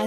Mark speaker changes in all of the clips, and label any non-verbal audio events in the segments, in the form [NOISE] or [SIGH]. Speaker 1: À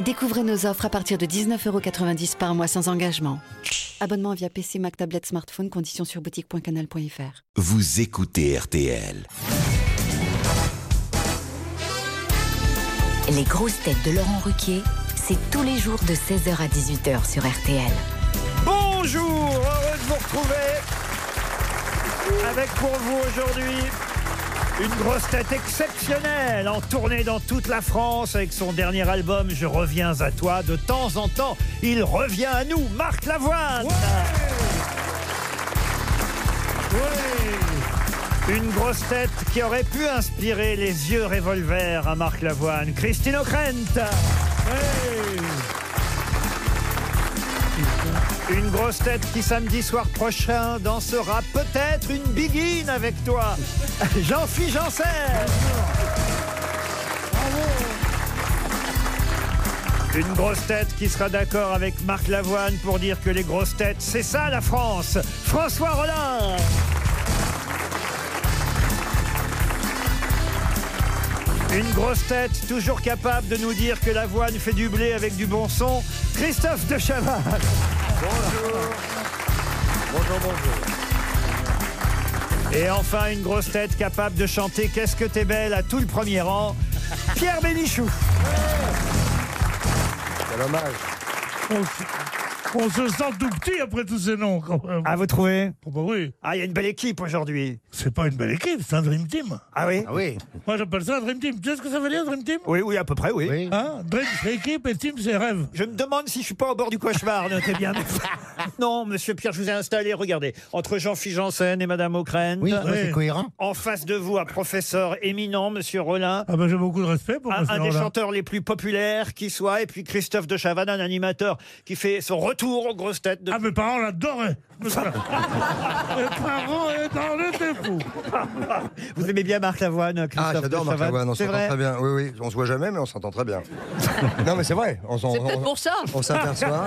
Speaker 1: Découvrez nos offres à partir de 19,90€ par mois sans engagement. Abonnement via PC, Mac, tablette, smartphone, conditions sur boutique.canal.fr.
Speaker 2: Vous écoutez RTL.
Speaker 3: Les grosses têtes de Laurent Ruquier, c'est tous les jours de 16h à 18h sur RTL.
Speaker 4: Bonjour, heureux de vous retrouver avec pour vous aujourd'hui une grosse tête exceptionnelle en tournée dans toute la France avec son dernier album Je reviens à toi. De temps en temps, il revient à nous, Marc Lavoine. Une grosse tête qui aurait pu inspirer les yeux revolver à Marc Lavoine, Christine O'Krent. Une grosse tête qui samedi soir prochain dansera peut-être une biguine avec toi. [LAUGHS] Jean-Philippe Janssen. Une grosse tête qui sera d'accord avec Marc Lavoine pour dire que les grosses têtes, c'est ça la France. François Rollin. Une grosse tête toujours capable de nous dire que l'avoine fait du blé avec du bon son, Christophe de Chavannes. Bonjour. Bonjour, bonjour. Et enfin, une grosse tête capable de chanter Qu'est-ce que t'es belle à tout le premier rang, Pierre Bénichou.
Speaker 5: Quel hommage. On, se- on se sent tout petit après tous ces noms, quand même.
Speaker 4: Ah, vous trouvez
Speaker 5: Oh, bah oui.
Speaker 4: Ah, il y a une belle équipe aujourd'hui.
Speaker 5: C'est pas une belle équipe, c'est un Dream Team.
Speaker 4: Ah oui Ah oui.
Speaker 5: Moi, j'appelle ça un Dream Team. Tu sais ce que ça veut dire, Dream Team
Speaker 4: Oui, oui, à peu près, oui.
Speaker 5: Hein Dream, c'est équipe et team, c'est rêve.
Speaker 4: Je me demande si je suis pas au bord du cauchemar, notez bien. [LAUGHS] non, monsieur Pierre, je vous ai installé, regardez, entre Jean-Philippe Janssen et madame O'Krent.
Speaker 6: Oui, c'est cohérent.
Speaker 4: En face de vous, un professeur éminent, monsieur Rollin.
Speaker 5: Ah, bah, j'ai beaucoup de respect pour
Speaker 4: Un,
Speaker 5: ce
Speaker 4: un ah, des
Speaker 5: nom-là.
Speaker 4: chanteurs les plus populaires qui soit, et puis Christophe de Chavannes, un animateur qui fait son retour aux grosses têtes. De...
Speaker 5: Ah, mes parents l'adoraient. mes
Speaker 4: [LAUGHS]
Speaker 5: parents, euh, dans le défaut.
Speaker 4: Vous aimez bien Marc Lavoine,
Speaker 6: Ah,
Speaker 4: Christophe
Speaker 6: j'adore
Speaker 4: de
Speaker 6: Marc
Speaker 4: Chavannes,
Speaker 6: Lavoine, on
Speaker 4: c'est
Speaker 6: s'entend
Speaker 4: vrai
Speaker 6: très bien. Oui, oui, on se voit jamais, mais on s'entend
Speaker 4: [LAUGHS]
Speaker 6: très bien. non, mais c'est vrai. On s'en-
Speaker 7: C'est peut-être
Speaker 6: on-
Speaker 7: pour ça. [LAUGHS]
Speaker 4: [LAUGHS]
Speaker 6: On s'aperçoit.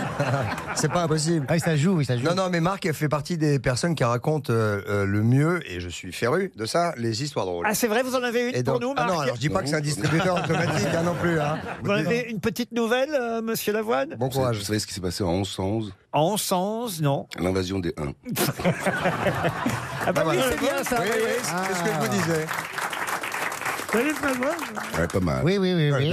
Speaker 6: c'est pas impossible.
Speaker 8: Ah, ça joue, oui, ça joue.
Speaker 6: Non, non, mais Marc fait partie des personnes qui racontent euh, euh, le mieux, et je suis féru de ça, les histoires drôles.
Speaker 4: Ah, c'est vrai, vous en avez une
Speaker 6: et
Speaker 4: pour nous,
Speaker 6: ah
Speaker 4: Marc
Speaker 6: non, alors je dis pas que c'est un
Speaker 4: [LAUGHS]
Speaker 6: distributeur automatique, hein, non plus. Hein.
Speaker 4: Vous en avez une petite nouvelle, euh, monsieur Lavoine
Speaker 6: Bon
Speaker 9: Vous
Speaker 6: courage.
Speaker 9: savez ce qui s'est passé en 1111
Speaker 4: En sens, non
Speaker 9: L'invasion des Huns.
Speaker 4: [LAUGHS] Ah, bah oui,
Speaker 6: voilà.
Speaker 4: c'est bien ça.
Speaker 6: Oui, oui, c'est c'est ce que je vous disais.
Speaker 5: Salut, François.
Speaker 9: Ouais, pas mal.
Speaker 8: Oui, oui, oui. oui.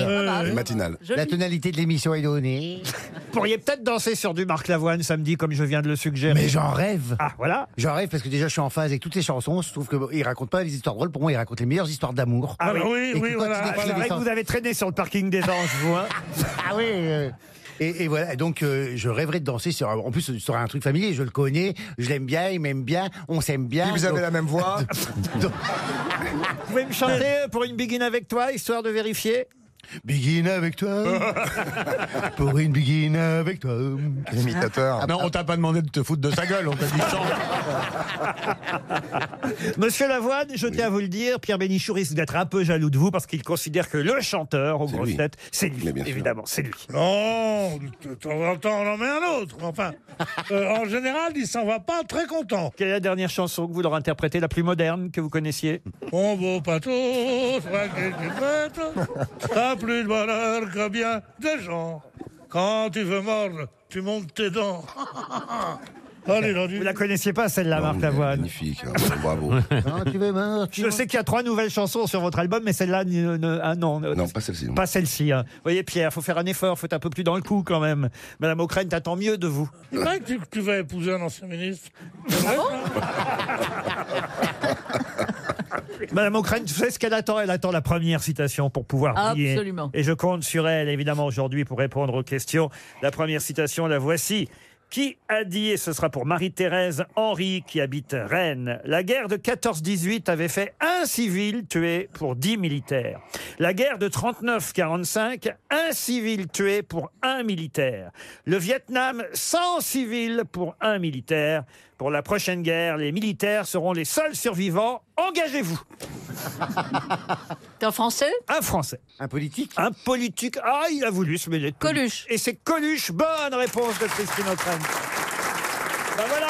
Speaker 9: Les matinales.
Speaker 8: La tonalité de l'émission est donnée.
Speaker 4: Vous pourriez peut-être danser sur du Marc Lavoine samedi, comme je viens de le suggérer.
Speaker 8: Mais j'en rêve.
Speaker 4: Ah, voilà.
Speaker 8: J'en rêve parce que déjà je suis en phase avec toutes les chansons. Je trouve qu'ils racontent pas les histoires drôles. Pour moi, ils racontent les meilleures histoires d'amour.
Speaker 4: Ah oui.
Speaker 5: oui,
Speaker 8: Et
Speaker 5: oui,
Speaker 8: quand
Speaker 5: voilà.
Speaker 8: il est-
Speaker 4: C'est
Speaker 8: voilà.
Speaker 4: vrai que vous avez traîné sur le parking des anges, vous. hein.
Speaker 8: [LAUGHS] Ah oui. euh, Et, et voilà, Et donc euh, je rêverais de danser sur. En plus, sur un truc familier, je le connais, je l'aime bien, il m'aime bien, on s'aime bien.
Speaker 6: Puis vous avez la même
Speaker 8: [LAUGHS]
Speaker 6: voix.
Speaker 4: [LAUGHS] Vous pouvez me chanter pour une begin avec toi, histoire de vérifier
Speaker 8: Begin
Speaker 4: [LAUGHS]
Speaker 8: avec toi, pour une begin avec toi.
Speaker 6: L'imitateur.
Speaker 10: Non, Ah, on t'a pas demandé de te foutre de sa gueule, on t'a dit chante.
Speaker 4: [LAUGHS] Monsieur Lavoine, je tiens à vous le dire, Pierre Bénichou risque d'être un peu jaloux de vous parce qu'il considère que le chanteur, aux
Speaker 9: C'est
Speaker 4: grosses
Speaker 9: lui.
Speaker 4: têtes, c'est lui.
Speaker 9: Mais bien sûr.
Speaker 4: Évidemment, c'est lui.
Speaker 5: Non, de temps en temps, on en met un autre. Enfin, euh, en général, il s'en va pas Ah, très content.
Speaker 4: Quelle est la dernière chanson que vous leur interprétez, la plus moderne que vous connaissiez
Speaker 5: Mon beau pâteau, soit que tu fêtes, [LAUGHS] t'as plus de valeur que bien des gens. Quand tu veux mordre, tu montes tes dents.
Speaker 4: Ah
Speaker 5: Allez,
Speaker 4: Vous
Speaker 5: l'enduit.
Speaker 4: la connaissiez pas, celle-là, Marc Lavoine
Speaker 9: Magnifique, hein, bravo.
Speaker 8: [LAUGHS] Quand tu veux mort, tu
Speaker 4: Je sais qu'il y a trois nouvelles chansons sur votre album, mais celle-là, ne- ne- ah non. euh,
Speaker 9: Non, pas celle-ci. non.
Speaker 4: Pas celle-ci. hein. Vous voyez, Pierre, faut faire un effort, faut être un peu plus dans le coup quand même. Madame O'Krent attend mieux de vous.
Speaker 5: C'est vrai que tu, tu vas épouser un ancien ministre.
Speaker 4: Madame O'Krent, vous savez ce qu'elle attend Elle attend la première citation pour pouvoir briller.
Speaker 7: Absolument.
Speaker 4: Et je compte sur elle, évidemment, aujourd'hui pour répondre aux questions. La première citation, la voici. Qui a dit, et ce sera pour Marie-Thérèse Henry qui habite Rennes, la guerre de 14-18 avait fait un civil tué pour 10 militaires. La guerre de 39-45, un civil tué pour un militaire. Le Vietnam, 100 civils pour un militaire. Pour la prochaine guerre, les militaires seront les seuls survivants. Engagez-vous
Speaker 7: T'es en français
Speaker 4: un Français.
Speaker 8: Un politique
Speaker 4: Un politique. Ah, il a voulu se mêler de Coluche. Et c'est Coluche. Bonne réponse de Christine O'Crane. Ben voilà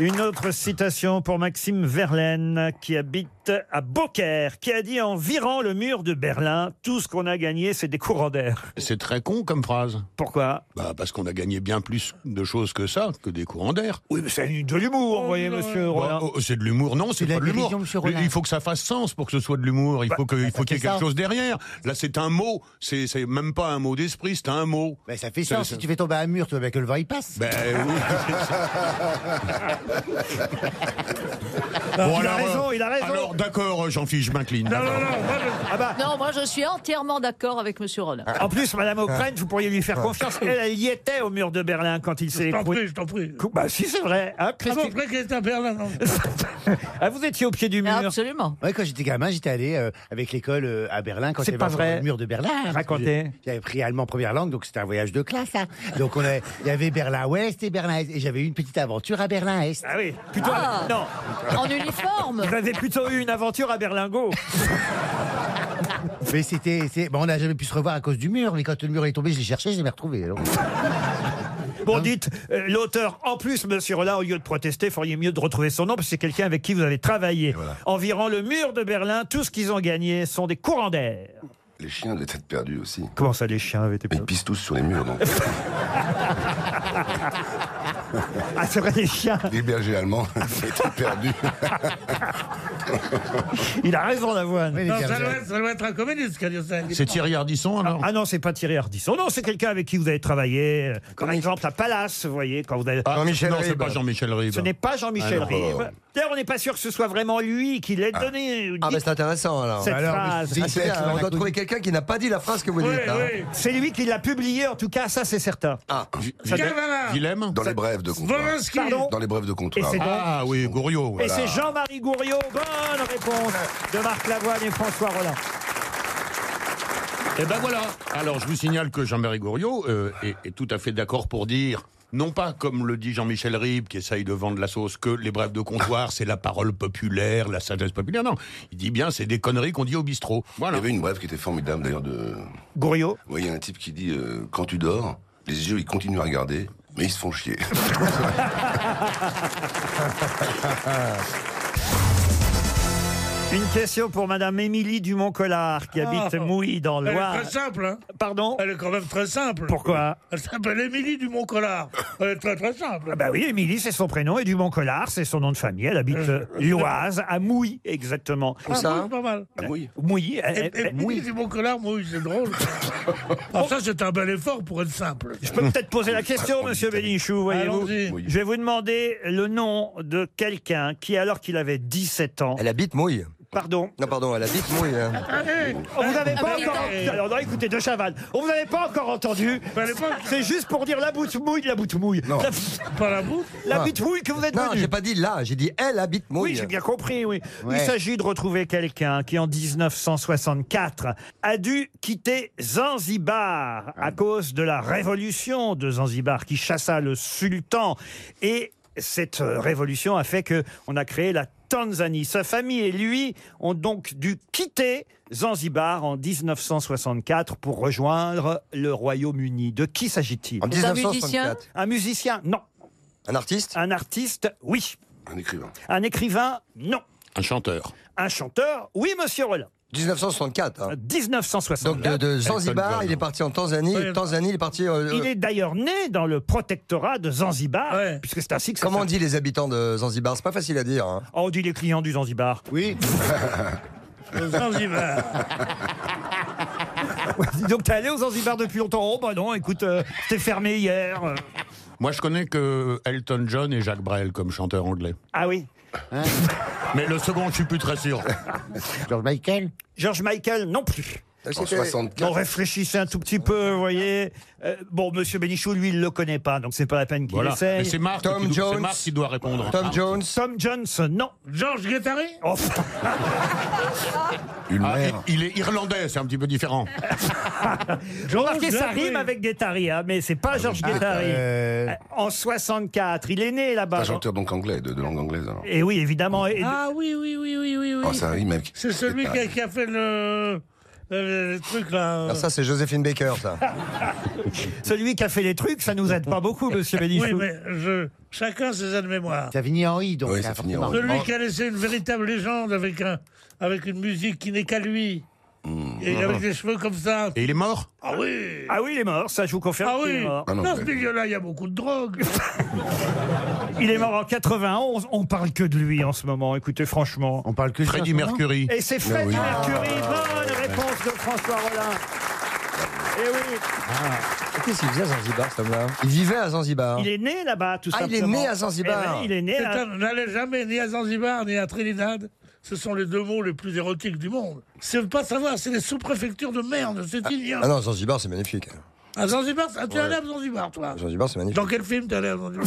Speaker 4: Une autre citation pour Maxime Verlaine, qui habite à Beaucaire, qui a dit en virant le mur de Berlin, tout ce qu'on a gagné, c'est des courants d'air.
Speaker 10: C'est très con comme phrase.
Speaker 4: Pourquoi
Speaker 10: Bah parce qu'on a gagné bien plus de choses que ça, que des courants d'air.
Speaker 4: Oui, mais c'est de l'humour, vous voyez, monsieur Rollin.
Speaker 10: Bah, oh, c'est de l'humour, non, c'est
Speaker 8: de la
Speaker 10: pas de l'humour.
Speaker 8: dérision, monsieur Rollin.
Speaker 10: Il faut que ça fasse sens pour que ce soit de l'humour. Il faut que- il faut qu'il y ait
Speaker 8: fait Bah, ça.
Speaker 10: quelque chose derrière. Là, c'est un mot. C'est c'est même pas un mot d'esprit, c'est un mot.
Speaker 8: Ben, ça fait
Speaker 10: Ça-
Speaker 8: ça.
Speaker 10: ça-
Speaker 8: Si tu fais tomber un mur, tu vois bien que le vent il passe.
Speaker 10: Ben oui.
Speaker 8: [LAUGHS]
Speaker 4: Il
Speaker 10: Bon,
Speaker 4: a
Speaker 10: alors,
Speaker 4: raison,
Speaker 10: euh,
Speaker 4: il a raison.
Speaker 10: Alors d'accord, jean fiche je m'incline.
Speaker 5: Non, non, non, moi,
Speaker 4: Ah bah,
Speaker 7: Non, moi je suis entièrement d'accord avec Monsieur Rollin.
Speaker 5: Ah.
Speaker 4: en plus, Madame O'Crane, vous pourriez lui faire confiance. Elle, elle y était au mur de Berlin quand il s'est
Speaker 5: je t'en
Speaker 4: écroulé.
Speaker 5: prie, je t'en prie.
Speaker 4: Bah si, c'est vrai.
Speaker 5: Ah
Speaker 4: hein,
Speaker 5: bon,
Speaker 4: Christine-
Speaker 5: après, qu'est-ce que t'as perdu,
Speaker 4: [LAUGHS]
Speaker 5: non
Speaker 4: Ah, vous étiez au pied du mur.
Speaker 7: Absolument.
Speaker 8: Ouais, quand j'étais gamin, j'étais allé euh, avec l'école euh, à Berlin quand
Speaker 4: C'est
Speaker 8: il y avait
Speaker 4: pas
Speaker 8: encore
Speaker 4: vrai.
Speaker 8: le mur de Berlin.
Speaker 4: Racontez.
Speaker 8: J'avais pris allemand première langue, donc c'était un voyage de classe. hein. Donc on avait, il y avait Berlin Ouest et Berlin Est, et j'avais eu une petite aventure à Berlin Est.
Speaker 4: Ah oui, plutôt.
Speaker 7: Ah.
Speaker 4: Non,
Speaker 7: En uniforme.
Speaker 4: vous avez plutôt eu une aventure à Berlingo.
Speaker 8: Mais c'était, c'est- bon, on n'a jamais pu se revoir à cause du mur. Mais quand le mur est tombé, je l'ai cherché, je l'ai retrouvé. alors.
Speaker 6: Hein
Speaker 4: Bon, dites, euh, l'auteur, en plus, monsieur Rollin, au lieu de protester, feriez mieux de retrouver son nom, parce que c'est quelqu'un avec qui vous avez travaillé. Environ le mur de Berlin, tout ce qu'ils ont gagné sont des courants d'air.
Speaker 9: Les chiens avaient têtes perdues aussi.
Speaker 4: Comment ça, les chiens avaient été
Speaker 9: Mais ils pissent tous sur les murs, donc.
Speaker 4: Ah, c'est vrai, les chiens.
Speaker 9: Les bergers [LAUGHS] allemands étaient
Speaker 4: [LAUGHS]
Speaker 9: perdus.
Speaker 4: Il a raison, l'avoine.
Speaker 8: Oui, les
Speaker 5: Non, ça
Speaker 8: bergers.
Speaker 5: doit, être, ça doit être un communiste qui a dit ça.
Speaker 10: C'est Thierry Ardisson alors
Speaker 4: Ah non, c'est pas Thierry Ardisson. Non, c'est quelqu'un avec qui vous avez travaillé. euh, Par exemple, à Palace, vous voyez, quand vous avez.
Speaker 6: Jean-Michel
Speaker 10: Ah, Non, c'est
Speaker 6: Ribes.
Speaker 10: pas Jean-Michel Ribes. Ah,
Speaker 4: Ce n'est pas Jean-Michel
Speaker 10: Alors,
Speaker 4: Rive. D'ailleurs, on n'est pas sûr que ce soit vraiment lui qui l'ait donné.
Speaker 6: Ah, ben
Speaker 4: Dites
Speaker 6: c'est intéressant alors.
Speaker 4: cette
Speaker 8: alors,
Speaker 4: phrase.
Speaker 6: Ah, c'est-
Speaker 8: c'est-
Speaker 6: on doit trouver quelqu'un qui n'a pas dit la phrase que vous
Speaker 5: Oui,
Speaker 6: dites. hein.
Speaker 5: oui.
Speaker 4: C'est lui qui l'a publié, en tout cas, ça c'est certain.
Speaker 10: Gui-
Speaker 4: Ça
Speaker 10: Guilhem-
Speaker 5: doit-
Speaker 10: Guilhem
Speaker 9: Dans les brèves de contrat.
Speaker 5: Volinsky.
Speaker 4: Pardon
Speaker 9: Dans les brèves de contrat.
Speaker 4: Et c'est-
Speaker 10: Ah oui, Gouriot.
Speaker 4: Et
Speaker 10: voilà.
Speaker 4: c'est Jean-Marie Gouriot. Bonne réponse de Marc Lavoine et François Rollin.
Speaker 10: Eh ben voilà. Alors je vous signale que Jean-Marie Gouriot euh, est, est tout à fait d'accord pour dire. Non pas comme le dit Jean-Michel Ribes qui essaye de vendre la sauce que les brèves de comptoir c'est la parole populaire, la sagesse populaire. Non, il dit bien c'est des conneries qu'on dit au bistrot.
Speaker 9: Il y
Speaker 10: Voilà.
Speaker 9: avait une brève qui était formidable, d'ailleurs, de...
Speaker 4: Gouriot.
Speaker 9: Vous voyez, il y a un type qui dit euh, Quand tu dors, les yeux, ils continuent à regarder, mais ils se font chier.
Speaker 4: Une question pour Madame Émilie Dumont-Collard qui habite Mouilly dans le
Speaker 5: Ah. Elle est
Speaker 4: Loir.
Speaker 5: très simple, hein.
Speaker 4: Pardon
Speaker 5: Elle est quand même très simple.
Speaker 4: Pourquoi
Speaker 5: Elle s'appelle Émilie Dumont-Collard. Elle est très très simple.
Speaker 4: Ah bah oui, Émilie, c'est son prénom et Dumont-Collard, c'est son nom de famille. Elle habite euh, l'Oise, à Mouilly, exactement.
Speaker 5: Ah,
Speaker 6: ça,
Speaker 5: mouille,
Speaker 6: hein
Speaker 5: pas mal.
Speaker 9: Ah oui
Speaker 4: Mouilly. elle- elle- elle-
Speaker 5: Émilie Dumont-Collard, mouille, c'est drôle. Ah, ça, c'est un bel effort pour être simple.
Speaker 4: Je peux peut-être poser la question, monsieur Bénichou, voyez-vous.
Speaker 5: Allons-y.
Speaker 9: Oui.
Speaker 4: Je vais vous demander le nom de quelqu'un qui, alors qu'il avait 17 ans,
Speaker 6: Elle habite mouille.
Speaker 4: pardon,
Speaker 6: Non, pardon, elle habite mouille. hein.
Speaker 4: On Oh, vous
Speaker 5: Ah,
Speaker 4: avait pas
Speaker 7: oui,
Speaker 4: encore.
Speaker 5: non.
Speaker 4: Alors, non, écoutez, de Chaval, on vous avait pas encore entendu.
Speaker 5: Pas les poches,
Speaker 4: C'est juste pour dire la boute mouille, la boute mouille.
Speaker 6: Non. Ah.
Speaker 4: La,
Speaker 5: pas la bouffe.
Speaker 4: la boute mouille que vous êtes
Speaker 6: Non,
Speaker 4: venu.
Speaker 6: j'ai pas dit là, j'ai dit elle habite mouille.
Speaker 4: Oui, j'ai bien compris, oui. Il
Speaker 8: Ouais.
Speaker 4: s'agit de retrouver quelqu'un qui, en 1964, a dû quitter Zanzibar
Speaker 6: Ah.
Speaker 4: à cause de la révolution de Zanzibar qui chassa le sultan. Et cette euh, révolution a fait que on a créé la Tanzanie. Sa famille et lui ont donc dû quitter Zanzibar en 1964 pour rejoindre le Royaume-Uni. De qui s'agit-il
Speaker 6: En
Speaker 7: C'est un
Speaker 6: 1964.
Speaker 4: Un musicien Non.
Speaker 6: Un artiste
Speaker 4: Un artiste Oui.
Speaker 9: Un écrivain.
Speaker 4: Un écrivain Non.
Speaker 10: Un chanteur.
Speaker 4: Un chanteur Oui, monsieur Rollin.
Speaker 6: 1964. hein.
Speaker 4: 1960.
Speaker 6: Donc de, de
Speaker 10: John.
Speaker 6: Zanzibar, il est parti en Tanzanie.
Speaker 5: Ouais.
Speaker 6: Tanzanie, il est parti. euh,
Speaker 4: Il
Speaker 6: euh,
Speaker 4: est d'ailleurs né dans le
Speaker 6: [LAUGHS]
Speaker 4: protectorat de Zanzibar,
Speaker 5: Ouais.
Speaker 4: puisque c'est ainsi que ça
Speaker 6: Comment on
Speaker 4: s'appelle.
Speaker 6: dit les habitants de Zanzibar C'est pas facile à dire. hein.
Speaker 4: Oh, on dit les clients du Zanzibar.
Speaker 8: Oui.
Speaker 5: Aux
Speaker 4: [LAUGHS]
Speaker 6: [LAUGHS]
Speaker 5: Zanzibar.
Speaker 4: Dis Donc t'es allé au Zanzibar depuis longtemps Oh bah non, écoute, euh, t'es fermé hier. euh.
Speaker 10: Moi je connais que Elton John et Jacques Brel comme chanteurs anglais.
Speaker 4: Ah oui.
Speaker 10: [LAUGHS] Mais le second je suis plus très sûr.
Speaker 8: Hein [LAUGHS] George Michael.
Speaker 4: George Michael non plus.
Speaker 9: En 64.
Speaker 4: On réfléchissait un tout petit peu, vous voyez. Euh, bon, Monsieur Bénichou, lui, il le connaît pas, donc c'est pas la peine qu'il
Speaker 10: Voilà.
Speaker 4: essaye.
Speaker 10: Mais c'est Marc Tom qui doit- c'est Jones. Marc qui doit répondre. Ah. Tom
Speaker 4: Jones. Tom Jones, non.
Speaker 5: Georges Guettari
Speaker 4: Oh,
Speaker 10: Ah, il, il est irlandais, c'est un petit peu différent.
Speaker 5: Ah,
Speaker 4: Remarquez, ça
Speaker 10: Guettari.
Speaker 4: rime avec Guettari, hein, mais c'est pas Georges
Speaker 8: Ah,
Speaker 4: Guettari. Euh, En 64, il est né
Speaker 9: Un
Speaker 4: là-bas.
Speaker 9: chanteur donc anglais, de, de langue anglaise alors.
Speaker 4: Et oui, évidemment. et-
Speaker 5: Ah oui, oui, oui, oui, oui. oui.
Speaker 9: Oh, ça rime avec-
Speaker 5: C'est celui qui a, qui a fait le, le, le truc là. euh.
Speaker 6: Ah, ça, c'est Joséphine Baker, ça.
Speaker 4: Celui qui a fait les trucs, ça nous aide pas [LAUGHS] beaucoup, monsieur
Speaker 5: [LAUGHS]
Speaker 4: Bénichou.
Speaker 5: Oui, mais je, chacun ses aides mémoire.
Speaker 8: Ça finit en i, donc.
Speaker 9: Oui,
Speaker 8: là,
Speaker 9: ça finit en
Speaker 8: forcément.
Speaker 9: i.
Speaker 5: Celui qui a laissé une véritable légende avec, un, avec une musique qui n'est qu'à lui.
Speaker 6: Hmm.
Speaker 5: Et avec des cheveux comme ça.
Speaker 10: Et il est mort
Speaker 5: Ah oui
Speaker 4: Ah oui, il est mort, ça je vous confirme
Speaker 5: Ah
Speaker 4: qu'il est
Speaker 5: oui
Speaker 4: mort.
Speaker 9: Ah non,
Speaker 5: Dans ce
Speaker 9: mais-
Speaker 5: milieu-là, il y a beaucoup de drogue.
Speaker 4: Il est mort en 91, on parle que de lui en ce moment, écoutez, franchement.
Speaker 8: On parle que de ça,
Speaker 10: Freddie
Speaker 8: en ce moment
Speaker 10: Mercury.
Speaker 4: Et c'est Freddie Mercury, bonne réponse de François Rollin. Et oui,
Speaker 6: Qu'est-ce qu'il faisait à Zanzibar, cet homme-là Il vivait à Zanzibar.
Speaker 4: il est né là-bas, tout
Speaker 6: Ah, il est
Speaker 4: simplement.
Speaker 6: né à Zanzibar.
Speaker 4: Eh ben, il est né à...
Speaker 5: Putain, N'allez jamais ni à Zanzibar ni à Trinidad. Ce sont les deux mots les plus érotiques du monde. C'est pas savoir, c'est les sous-préfectures de merde, c'est ignoble.
Speaker 6: Ah non, Zanzibar, c'est magnifique.
Speaker 5: À Zanzibar, ah, tu es allé à Zanzibar, toi
Speaker 6: Zanzibar, c'est magnifique.
Speaker 5: Dans quel film t'es allé à Zanzibar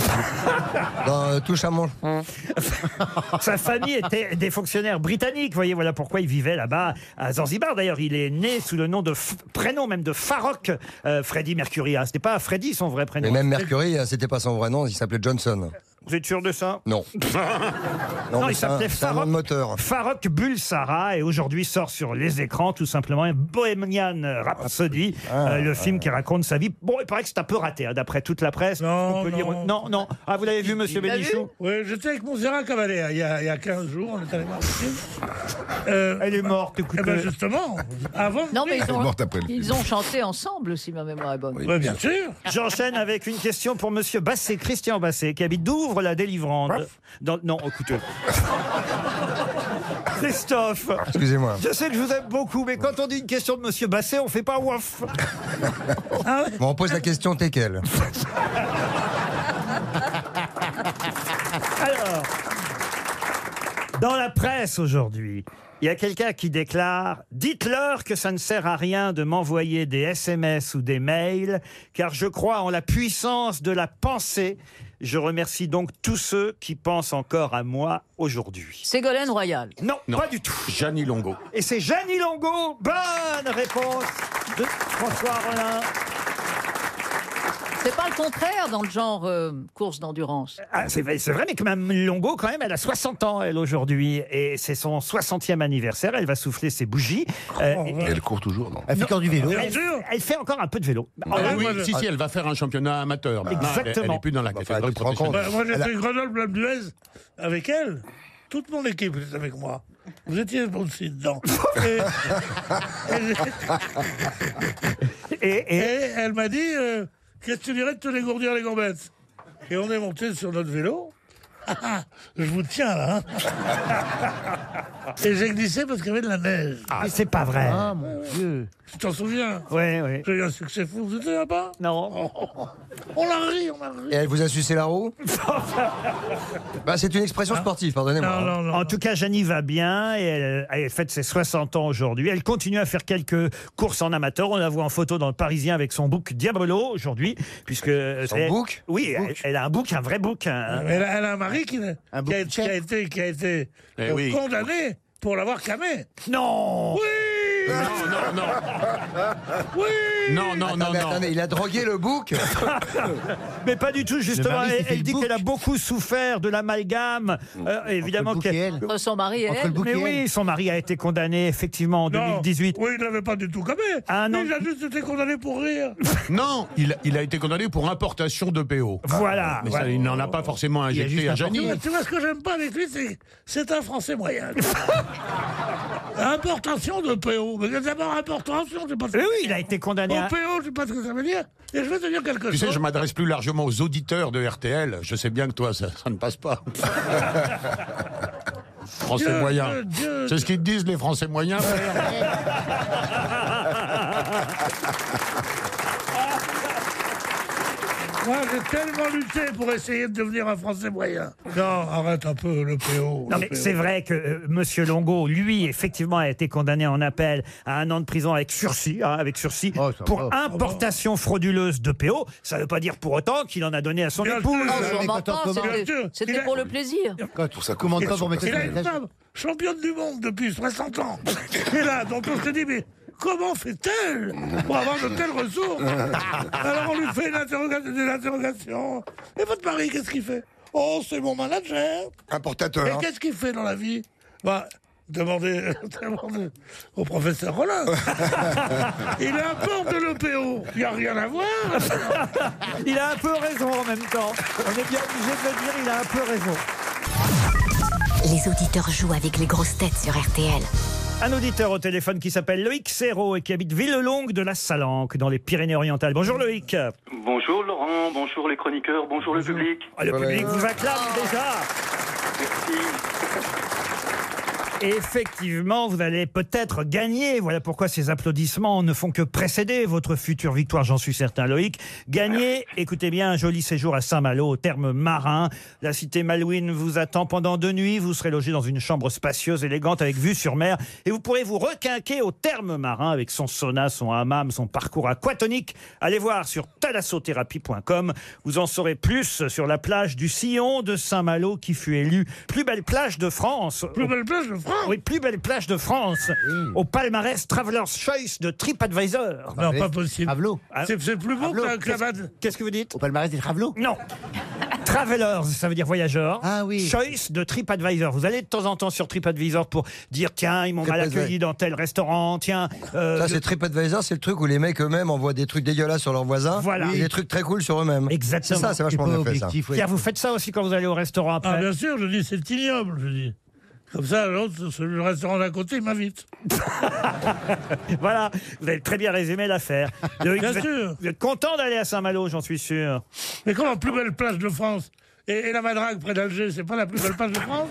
Speaker 6: Dans euh, Touche à mon.
Speaker 4: [LAUGHS] Sa famille était des fonctionnaires britanniques, voyez, voilà pourquoi il vivait là-bas à Zanzibar. D'ailleurs, il est né sous le nom de F- prénom même de Farrokh euh, Freddie Mercury. Ah, C'était pas Freddie son vrai prénom.
Speaker 6: Mais même Mercury, euh, c'était pas son vrai nom, il s'appelait Johnson.
Speaker 4: Vous êtes sûr de ça
Speaker 6: Non.
Speaker 4: [LAUGHS] Non,
Speaker 6: mais
Speaker 4: il
Speaker 6: c'est un-
Speaker 4: s'appelait
Speaker 6: C'est un nom
Speaker 4: Farrokh.
Speaker 6: de moteur.
Speaker 4: Farrokh Bulsara et aujourd'hui sort sur les écrans tout simplement un Bohemian Rhapsody,
Speaker 6: Ah,
Speaker 4: euh, le film qui raconte sa vie. Bon, il paraît que c'est un peu raté hein, d'après toute la presse.
Speaker 5: Non,
Speaker 4: On peut lire-
Speaker 5: Oh, non.
Speaker 4: non, non. Ah, vous l'avez vu, Monsieur
Speaker 7: l'a vu
Speaker 4: Bénichou
Speaker 5: Oui, j'étais avec Montserrat Caballé hein, il y, a, il y a 15 jours, on est allé voir le film. Euh,
Speaker 4: Elle est morte.
Speaker 5: eh
Speaker 4: Écoutez.
Speaker 5: ben justement, avant.
Speaker 7: Non, mais ils
Speaker 9: Elle est
Speaker 7: ont,
Speaker 9: morte après le film.
Speaker 7: ils ont chanté ensemble, si ma mémoire est bonne. Ah.
Speaker 9: Oui.
Speaker 5: Ouais, bien sûr.
Speaker 4: J'enchaîne avec une question pour Monsieur Basset, Christian Basset, qui habite Douvres, la délivrande. Dans... Non, écoutez. Christophe,
Speaker 6: Excusez-moi.
Speaker 4: je sais que je vous aime beaucoup, mais quand on dit une question de Monsieur Basset, on fait pas
Speaker 6: [LAUGHS]
Speaker 4: ouf.
Speaker 5: Ah
Speaker 6: Bon, on pose la question,
Speaker 5: [LAUGHS]
Speaker 6: t'es quel
Speaker 4: Alors, [LAUGHS] dans la presse aujourd'hui, il y a quelqu'un qui déclare Dites-leur que ça ne sert à rien de m'envoyer des SMS ou des mails, car je crois en la puissance de la pensée. Je remercie donc tous ceux qui pensent encore à moi aujourd'hui.
Speaker 7: Ségolène Royal.
Speaker 4: Non,
Speaker 10: Non.
Speaker 4: pas du tout.
Speaker 10: Gianni Longo.
Speaker 4: Et c'est Jeannie Longo. Bonne réponse de François Rollin.
Speaker 7: C'est pas le contraire dans le genre euh, course d'endurance.
Speaker 4: Ah, c'est vrai, c'est vrai, mais que Mme Longo, quand même, elle a 60 ans, elle, aujourd'hui. Et c'est son 60e anniversaire. Elle va souffler ses bougies. Euh,
Speaker 9: Et elle court toujours, non
Speaker 8: Elle fait encore du vélo.
Speaker 5: Bien sûr.
Speaker 4: Elle fait encore un peu de vélo.
Speaker 5: Ah
Speaker 10: Ah
Speaker 5: oui,
Speaker 10: oui,
Speaker 5: moi, je-
Speaker 10: si, si, elle va faire un championnat amateur. maintenant. Bah, Elle- Elle
Speaker 4: Exactement.
Speaker 10: n'est plus dans la
Speaker 6: Enfin,
Speaker 10: catégorie
Speaker 6: tu te rends
Speaker 10: professionnelle.
Speaker 5: Bah, moi, j'ai
Speaker 6: Elle a-
Speaker 5: fait Grenoble-Blabluez avec elle. Toute mon équipe était avec moi. Vous étiez
Speaker 10: [LAUGHS]
Speaker 5: aussi dedans. Et,
Speaker 4: Et,
Speaker 5: et-
Speaker 4: et-
Speaker 5: et elle m'a dit euh, Qu'est-ce que tu dirais de te dégourdir les gambettes Et on est monté sur notre vélo. Ah, ah, je vous tiens là. hein. [LAUGHS] et j'ai glissé parce qu'il y avait de la neige.
Speaker 4: mais c'est pas vrai.
Speaker 8: Ah, mon Dieu.
Speaker 5: Tu t'en souviens
Speaker 4: Ouais, ouais.
Speaker 5: J'ai eu un succès fou. Vous étiez là-bas Oh,
Speaker 4: Non.
Speaker 5: On l'a ri, on l'a ri.
Speaker 6: Et elle vous a sucé la
Speaker 5: [LAUGHS]
Speaker 6: roue bah, C'est une expression sportive, pardonnez-moi.
Speaker 5: [LAUGHS] Non,
Speaker 6: hein.
Speaker 5: Oh, non, non.
Speaker 4: En tout cas, Janie va bien et elle, elle fête ses 60 ans aujourd'hui. Elle continue à faire quelques courses en amateur. On la voit en photo dans le Parisien avec son bouc Diabolo aujourd'hui, puisque euh,
Speaker 6: Son
Speaker 4: elle-
Speaker 6: bouc
Speaker 4: Oui, elle, elle a un bouc, un vrai bouc. hein. un-
Speaker 5: Mais elle a, elle a un mari qui,
Speaker 8: Un
Speaker 5: qui, a,
Speaker 8: bouc de
Speaker 5: qui a
Speaker 8: chef.
Speaker 5: été, qui a été
Speaker 10: Eh
Speaker 5: euh,
Speaker 10: oui.
Speaker 5: condamné pour l'avoir camé.
Speaker 4: Non.
Speaker 5: Oui
Speaker 10: Non, non, non.
Speaker 5: [LAUGHS] Oui
Speaker 10: Non, non, non,
Speaker 6: Attendez,
Speaker 8: Ah,
Speaker 10: non.
Speaker 6: attendez, il a drogué le bouc
Speaker 4: [LAUGHS] Mais pas du tout, justement.
Speaker 8: mari,
Speaker 4: Elle,
Speaker 8: c'était
Speaker 4: elle
Speaker 8: le
Speaker 4: dit
Speaker 8: bouc.
Speaker 4: qu'elle a beaucoup souffert de l'amalgame. Euh, évidemment
Speaker 8: Entre le bouc et
Speaker 4: qu'elle.
Speaker 8: elle.
Speaker 7: Entre son mari et
Speaker 8: Entre
Speaker 7: elle.
Speaker 8: le bouc
Speaker 4: Mais
Speaker 8: et elle.
Speaker 4: oui, son mari a été condamné effectivement en
Speaker 5: Non.
Speaker 4: 2018.
Speaker 5: Oui, il n'avait pas du tout camé.
Speaker 4: Ah, non.
Speaker 5: Il a juste été condamné pour rire.
Speaker 10: Non, il, il a été condamné pour importation de PO.
Speaker 4: Voilà.
Speaker 10: Mais
Speaker 4: voilà.
Speaker 10: ça, il n'en a pas forcément
Speaker 8: a juste
Speaker 10: injecté à
Speaker 8: apporté
Speaker 5: tu,
Speaker 10: Gianni.
Speaker 5: vois, tu vois ce que j'aime pas avec lui, c'est c'est un Français
Speaker 4: [LAUGHS]
Speaker 5: moyen. importation de PO. Mais d'abord, importation, je sais pas ce
Speaker 4: Oui,
Speaker 5: que
Speaker 4: oui, il a été condamné à...
Speaker 5: Au PO, je sais pas ce que ça veut dire. Et je vais te dire quelque
Speaker 10: Tu
Speaker 5: chose.
Speaker 10: sais, je m'adresse plus largement aux auditeurs de RTL. Je sais bien que toi, ça, ça ne passe
Speaker 5: [LAUGHS]
Speaker 10: pas. Français
Speaker 5: Dieu,
Speaker 10: moyen.
Speaker 5: Dieu, Dieu,
Speaker 10: C'est ce qu'ils disent, les Français moyens.
Speaker 5: Moi, j'ai tellement lutté pour essayer de devenir un Français moyen. Non, arrête un peu le PO.
Speaker 4: Non,
Speaker 5: le
Speaker 4: mais
Speaker 5: PO.
Speaker 4: c'est vrai que euh, Monsieur Longo, lui, effectivement, a été condamné en appel à un an de prison avec sursis, hein, avec sursis, pour
Speaker 8: va.
Speaker 4: importation frauduleuse de PO. Ça ne veut pas dire pour autant qu'il en a donné à son épouse.
Speaker 7: Ah,
Speaker 5: Ah,
Speaker 7: sûrement pas, c'était- c'était pour le plaisir.
Speaker 8: Pour ça, commande pas pour mettre
Speaker 5: Il a une femme championne du monde depuis 60 ans. Et là, donc on se dit, mais comment fait-elle pour avoir de telles ressources Alors on lui fait une interrogation, des interrogations. Et votre mari, qu'est-ce qu'il fait Oh, c'est mon manager.
Speaker 6: Importateur.
Speaker 5: Et qu'est-ce qu'il fait dans la vie Bah, [LAUGHS] demandez, demandez au professeur Rollin. Il importe le PO. Il n'y a rien à voir.
Speaker 4: Il a un peu raison en même temps. On est bien obligé de le dire, il a un peu raison.
Speaker 11: Les auditeurs jouent avec les grosses têtes sur RTL.
Speaker 4: Un auditeur au téléphone qui s'appelle Loïc Serrault et qui habite Villelongue de la Salanque, dans les Pyrénées-Orientales. Bonjour Loïc.
Speaker 12: Bonjour Laurent, bonjour les chroniqueurs, bonjour, le public.
Speaker 4: Ah, le public vous acclame déjà. Et effectivement, vous allez peut-être gagner. Voilà pourquoi ces applaudissements ne font que précéder votre future victoire, j'en suis certain, Loïc. Gagner, écoutez bien, un joli séjour à Saint-Malo, au terme marin. La cité Malouine vous attend pendant deux nuits. Vous serez logé dans une chambre spacieuse, élégante, avec vue sur mer. Et vous pourrez vous requinquer au terme marin avec son sauna, son hammam, son parcours aquatonique. Allez voir sur thalassothérapie.com. Vous en saurez plus sur la plage du Sillon de Saint-Malo qui fut élue plus belle plage de France.
Speaker 5: Plus belle plage de France
Speaker 4: Oui, plus belle plage de France. Au palmarès Traveler's Choice de TripAdvisor.
Speaker 5: Non, pas possible.
Speaker 4: Ah,
Speaker 5: C'est c'est plus beau
Speaker 4: bah Travelot.
Speaker 5: qu'un
Speaker 4: Qu'est-ce-
Speaker 5: clavade.
Speaker 4: Qu'est-ce que vous dites
Speaker 8: Au palmarès des travelots
Speaker 4: Non. Travelers, ça veut dire voyageur. Ah oui. Choice de TripAdvisor. Vous allez de temps en temps sur TripAdvisor pour dire tiens, ils m'ont mal
Speaker 6: TripAdvisor.
Speaker 4: accueilli dans tel restaurant, tiens. euh,
Speaker 6: Ça,
Speaker 4: je-
Speaker 6: c'est TripAdvisor, c'est le truc où les mecs eux-mêmes envoient des trucs dégueulasses sur leurs voisins
Speaker 4: Voilà.
Speaker 6: et des trucs très cool sur eux-mêmes.
Speaker 4: Exactement.
Speaker 6: C'est ça, c'est vachement
Speaker 4: C'est
Speaker 6: bien
Speaker 4: pas
Speaker 6: fait ça.
Speaker 4: objectif, ouais. Pierre, vous faites ça aussi quand vous allez au restaurant après
Speaker 5: Ah,
Speaker 4: [LAUGHS]
Speaker 5: bien sûr, je dis, c'est ignoble, je dis. Comme ça, l'autre, celui le restaurant d'à côté, il m'invite.
Speaker 4: [LAUGHS] voilà, vous avez très
Speaker 5: [LAUGHS]
Speaker 4: bien résumé l'affaire. [LAUGHS] Loïc,
Speaker 5: Bien
Speaker 4: vous êtes-
Speaker 5: sûr.
Speaker 4: Vous êtes content d'aller à Saint-Malo, j'en suis sûr.
Speaker 5: Mais comment plus belle plage de France et, et la Madrague près d'Alger, c'est pas la plus belle plage de
Speaker 4: [LAUGHS]
Speaker 5: France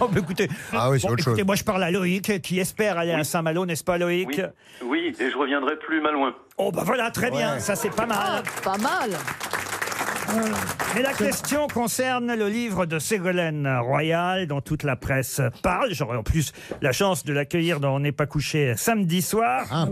Speaker 4: non, mais écoutez.
Speaker 6: Ah oui, c'est
Speaker 4: Bon,
Speaker 6: autre
Speaker 4: écoutez,
Speaker 6: chose.
Speaker 4: moi je parle à Loïc qui espère aller à Saint-Malo, n'est-ce pas Loïc
Speaker 12: Oui, oui, et je reviendrai plus mal loin.
Speaker 4: Oh bah voilà, très bien, ça c'est pas mal. Euh,
Speaker 7: Ah, pas mal.
Speaker 4: Mais la question concerne le livre de Ségolène Royal dont toute la presse parle. J'aurai en plus la chance de l'accueillir dans On n'est pas couché samedi soir.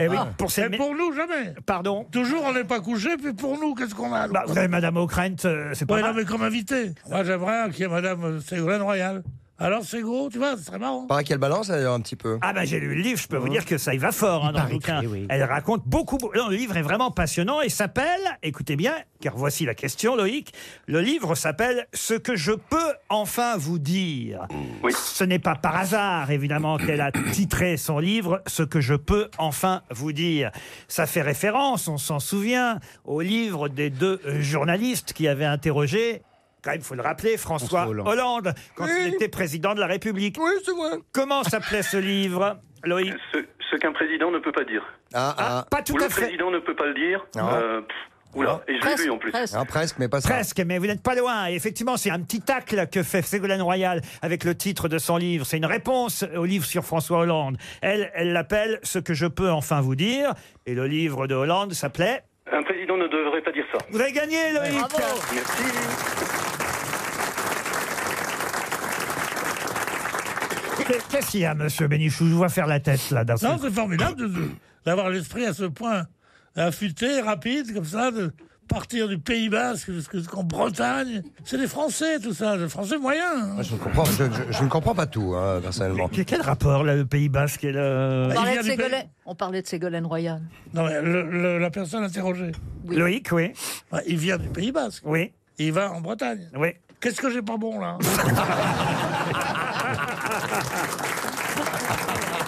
Speaker 4: Eh oui, pour ces
Speaker 5: Ah, Et
Speaker 4: mé-
Speaker 5: pour nous, jamais.
Speaker 4: Pardon
Speaker 5: Toujours, on n'est pas couché, puis pour nous, qu'est-ce qu'on a
Speaker 4: Bah, vous avez Madame O'Krent, euh, c'est pas
Speaker 5: Ouais, non,
Speaker 4: mal.
Speaker 5: mais comme invité. Moi, j'aimerais un qui est Madame euh, Ségolène Royal. Alors, c'est gros, tu vois, ce serait marrant.
Speaker 6: Pareil qu'elle balance d'ailleurs un petit peu.
Speaker 4: Ah ben j'ai lu le livre, je
Speaker 5: Oh.
Speaker 4: peux vous dire que ça y va fort hein, dans le bouquin. Elle raconte beaucoup, beaucoup- Non, le livre est vraiment passionnant et s'appelle, écoutez bien, car voici la question Loïc, le livre s'appelle « Ce que je peux enfin vous dire
Speaker 12: Oui.
Speaker 4: Ce n'est pas par hasard, évidemment, qu'elle a titré son livre « Ce que je peux enfin vous dire ». Ça fait référence, on s'en souvient, au livre des deux euh, journalistes qui avaient interrogé... Quand même, faut le rappeler, François Hollande,
Speaker 8: Hollande.
Speaker 4: quand il était président de la République.
Speaker 6: Oui, c'est vrai.
Speaker 4: Comment s'appelait ce livre, Loïc
Speaker 12: Ce, ce qu'un président ne peut pas dire.
Speaker 6: Ah,
Speaker 4: Ah,
Speaker 6: ah,
Speaker 4: Pas tout
Speaker 12: Ou
Speaker 4: à
Speaker 12: le
Speaker 4: fait.
Speaker 12: président ne peut pas le dire.
Speaker 6: Non.
Speaker 12: Euh, pff, oula, et je l'ai vu en plus.
Speaker 7: presque.
Speaker 6: Ah, presque, mais pas ça.
Speaker 4: Presque, mais vous n'êtes pas loin. Et effectivement, c'est un petit tacle que fait Ségolène Royal avec le titre de son livre. C'est une réponse au livre sur François Hollande. Elle, elle l'appelle Ce que je peux enfin vous dire. Et le livre de Hollande s'appelait.
Speaker 12: Un président ne devrait pas dire ça.
Speaker 4: Vous avez gagné, Loïc
Speaker 7: Bravo.
Speaker 12: Merci.
Speaker 4: Qu'est- Qu'est-ce qu'il y a, monsieur Bénichou Je vois faire la tête, là, d'un
Speaker 5: Non,
Speaker 4: seul-
Speaker 5: c'est formidable de- de- d'avoir l'esprit à ce point affûté, rapide, comme ça, de partir du Pays Basque jusque- jusqu'en Bretagne. C'est des Français, tout ça, des Français moyens. hein.
Speaker 6: Moi, Je ne comprends, je, je- je ne comprends pas tout, hein, personnellement.
Speaker 4: Quel- Quel rapport, là, le Pays Basque et le.
Speaker 7: On
Speaker 5: il
Speaker 7: parlait,
Speaker 5: vient
Speaker 7: de
Speaker 5: du pays.
Speaker 7: Ségolène- on parlait de Ségolène Royal.
Speaker 5: Non, mais le- le- la personne interrogée,
Speaker 7: Oui.
Speaker 4: Loïc, oui.
Speaker 5: bah, il vient du Pays Basque.
Speaker 4: Oui.
Speaker 5: Et il va en Bretagne.
Speaker 4: Oui.
Speaker 5: Qu'est-ce que j'ai pas bon, là hein.
Speaker 4: [LAUGHS]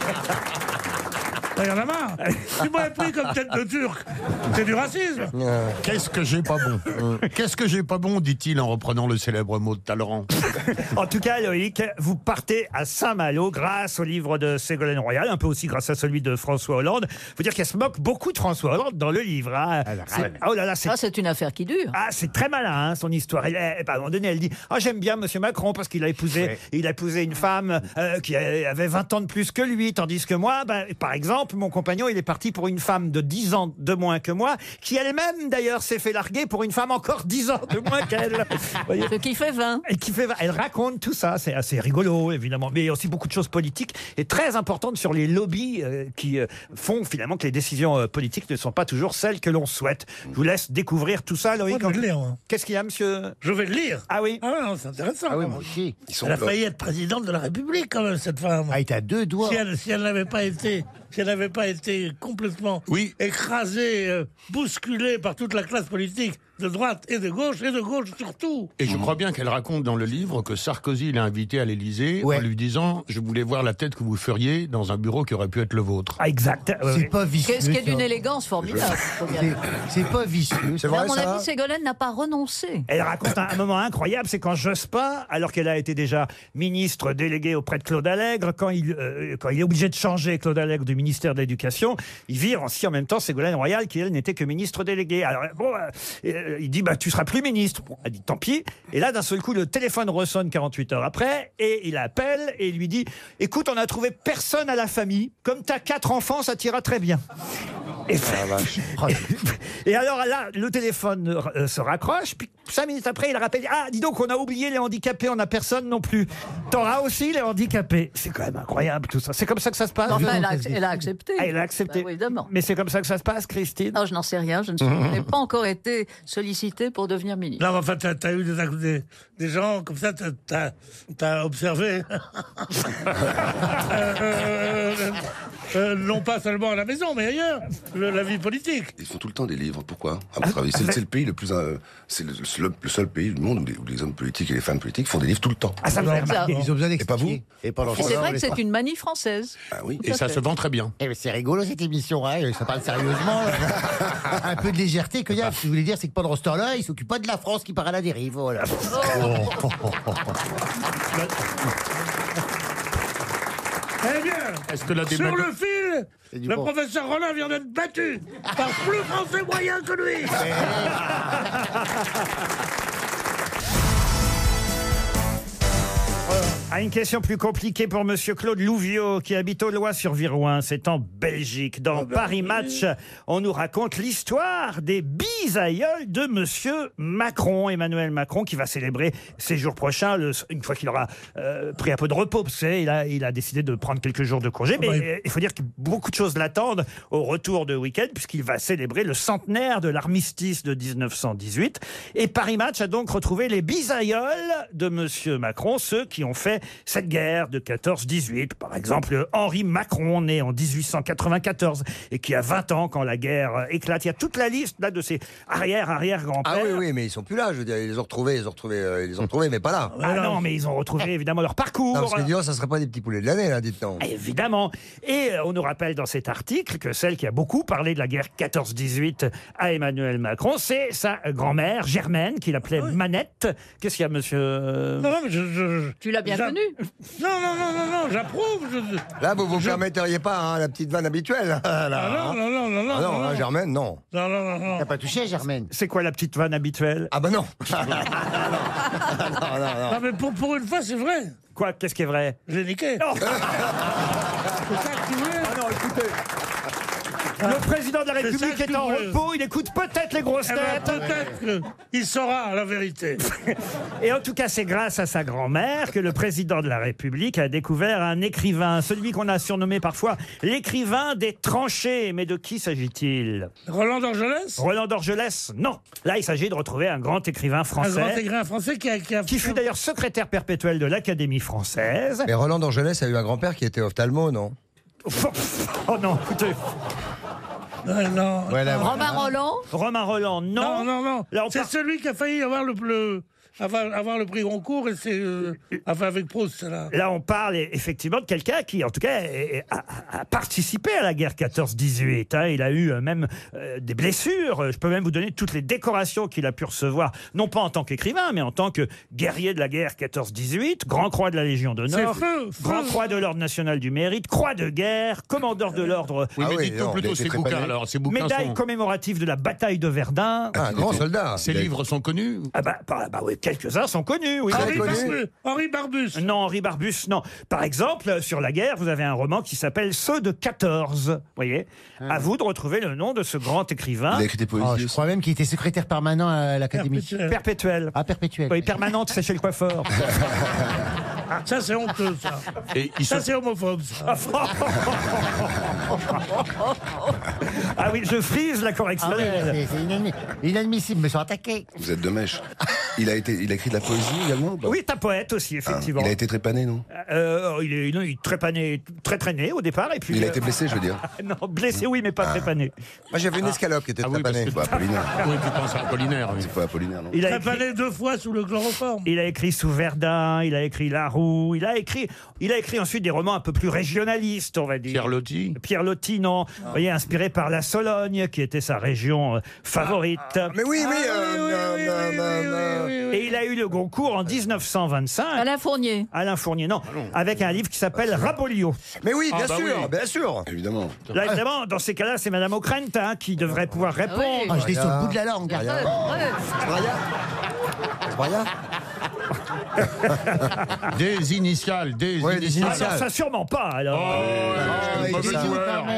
Speaker 5: Il y en a marre. Tu m'aurais pris comme tête de turc. [LAUGHS] C'est du racisme.
Speaker 6: Euh,
Speaker 10: Qu'est-ce que j'ai pas bon Qu'est-ce que j'ai pas bon dit-il en reprenant le célèbre mot de Talleyrand.
Speaker 4: [LAUGHS] En tout cas, Loïc, vous partez à Saint-Malo grâce au livre de Ségolène Royal, un peu aussi grâce à celui de François Hollande. Faut dire qu'elle se moque beaucoup de François Hollande dans le livre. hein. C'est- Oh là là, c'est
Speaker 7: Ça, Ah, c'est une affaire qui dure.
Speaker 4: ah, c'est très malin, hein, son histoire. Elle, elle- à un moment donné, elle dit Ah, j'aime bien Monsieur Macron parce qu'il a épousé, il a épousé une femme euh, qui a- avait 20 ans de plus que lui, tandis que moi, ben, par exemple, exemple, mon compagnon, il est parti pour une femme de 10 ans de moins que moi, qui elle-même, d'ailleurs, s'est fait larguer pour une femme encore 10 ans de moins
Speaker 8: [LAUGHS]
Speaker 4: qu'elle.
Speaker 7: Ce qui fait 20.
Speaker 4: Elle, qui fait 20. Elle raconte tout ça, c'est assez rigolo, évidemment. Mais il y a aussi beaucoup de choses politiques et très importantes sur les lobbies euh, qui euh, font finalement que les décisions euh, politiques ne sont pas toujours celles que l'on souhaite. Je vous laisse découvrir tout ça, Loïc. Qu'est-ce qu'il y a, monsieur
Speaker 5: Je vais le lire.
Speaker 4: Ah oui
Speaker 5: Ah non, c'est intéressant. Ah oui, moi
Speaker 8: aussi.
Speaker 5: Elle a
Speaker 8: blocs.
Speaker 5: failli être présidente de la République, quand même, cette femme.
Speaker 8: Ah, il t'a deux doigts.
Speaker 5: Si elle, si elle n'avait pas été, si elle n'avait pas été complètement écrasée, euh, bousculée par toute la classe politique de droite et de gauche et de gauche surtout.
Speaker 10: Et je
Speaker 4: Mhm.
Speaker 10: crois bien qu'elle raconte dans le livre que Sarkozy l'a invité à l'Élysée en lui disant Je voulais voir la tête que vous feriez dans un bureau qui aurait pu être le vôtre.
Speaker 4: Ah, exact.
Speaker 8: C'est pas vicieux.
Speaker 7: Qu'est-ce qui est d'une
Speaker 8: ça.
Speaker 7: élégance formidable. faut bien le
Speaker 8: C'est-
Speaker 7: dire.
Speaker 8: C'est pas vicieux.
Speaker 7: Mais à mon avis, Ségolène n'a pas renoncé.
Speaker 4: Elle raconte un, un moment incroyable, c'est quand Jospin, alors qu'elle a été déjà ministre déléguée auprès de Claude Allègre, quand il, euh, quand il est obligé de changer Claude Allègre du ministère de l'Éducation, il vire aussi en même temps Ségolène Royal, qui elle n'était que ministre déléguée. Alors bon, euh, euh, il dit bah tu seras plus ministre. Bon, elle dit tant pis. Et là d'un seul coup le téléphone ressonne 48 heures après et il appelle et il lui dit écoute on a trouvé personne à la famille. Comme t'as quatre enfants ça t'ira très bien.
Speaker 8: Ah,
Speaker 4: Et,
Speaker 8: Oh,
Speaker 4: et alors là, le téléphone euh, se raccroche, puis cinq minutes après, il rappelle Ah, dis donc, on a oublié les handicapés, on n'a personne non plus. T'auras aussi les handicapés. C'est quand même incroyable tout ça. C'est comme ça que ça se passe.
Speaker 7: Enfin, elle a, elle a accepté.
Speaker 4: Ah, elle a accepté.
Speaker 7: Bah oui, évidemment.
Speaker 4: Mais c'est comme ça que ça se passe, Christine
Speaker 7: Non, je n'en sais rien. Je
Speaker 4: [LAUGHS]
Speaker 7: ne suis- je n'ai pas encore été sollicité pour devenir ministre.
Speaker 5: [LAUGHS] Non, mais enfin, t'as as eu des, ac- des, des gens comme ça, t'as- t'as as, observé. [LAUGHS] Euh, euh, euh, euh, non pas seulement à la maison, mais ailleurs, le- la vie politique.
Speaker 9: Ils font tout le temps des livres. Pourquoi à votre avis C'est c'est le pays le plus. euh, C'est le, le- le seul pays du monde où les, où les hommes politiques et les femmes politiques font des livres tout le temps.
Speaker 4: Ah, ça me fait remarquer.
Speaker 8: Ils ont besoin d'expliquer.
Speaker 9: Et pas vous
Speaker 8: Et pendant
Speaker 7: Et c'est vrai que c'est une manie française.
Speaker 9: Ah oui.
Speaker 7: Tout à fait.
Speaker 10: très bien.
Speaker 8: Eh, c'est rigolo cette émission, hein, ça parle sérieusement. [LAUGHS] Ah bah. un peu de légèreté que y a. Ce que je voulais dire, c'est que pendant ce temps-là, il s'occupe pas de la France qui part à la dérive. Voilà.
Speaker 4: Oh.
Speaker 8: [LAUGHS]
Speaker 10: Oh.
Speaker 5: Eh bien,
Speaker 10: Est-ce que la
Speaker 5: sur
Speaker 10: débat-
Speaker 5: le fil,
Speaker 10: du
Speaker 5: le
Speaker 10: bon.
Speaker 5: professeur Roland vient d'être battu par plus français moyen que lui.
Speaker 6: Eh.
Speaker 4: À Ah, une question plus compliquée pour Monsieur Claude Louvio, qui habite au Lois sur Virouin, c'est en Belgique. Dans Paris Match, on nous raconte l'histoire des bisaïeuls de Monsieur Macron, Emmanuel Macron, qui va célébrer ces jours prochains, le- une fois qu'il aura euh, pris un peu de repos, parce que, vous savez, il a, il a décidé de prendre quelques jours de congé, mais
Speaker 5: Oui.
Speaker 4: euh, il faut dire que beaucoup de choses l'attendent au retour de week-end, puisqu'il va célébrer le centenaire de l'armistice de 1918. Et Paris Match a donc retrouvé les bisaïoles de Monsieur Macron, ceux qui ont fait cette guerre de 14-18. Par exemple, Henri Macron, né en 1894 et qui a 20 ans quand la guerre éclate. Il y a toute la liste là de ses arrière-arrière-grands-pères.
Speaker 6: Ah oui, oui, mais ils sont plus là. Je veux dire, ils les ont retrouvés, ils les ont retrouvés, euh, ils les ont retrouvés, mais pas là.
Speaker 4: Ah non, mais ils ont retrouvé évidemment leur parcours. Ah,
Speaker 6: Non, parce que disons, ça serait pas des petits poulets de l'année, là, dites donc.
Speaker 4: Évidemment. Et euh, on nous rappelle dans cet article que celle qui a beaucoup parlé de la guerre 14-18 à Emmanuel Macron, c'est sa grand-mère, Germaine, qu'il appelait Manette. Qu'est-ce qu'il y a, monsieur
Speaker 5: [LAUGHS]
Speaker 4: euh,
Speaker 5: Non, non, mais je. je- je-
Speaker 7: Tu l'as bien
Speaker 5: j'a-
Speaker 7: connu.
Speaker 5: Non, non, non, non, non, j'approuve. je-
Speaker 6: Là, vous vous
Speaker 5: Je-
Speaker 6: permetteriez pas hein, la petite vanne habituelle. [LAUGHS] là,
Speaker 5: Ah non,
Speaker 6: hein.
Speaker 5: non, non, non, non.
Speaker 6: Ah non,
Speaker 5: non,
Speaker 6: hein, Germaine, non.
Speaker 5: Non, non, non, non.
Speaker 8: T'as pas touché, Germaine
Speaker 4: C'est quoi la petite vanne habituelle
Speaker 6: Ah bah non. [LAUGHS] non, non, non.
Speaker 5: Non, Ah, mais pour, pour une fois, c'est vrai.
Speaker 4: Quoi Qu'est-ce qui est vrai
Speaker 5: J'ai niqué. [LAUGHS]
Speaker 4: Non.
Speaker 5: C'est ça que tu voulais
Speaker 4: Ah non, écoutez. Le président de la
Speaker 5: Ah. C'est ça
Speaker 4: République
Speaker 5: que
Speaker 4: est
Speaker 5: tu
Speaker 4: en
Speaker 5: voulais.
Speaker 4: repos, il écoute peut-être les grosses
Speaker 5: Eh ben,
Speaker 4: têtes.
Speaker 5: peut-être qu'il saura la vérité.
Speaker 4: Et en tout cas, c'est grâce à sa grand-mère que le président de la République a découvert un écrivain, celui qu'on a surnommé parfois l'écrivain des tranchées. Mais de qui s'agit-il
Speaker 5: Roland d'Orgelès
Speaker 4: Roland d'Orgelès Non. Là, il s'agit de retrouver un grand écrivain
Speaker 5: Un grand
Speaker 4: français
Speaker 5: écrivain français qui a. Qui, a-
Speaker 4: qui fut d'ailleurs secrétaire perpétuel de l'Académie française.
Speaker 6: Mais Roland d'Orgelès a eu un grand-père qui était ophtalmo, non
Speaker 4: [LAUGHS] Oh non, écoutez,
Speaker 5: Ouais, non.
Speaker 6: Voilà,
Speaker 7: Romain Roland,
Speaker 4: Romain Roland,
Speaker 5: Non,
Speaker 4: non.
Speaker 5: non, non.
Speaker 4: Là, on
Speaker 5: C'est
Speaker 4: part-
Speaker 5: celui qui a failli avoir le, le- avoir, avoir le prix Goncourt et c'est. euh, enfin, avec Proust, là.
Speaker 4: Là, on parle eh, effectivement de quelqu'un qui, en tout cas, eh, eh, a, a participé à la guerre 14-18. hein. Il a eu euh, même euh, des blessures. Euh, Je peux même vous donner toutes les décorations qu'il a pu recevoir, non pas en tant qu'écrivain, mais en tant que guerrier de la guerre 14-18, Grand Croix de la Légion d'honneur,
Speaker 5: C'est feu, feu.
Speaker 4: Grand Croix de l'Ordre national du mérite, Croix de guerre, commandeur de l'Ordre,
Speaker 10: Oui,
Speaker 6: Ah
Speaker 10: mais
Speaker 6: oui,
Speaker 10: dites-nous
Speaker 6: non, il a
Speaker 10: plutôt
Speaker 6: été
Speaker 10: ces
Speaker 6: très
Speaker 10: bouquins
Speaker 6: pané.
Speaker 10: alors. Ces bouquins
Speaker 4: médaille
Speaker 10: sont.
Speaker 4: commémorative de la bataille de Verdun.
Speaker 6: Ah, un grand soldat.
Speaker 10: Ces
Speaker 6: Il a-
Speaker 10: livres sont connus
Speaker 4: Ah bah, bah, bah oui, Quelques-uns sont connus, oui.
Speaker 5: Henri Très connus. Barbu-
Speaker 4: Barbus. Non, Henri Barbus, non. Par exemple, sur la guerre, vous avez un roman qui s'appelle Ceux de 14. Voyez
Speaker 9: Ah.
Speaker 4: À vous de retrouver le nom de ce grand écrivain.
Speaker 8: Oh, je crois même qu'il était secrétaire permanent à l'académie.
Speaker 4: Perpétuel. Perpétuel.
Speaker 8: Ah, perpétuel.
Speaker 4: Oui, permanente, c'est chez le coiffeur.
Speaker 5: Ah, Ça, c'est honteux, ça.
Speaker 10: Et
Speaker 5: ça, c'est homophobe, ça.
Speaker 4: ah oui, je frise la correction.
Speaker 8: Ah oui, c'est- c'est inadmi- inadmissible, me sont attaqués.
Speaker 9: Vous êtes de mèche. Il a, été, il a écrit de la poésie également ou pas
Speaker 4: bah. Oui, t'as poète aussi, effectivement.
Speaker 9: Ah, Il a été trépané, non
Speaker 4: Euh, il est, non, il est trépané, très traîné au départ. Et puis,
Speaker 9: Il a
Speaker 4: euh,
Speaker 9: été blessé, je veux dire.
Speaker 4: [LAUGHS]
Speaker 9: Ah.
Speaker 4: non, blessé, oui, mais pas trépané.
Speaker 9: Moi, j'avais une escalope qui était Ah oui, trépanée. parce que- C'est
Speaker 4: [LAUGHS]
Speaker 9: pas Apollinaire.
Speaker 10: Oui, tu penses à Apollinaire.
Speaker 9: C'est pas Apollinaire, non
Speaker 4: Il a
Speaker 5: Trépané deux fois sous le chloroforme.
Speaker 4: Il a écrit sous Verdun, il a écrit Laroux, il a écrit, il a écrit ensuite des romans un peu plus régionalistes, on va dire.
Speaker 10: Pierre Loti
Speaker 4: Pierre Loti, non. Vous voyez, inspiré par la Sologne, qui était sa région euh, favorite.
Speaker 9: [LAUGHS]
Speaker 4: Ah,
Speaker 6: Mais oui, oui,
Speaker 13: Ah
Speaker 6: euh, nan, nan, nan, nan.
Speaker 4: Et il a eu le Goncourt en 1925. Alain Fournier. Alain Fournier, non. Avec un livre qui s'appelle Rapolio. Ah, bah
Speaker 6: Mais
Speaker 10: Ah,
Speaker 6: oui,
Speaker 10: bah
Speaker 6: bien sûr, bien sûr.
Speaker 9: Évidemment.
Speaker 4: Là, évidemment, dans ces cas-là, c'est Madame O'Krent hein, qui devrait pouvoir répondre.
Speaker 8: Ah, je l'ai sur le bout de la langue.
Speaker 10: Des initiales, des
Speaker 4: Ah,
Speaker 10: initiales.
Speaker 4: non, ça sûrement pas, alors.
Speaker 6: Oh,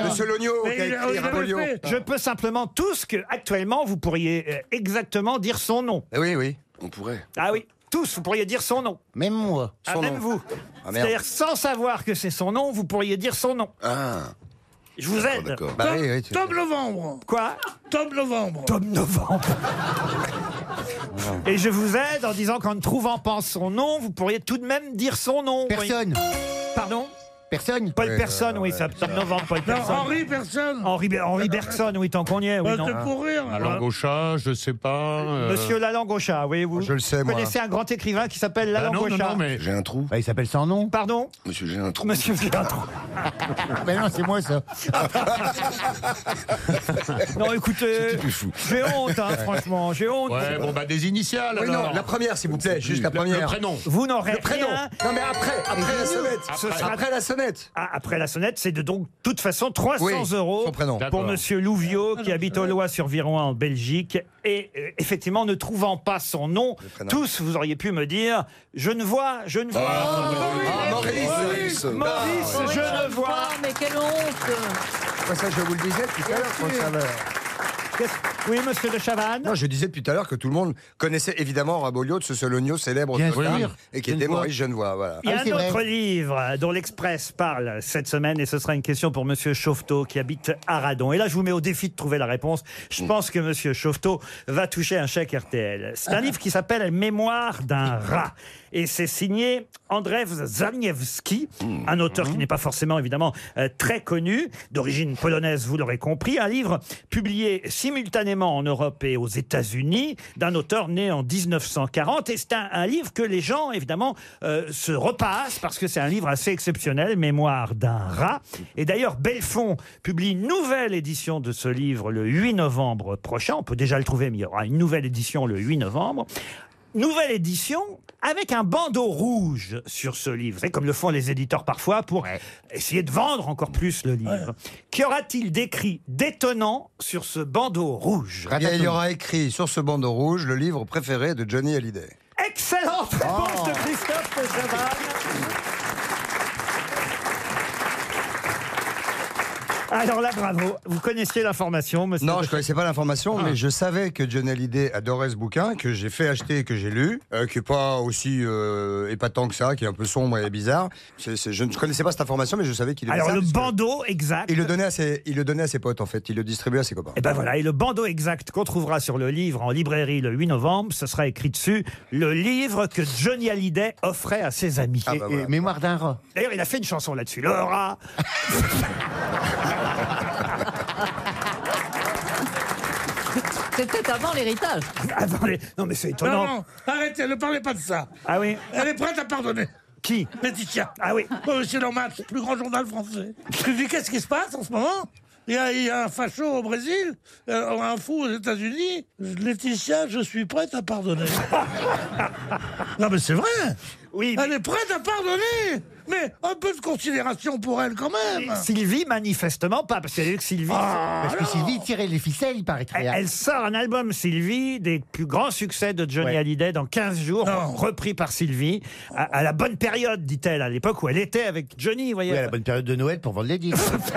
Speaker 6: Monsieur Logno
Speaker 4: Mais
Speaker 6: qui a
Speaker 4: il-
Speaker 6: écrit
Speaker 4: je,
Speaker 6: Rapolio.
Speaker 4: peux- je peux simplement tout ce que actuellement vous pourriez euh, exactement dire son nom.
Speaker 6: Eh Oui, oui.
Speaker 9: On pourrait.
Speaker 4: Ah oui, tous vous pourriez dire son nom.
Speaker 8: Même moi.
Speaker 4: Ah,
Speaker 6: Son
Speaker 4: même
Speaker 6: nom.
Speaker 4: vous.
Speaker 6: Ah, merde.
Speaker 4: C'est-à-dire sans savoir que c'est son nom, vous pourriez dire son nom.
Speaker 9: Ah.
Speaker 4: Je vous aide.
Speaker 9: d'accord.
Speaker 6: Bah oui, oui, tu-
Speaker 5: Tom Novembre.
Speaker 4: Quoi
Speaker 5: Tom Novembre.
Speaker 4: Tom Novembre. Et je vous aide en disant qu'en ne trouvant pas son nom, vous pourriez tout de même dire son nom.
Speaker 8: Personne.
Speaker 4: Pardon
Speaker 8: Personne.
Speaker 4: Paul Personne, oui, ça, Tom Novembre, Paul
Speaker 5: Non,
Speaker 4: Personne.
Speaker 5: Henri, personne.
Speaker 4: Henri, Be- Henri Bergson, oui, tant qu'on y est. oui,
Speaker 5: Bah,
Speaker 4: non.
Speaker 5: c'est pour rire.
Speaker 10: La langue au chat, je sais pas. euh,
Speaker 4: Monsieur Lalangue au chat, oui, vous
Speaker 6: Ah, Je le sais, moi.
Speaker 4: connaissez un grand écrivain qui s'appelle
Speaker 10: bah
Speaker 4: Lalangue
Speaker 10: non,
Speaker 4: au
Speaker 10: non,
Speaker 4: chat.
Speaker 10: non, mais
Speaker 9: J'ai un trou.
Speaker 8: Bah, il s'appelle sans nom.
Speaker 4: Pardon
Speaker 9: Monsieur, j'ai un trou.
Speaker 4: Monsieur Viatron.
Speaker 8: [LAUGHS] Mais non, c'est moi ça. Ah,
Speaker 4: [LAUGHS] Non, écoutez, j'ai honte, hein, franchement, j'ai honte.
Speaker 10: Ouais, bon, bah des initiales.
Speaker 6: Oui,
Speaker 10: alors.
Speaker 6: non, la première, s'il vous plaît, juste la
Speaker 10: Le- Le
Speaker 6: première.
Speaker 10: prénom.
Speaker 4: Vous n'aurez
Speaker 6: Le prénom.
Speaker 4: rien.
Speaker 6: Non, mais après, après la sonnette.
Speaker 4: Ce sera-
Speaker 6: Après la sonnette.
Speaker 4: Ah, après la sonnette, c'est de donc toute façon 300
Speaker 6: Oui,
Speaker 4: euros
Speaker 6: son prénom.
Speaker 4: pour
Speaker 10: D'accord.
Speaker 4: Monsieur Louvio qui habite au Lois sur Viroin en Belgique et euh, effectivement ne trouvant pas son nom,
Speaker 6: prénom.
Speaker 4: tous vous auriez pu me dire je ne vois, je ne vois.
Speaker 6: Ah, Maurice.
Speaker 4: Maurice,
Speaker 7: Oui,
Speaker 4: je ne vois.
Speaker 7: Ah, Mais quelle honte
Speaker 6: Moi, ça, je vous le disais tout à l'heure. quand ça va-
Speaker 4: Qu'est-ce- Oui, Monsieur de Chavannes.
Speaker 6: Non, je disais depuis tout à l'heure que tout le monde connaissait évidemment Rabolio de ce Sologno célèbre
Speaker 8: Bien
Speaker 6: de Tarbes
Speaker 8: sûr.
Speaker 6: et qui était
Speaker 8: Genevois.
Speaker 6: Maurice Genevois. Voilà.
Speaker 4: Il y
Speaker 8: Ah
Speaker 4: a
Speaker 8: oui, c'est
Speaker 4: un autre
Speaker 8: vrai.
Speaker 4: livre euh, dont l'Express parle cette semaine et ce sera une question pour Monsieur Chauvetot qui habite Aradon. Et là, je vous mets au défi de trouver la réponse. Je pense que Monsieur Chauvetot va toucher un chèque RTL. C'est
Speaker 8: [LAUGHS]
Speaker 4: un livre qui s'appelle Mémoire d'un rat et c'est signé Andrzej Zaniewski, un auteur
Speaker 8: Mhm.
Speaker 4: qui n'est pas forcément évidemment euh, très connu, d'origine polonaise, vous l'aurez compris, un livre publié simultanément en Europe et aux États-Unis d'un auteur né en 1940. Et c'est un, un livre que les gens, évidemment, euh, se repassent parce que c'est un livre assez exceptionnel, Mémoire d'un rat. Et d'ailleurs, Belfond publie une nouvelle édition de ce livre le 8 novembre prochain. On peut déjà le trouver, mais il y aura une nouvelle édition le 8 novembre. Nouvelle édition avec un bandeau rouge sur ce livre. Vous savez, comme le font les éditeurs parfois pour essayer de vendre encore plus le livre. Qu'y aura-t-il d'écrit d'étonnant sur ce bandeau rouge
Speaker 6: Eh bien, il y aura écrit sur ce bandeau rouge le livre préféré de Johnny Hallyday.
Speaker 4: Excellente réponse de Christophe de Chavannes. Alors là, bravo. Vous connaissiez l'information, monsieur Ah.
Speaker 6: Non,
Speaker 4: de-
Speaker 6: je connaissais pas l'information, mais je savais que Johnny Hallyday adorait ce bouquin, que j'ai fait acheter et que j'ai lu, euh, qui est pas aussi euh, épatant que ça, qui est un peu sombre et bizarre. C'est- c'est- je ne connaissais pas cette information, mais je savais qu'il aimait
Speaker 4: Alors
Speaker 6: ça,
Speaker 4: le
Speaker 6: puisque
Speaker 4: bandeau exact.
Speaker 6: Il le, donnait à ses, il le donnait à ses potes, en fait. Il le distribuait à ses copains.
Speaker 4: Et ben voilà, et le bandeau exact qu'on trouvera sur le livre en librairie le 8 novembre, ce sera écrit dessus le livre que Johnny Hallyday offrait à ses amis.
Speaker 6: Ah
Speaker 8: Et-
Speaker 6: bah
Speaker 8: et
Speaker 6: voilà.
Speaker 8: mémoire d'un rat.
Speaker 4: D'ailleurs, il a fait une chanson là-dessus. Le rat.
Speaker 7: C'est peut-être avant l'héritage.
Speaker 4: Attendez, Ah, non mais c'est
Speaker 5: Non,
Speaker 4: étonnant.
Speaker 5: non, arrêtez, ne parlez pas de ça.
Speaker 4: Ah oui.
Speaker 5: Elle est prête à pardonner.
Speaker 4: Qui
Speaker 5: Laetitia.
Speaker 4: Ah oui.
Speaker 5: Oh, C'est normal, c'est le plus grand journal français. Je lui dis, qu'est-ce qui se passe en ce moment Il y, a, il y a un facho au Brésil, euh, un fou aux États-Unis. Laetitia, je suis prête à
Speaker 4: [LAUGHS]
Speaker 5: pardonner. non, mais c'est vrai.
Speaker 4: Oui,
Speaker 5: Elle est prête à pardonner. Mais un peu de considération pour elle, quand
Speaker 8: Ah.
Speaker 5: même.
Speaker 4: Sylvie, manifestement pas, parce que Sylvie.
Speaker 8: Parce que Sylvie tirait les ficelles, il paraît.
Speaker 4: Eh, Elle, elle sort un album, Sylvie, des plus grands succès de Johnny
Speaker 8: Ouais.
Speaker 4: Hallyday dans 15 jours, repris par Sylvie, à, à la bonne période, dit-elle, à l'époque où elle était avec Johnny, vous voyez.
Speaker 8: Oui, à la bonne période de Noël pour vendre les disques.
Speaker 4: [LAUGHS]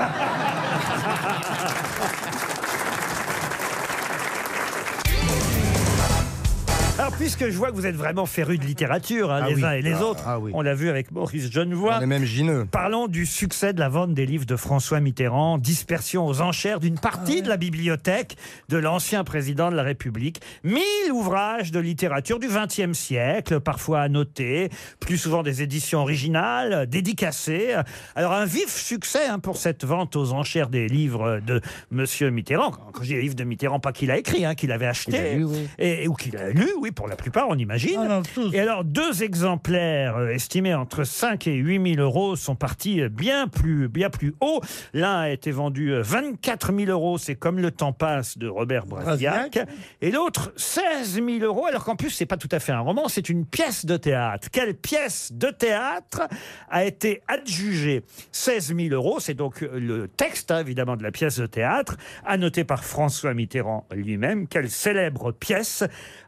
Speaker 4: Alors, puisque je vois que vous êtes vraiment férus de littérature, hein,
Speaker 6: Ah
Speaker 4: les
Speaker 6: oui.
Speaker 4: uns et les
Speaker 6: Ah,
Speaker 4: autres,
Speaker 6: ah oui.
Speaker 4: on l'a vu avec Maurice Genevoix.
Speaker 6: On est même gineux.
Speaker 4: Parlons du succès de la vente des livres de François Mitterrand, dispersion aux enchères d'une
Speaker 6: Ah
Speaker 4: partie de la bibliothèque de l'ancien président de la République. 1000 ouvrages de littérature du XXe siècle, parfois annotés, plus souvent des éditions originales, euh, dédicacées. Alors un vif succès hein, pour cette vente aux enchères des livres de Monsieur Mitterrand. Quand je dis les livres de Mitterrand, pas qu'il a écrit, hein, qu'il avait acheté
Speaker 8: a lu, oui. Ah,
Speaker 4: et, ou qu'il a lu, oui, pour la plupart, on imagine. et alors, deux exemplaires euh, estimés entre 5 et 8 000 euros sont partis euh, bien plus, bien plus haut. L'un a été vendu euh, 24 000 euros, c'est comme le temps passe de Robert Brasiac. Et l'autre, 16 000 euros, alors qu'en plus, c'est pas tout à fait un roman, c'est une pièce de théâtre. Quelle pièce de théâtre a été adjugée 16 000 euros, c'est donc euh, le texte, hein, évidemment, de la pièce de théâtre, annotée par François Mitterrand lui-même. Quelle célèbre pièce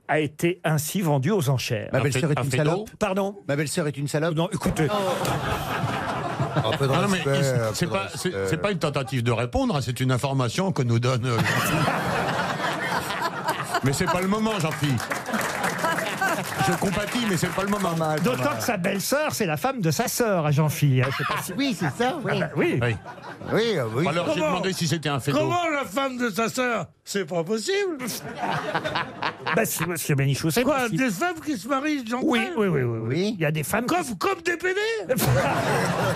Speaker 4: a été ainsi vendue aux enchères
Speaker 8: Ma belle-sœur est une salope.
Speaker 4: Pardon
Speaker 8: Ma belle-sœur est une salope.
Speaker 4: Non, écoutez.
Speaker 6: Un peu de
Speaker 10: Ah non, mais
Speaker 6: respect, un
Speaker 10: c'est
Speaker 6: peu de
Speaker 10: pas,
Speaker 6: respect.
Speaker 10: c'est- c'est pas une tentative de répondre, hein, c'est une information que nous donne. euh, [LAUGHS] mais
Speaker 13: [LAUGHS]
Speaker 10: c'est pas le moment, Jean-Philippe.
Speaker 6: Ah
Speaker 10: Je compatis, mais c'est pas le moment.
Speaker 4: D'autant que sa belle-sœur, c'est la femme de sa sœur, à Jean-Phil. hein, c'est pas si-
Speaker 8: Oui, c'est ça, oui.
Speaker 4: Ah bah oui.
Speaker 10: Oui.
Speaker 6: bah
Speaker 8: oui.
Speaker 10: Alors j'ai
Speaker 5: Comment
Speaker 10: demandé si c'était
Speaker 4: hein,
Speaker 10: un fédo.
Speaker 5: Comment la femme de sa sœur C'est pas possible.
Speaker 4: [LAUGHS] Bah, si, monsieur Bénichou, c'est
Speaker 5: C'est quoi
Speaker 4: possible.
Speaker 5: Des femmes qui se marient, j'en
Speaker 4: Oui,
Speaker 5: parle
Speaker 4: oui, oui, oui, oui. Il y a des femmes. qui-
Speaker 5: Comme, comme des pédés
Speaker 4: [LAUGHS]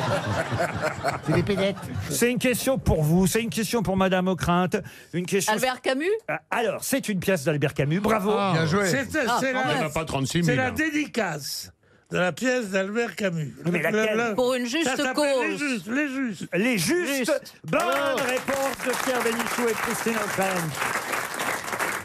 Speaker 8: C'est des pédettes.
Speaker 4: C'est une question pour vous, c'est une question pour Madame Ockrinte, une question.
Speaker 7: Albert Camus
Speaker 4: Ah, Alors, c'est une pièce d'Albert Camus. Bravo.
Speaker 10: Bien joué.
Speaker 5: C'est c'est
Speaker 7: Ah, quand
Speaker 10: Il n'y en
Speaker 5: la,
Speaker 10: a pas 36
Speaker 5: c'est
Speaker 10: 000.
Speaker 5: la
Speaker 10: hein.
Speaker 5: dédicace de la pièce d'Albert Camus.
Speaker 4: Ah, Mais laquelle
Speaker 7: Pour une juste
Speaker 5: Ça s'appelle
Speaker 7: cause.
Speaker 5: Les justes, les justes.
Speaker 4: Les justes.
Speaker 7: Juste.
Speaker 4: Bonne
Speaker 7: Bravo.
Speaker 4: réponse de Pierre Bénichou et Christine O'Krent.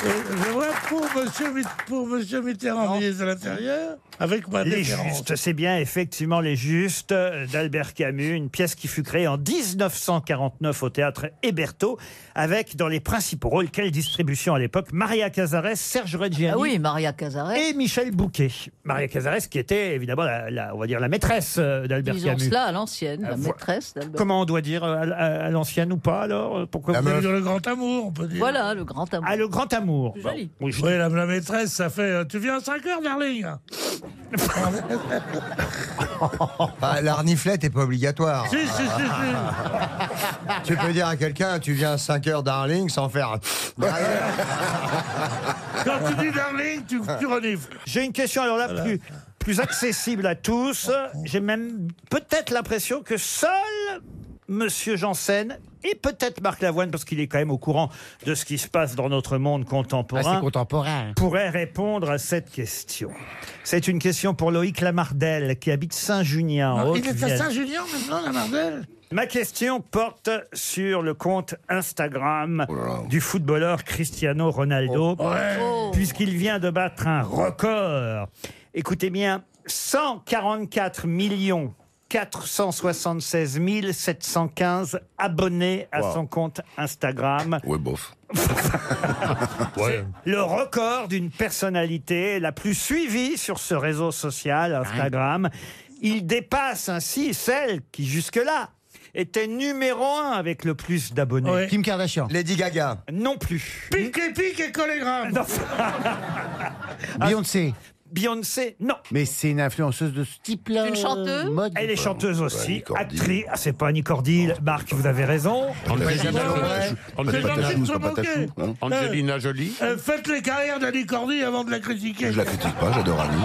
Speaker 5: Et je vois pour Monsieur, Mit- pour monsieur Mitterrand, ministre de l'Intérieur, avec ma
Speaker 4: Les
Speaker 5: déférence.
Speaker 4: Justes, c'est bien effectivement Les Justes euh, d'Albert Camus, une pièce qui fut créée en 1949 au théâtre Héberto, avec dans les principaux rôles, quelle distribution à l'époque, Maria Cazares, Serge Reggiani.
Speaker 7: Ah oui, Maria Cazares.
Speaker 4: Et Michel Bouquet. Maria Cazares, qui était évidemment la, la- on va dire la maîtresse euh, d'Albert
Speaker 7: Disons
Speaker 4: Camus.
Speaker 7: cela à l'ancienne, la
Speaker 4: Ah, vo-
Speaker 7: maîtresse d'Albert.
Speaker 4: Comment on doit dire euh, à, à- à l'ancienne ou pas alors Pourquoi
Speaker 6: La
Speaker 4: vous avez-
Speaker 6: meuf.
Speaker 5: Dans le grand amour, on peut dire.
Speaker 7: Voilà, le grand amour.
Speaker 4: Ah, le grand amour.
Speaker 7: C'est joli.
Speaker 4: Bon, oui, je-
Speaker 5: Oui, la, la maîtresse, ça fait. euh, tu viens à 5 heures,
Speaker 4: [LAUGHS]
Speaker 5: darling
Speaker 6: Ah, la reniflette est pas obligatoire.
Speaker 5: Si, si, si, si.
Speaker 6: Tu peux dire à quelqu'un, tu viens à 5 heures, darling, sans faire.
Speaker 5: Quand tu dis darling, tu, tu renifles.
Speaker 4: J'ai une question alors là plus, plus accessible à tous. J'ai même peut-être l'impression que seul Monsieur Janssen et peut-être Marc Lavoine, parce qu'il est quand même au courant de ce qui se passe dans notre monde
Speaker 8: Ah, c'est
Speaker 4: contemporain,
Speaker 8: contemporain.
Speaker 4: pourrait répondre à cette question. C'est une question pour Loïc Lamardel qui habite Saint-Junien en
Speaker 5: Il est à
Speaker 4: Haute-Vienne.
Speaker 5: Saint-Julien maintenant, la Mardelle
Speaker 4: Ma question porte sur le compte Instagram
Speaker 9: Oh là là.
Speaker 4: du footballeur Cristiano Ronaldo,
Speaker 7: Oh.
Speaker 4: puisqu'il vient de battre un record. Écoutez bien, 144 millions 476 715 abonnés à son compte Instagram.
Speaker 9: Ouais, bof.
Speaker 10: Ouais.
Speaker 4: Le record d'une personnalité la plus suivie sur ce réseau social, Instagram. Il dépasse ainsi celle qui, jusque-là, était numéro un avec le plus d'abonnés.
Speaker 5: Ouais.
Speaker 8: Kim Kardashian.
Speaker 6: Lady Gaga.
Speaker 4: Non plus.
Speaker 5: Pique et pique et collégramme
Speaker 4: Non. [LAUGHS]
Speaker 8: Ah, Beyoncé.
Speaker 4: Beyoncé, non.
Speaker 8: Mais c'est une influenceuse de ce type-là.
Speaker 7: Une chanteuse
Speaker 8: mode.
Speaker 4: Elle est chanteuse
Speaker 9: Annie
Speaker 4: aussi,
Speaker 9: Cordy.
Speaker 4: actrice. Ah, c'est pas Annie Cordy, Marc, vous avez raison.
Speaker 10: Angelina
Speaker 5: Ouais, ouais.
Speaker 10: Jolie.
Speaker 5: C'est
Speaker 10: Angelina-
Speaker 5: gentil de se
Speaker 9: Patachou,
Speaker 5: moquer
Speaker 9: patachou, hein.
Speaker 10: Angelina Jolie.
Speaker 5: Euh, Faites les carrières d'Annie Cordy avant de la critiquer.
Speaker 9: Je la critique pas, j'adore Annie.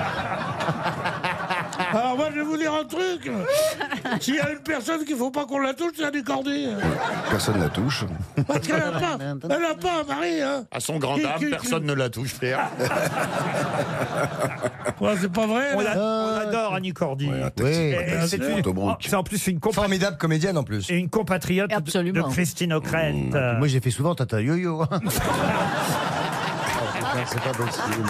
Speaker 5: Alors moi, je vais vous dire un truc. S'il y a une personne qu'il ne faut pas qu'on la touche, c'est Annie Cordy.
Speaker 9: Personne ne la touche.
Speaker 5: Parce qu'elle n'a pas, elle a pas un mari. Hein.
Speaker 10: À son grand
Speaker 5: Qui-
Speaker 10: âme,
Speaker 5: qui-
Speaker 10: personne
Speaker 5: qui-
Speaker 10: ne
Speaker 5: Ah
Speaker 10: la touche, Pierre.
Speaker 5: c'est pas vrai.
Speaker 4: On, l'a- on adore Annie Cordy.
Speaker 6: Oui.
Speaker 4: Et- et c'est une- c'est en plus une
Speaker 6: Formidable comédienne en plus.
Speaker 4: Et une compatriote de, de Christine O'Krent. euh,
Speaker 8: Moi, j'ai fait souvent Tata Yo-Yo. c'est pas possible,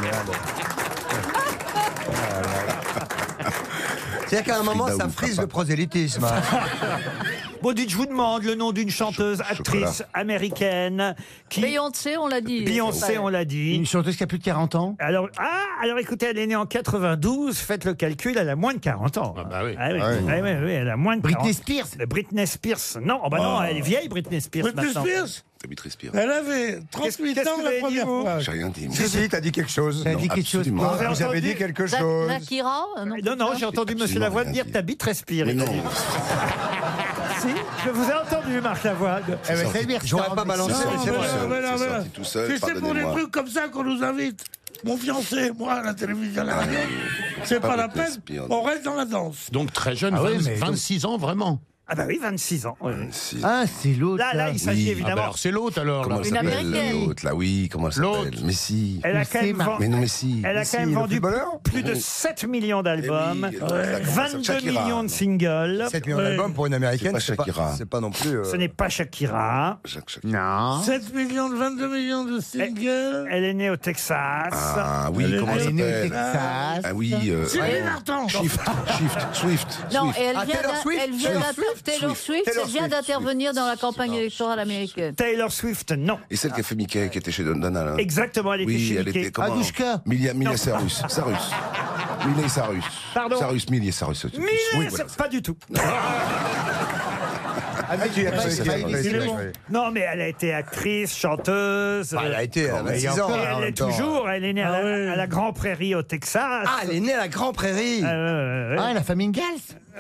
Speaker 6: C'est-à-dire qu'à un moment,
Speaker 8: Frida
Speaker 6: ça
Speaker 8: ou
Speaker 6: frise
Speaker 8: Frappa.
Speaker 6: le prosélytisme.
Speaker 4: Bon, dites, je vous demande le nom d'une chanteuse, actrice américaine qui.
Speaker 7: Beyoncé, on l'a dit.
Speaker 4: Beyoncé, on l'a dit. Une
Speaker 8: chanteuse qui a plus de 40 ans
Speaker 4: alors, Ah, alors écoutez, elle est née en 92, faites le calcul, elle a moins de 40 ans. Ah bah oui. Ah oui,
Speaker 8: Ah oui.
Speaker 4: oui, oui, elle a moins de
Speaker 8: Britney
Speaker 4: 40 Spears Britney Spears, non, oh bah non,
Speaker 9: Ah.
Speaker 4: elle est vieille Britney Spears
Speaker 9: Britney
Speaker 4: maintenant.
Speaker 9: Spears Dimitri Spire.
Speaker 5: Elle avait 38
Speaker 4: qu'est-ce
Speaker 5: ans
Speaker 4: que vous
Speaker 5: la
Speaker 4: avez dit,
Speaker 5: première
Speaker 4: vous
Speaker 5: fois.
Speaker 9: J'ai rien dit.
Speaker 6: Si, si, t'as dit quelque chose.
Speaker 9: T'as dit quelque chose,
Speaker 6: absolument.
Speaker 9: toi.
Speaker 6: Vous avez,
Speaker 9: Vous avez
Speaker 6: entendu
Speaker 9: dit
Speaker 6: quelque
Speaker 7: Zak-
Speaker 6: chose.
Speaker 7: Nakira euh, Non,
Speaker 4: Non, non, j'ai entendu Monsieur Lavoine dire ta bite respire. il a
Speaker 9: [LAUGHS]
Speaker 4: dit. si, je vous ai entendu, Marc Lavoine.
Speaker 8: Eh ben, c'est bien,
Speaker 6: J'aurais pas balancé,
Speaker 5: Non,
Speaker 6: mais c'est
Speaker 5: mais
Speaker 6: vrai.
Speaker 5: non, mais non,
Speaker 9: C'est
Speaker 5: mais
Speaker 9: sorti
Speaker 5: non.
Speaker 9: tout seul,
Speaker 5: Si C'est pour des
Speaker 9: pardonnez-moi.
Speaker 5: trucs comme ça qu'on nous invite. Mon fiancé, moi, à la télévision, à la radio, c'est
Speaker 9: pas
Speaker 5: pas la
Speaker 9: Britney
Speaker 5: peine.
Speaker 9: Spears.
Speaker 5: On reste dans la danse.
Speaker 10: Donc très jeune,
Speaker 8: Ah oui,
Speaker 10: 20
Speaker 8: mais donc-
Speaker 10: 26 ans vraiment.
Speaker 4: Ah bah oui, 26 ans. oui, oui.
Speaker 8: Ah, c'est l'autre.
Speaker 4: Là, là, il s'agit
Speaker 10: Ah
Speaker 9: Oui.
Speaker 10: bah
Speaker 4: évidemment.
Speaker 10: alors c'est l'autre alors.
Speaker 9: Comment
Speaker 10: là.
Speaker 9: elle
Speaker 7: Une
Speaker 9: s'appelle
Speaker 7: Américaine.
Speaker 9: l'autre là Oui, comment elle s'appelle Mais si.
Speaker 4: Elle a quand même vendu-
Speaker 9: Mais non, mais si.
Speaker 4: Elle a
Speaker 6: Messi,
Speaker 4: quand même
Speaker 6: le
Speaker 4: vendu
Speaker 6: footballeur
Speaker 4: plus de 7 millions d'albums,
Speaker 9: Eh oui, euh,
Speaker 4: Ouais.
Speaker 9: ça commence à
Speaker 4: 22
Speaker 9: Shakira,
Speaker 4: millions de
Speaker 9: non
Speaker 4: singles. Euh,
Speaker 6: 7 millions d'albums pour une américaine,
Speaker 9: C'est
Speaker 6: c'est
Speaker 9: pas
Speaker 6: pas,
Speaker 9: Shakira.
Speaker 6: c'est pas non plus. euh,
Speaker 4: Ce n'est pas Shakira.
Speaker 9: Jacques Chirac.
Speaker 6: Hein
Speaker 8: Non.
Speaker 5: 7 millions, de 22 millions de singles.
Speaker 4: Elle est née au Texas.
Speaker 9: Ah oui, comment elle
Speaker 8: Elle est née au
Speaker 9: s'appelle
Speaker 8: Texas.
Speaker 9: Ah oui. euh,
Speaker 5: Sylvie
Speaker 9: ouais.
Speaker 5: Vartan.
Speaker 9: Shift, Shift, Swift.
Speaker 7: Non,
Speaker 9: Swift.
Speaker 7: et elle
Speaker 6: Ah,
Speaker 7: vient
Speaker 6: Taylor
Speaker 7: d'a-
Speaker 6: Swift
Speaker 7: elle vient
Speaker 6: Taylor
Speaker 7: d'a-
Speaker 6: Swift
Speaker 7: Taylor Swift,
Speaker 6: Taylor
Speaker 7: elle vient
Speaker 6: Swift,
Speaker 7: d'intervenir dans la campagne électorale américaine.
Speaker 4: Taylor Swift, non.
Speaker 9: Et celle qui a fait Mickey, qui était chez Don Donna. là.
Speaker 4: Exactement, elle était
Speaker 9: Oui,
Speaker 4: chez
Speaker 9: elle
Speaker 4: Mickey.
Speaker 9: était comment
Speaker 8: Adushka.
Speaker 9: Milia, Milia Sarus. Sarus.
Speaker 4: [LAUGHS]
Speaker 9: Milia Sarus.
Speaker 4: Pardon
Speaker 9: Sarus, Milia Sarus.
Speaker 4: Mais
Speaker 9: Oui,
Speaker 4: c'est
Speaker 9: voilà.
Speaker 4: pas du tout.
Speaker 6: [LAUGHS] Ah, mais tu as pas
Speaker 9: c'est
Speaker 6: été-
Speaker 9: vrai,
Speaker 6: ouais,
Speaker 9: c'est
Speaker 6: c'est
Speaker 9: bon.
Speaker 6: vrai.
Speaker 4: Non, mais elle a été actrice, chanteuse. euh,
Speaker 6: Bah, Elle a été à
Speaker 8: mais
Speaker 6: 26
Speaker 8: encore,
Speaker 4: Et
Speaker 6: ans. hein, en
Speaker 4: elle
Speaker 6: même
Speaker 4: est
Speaker 6: temps.
Speaker 4: toujours. Elle est née à, la, à la Grand Prairie au Texas.
Speaker 6: Ah, elle est née à la Grand Prairie.
Speaker 4: Euh,
Speaker 8: Ah, la famille Gals
Speaker 4: [LAUGHS]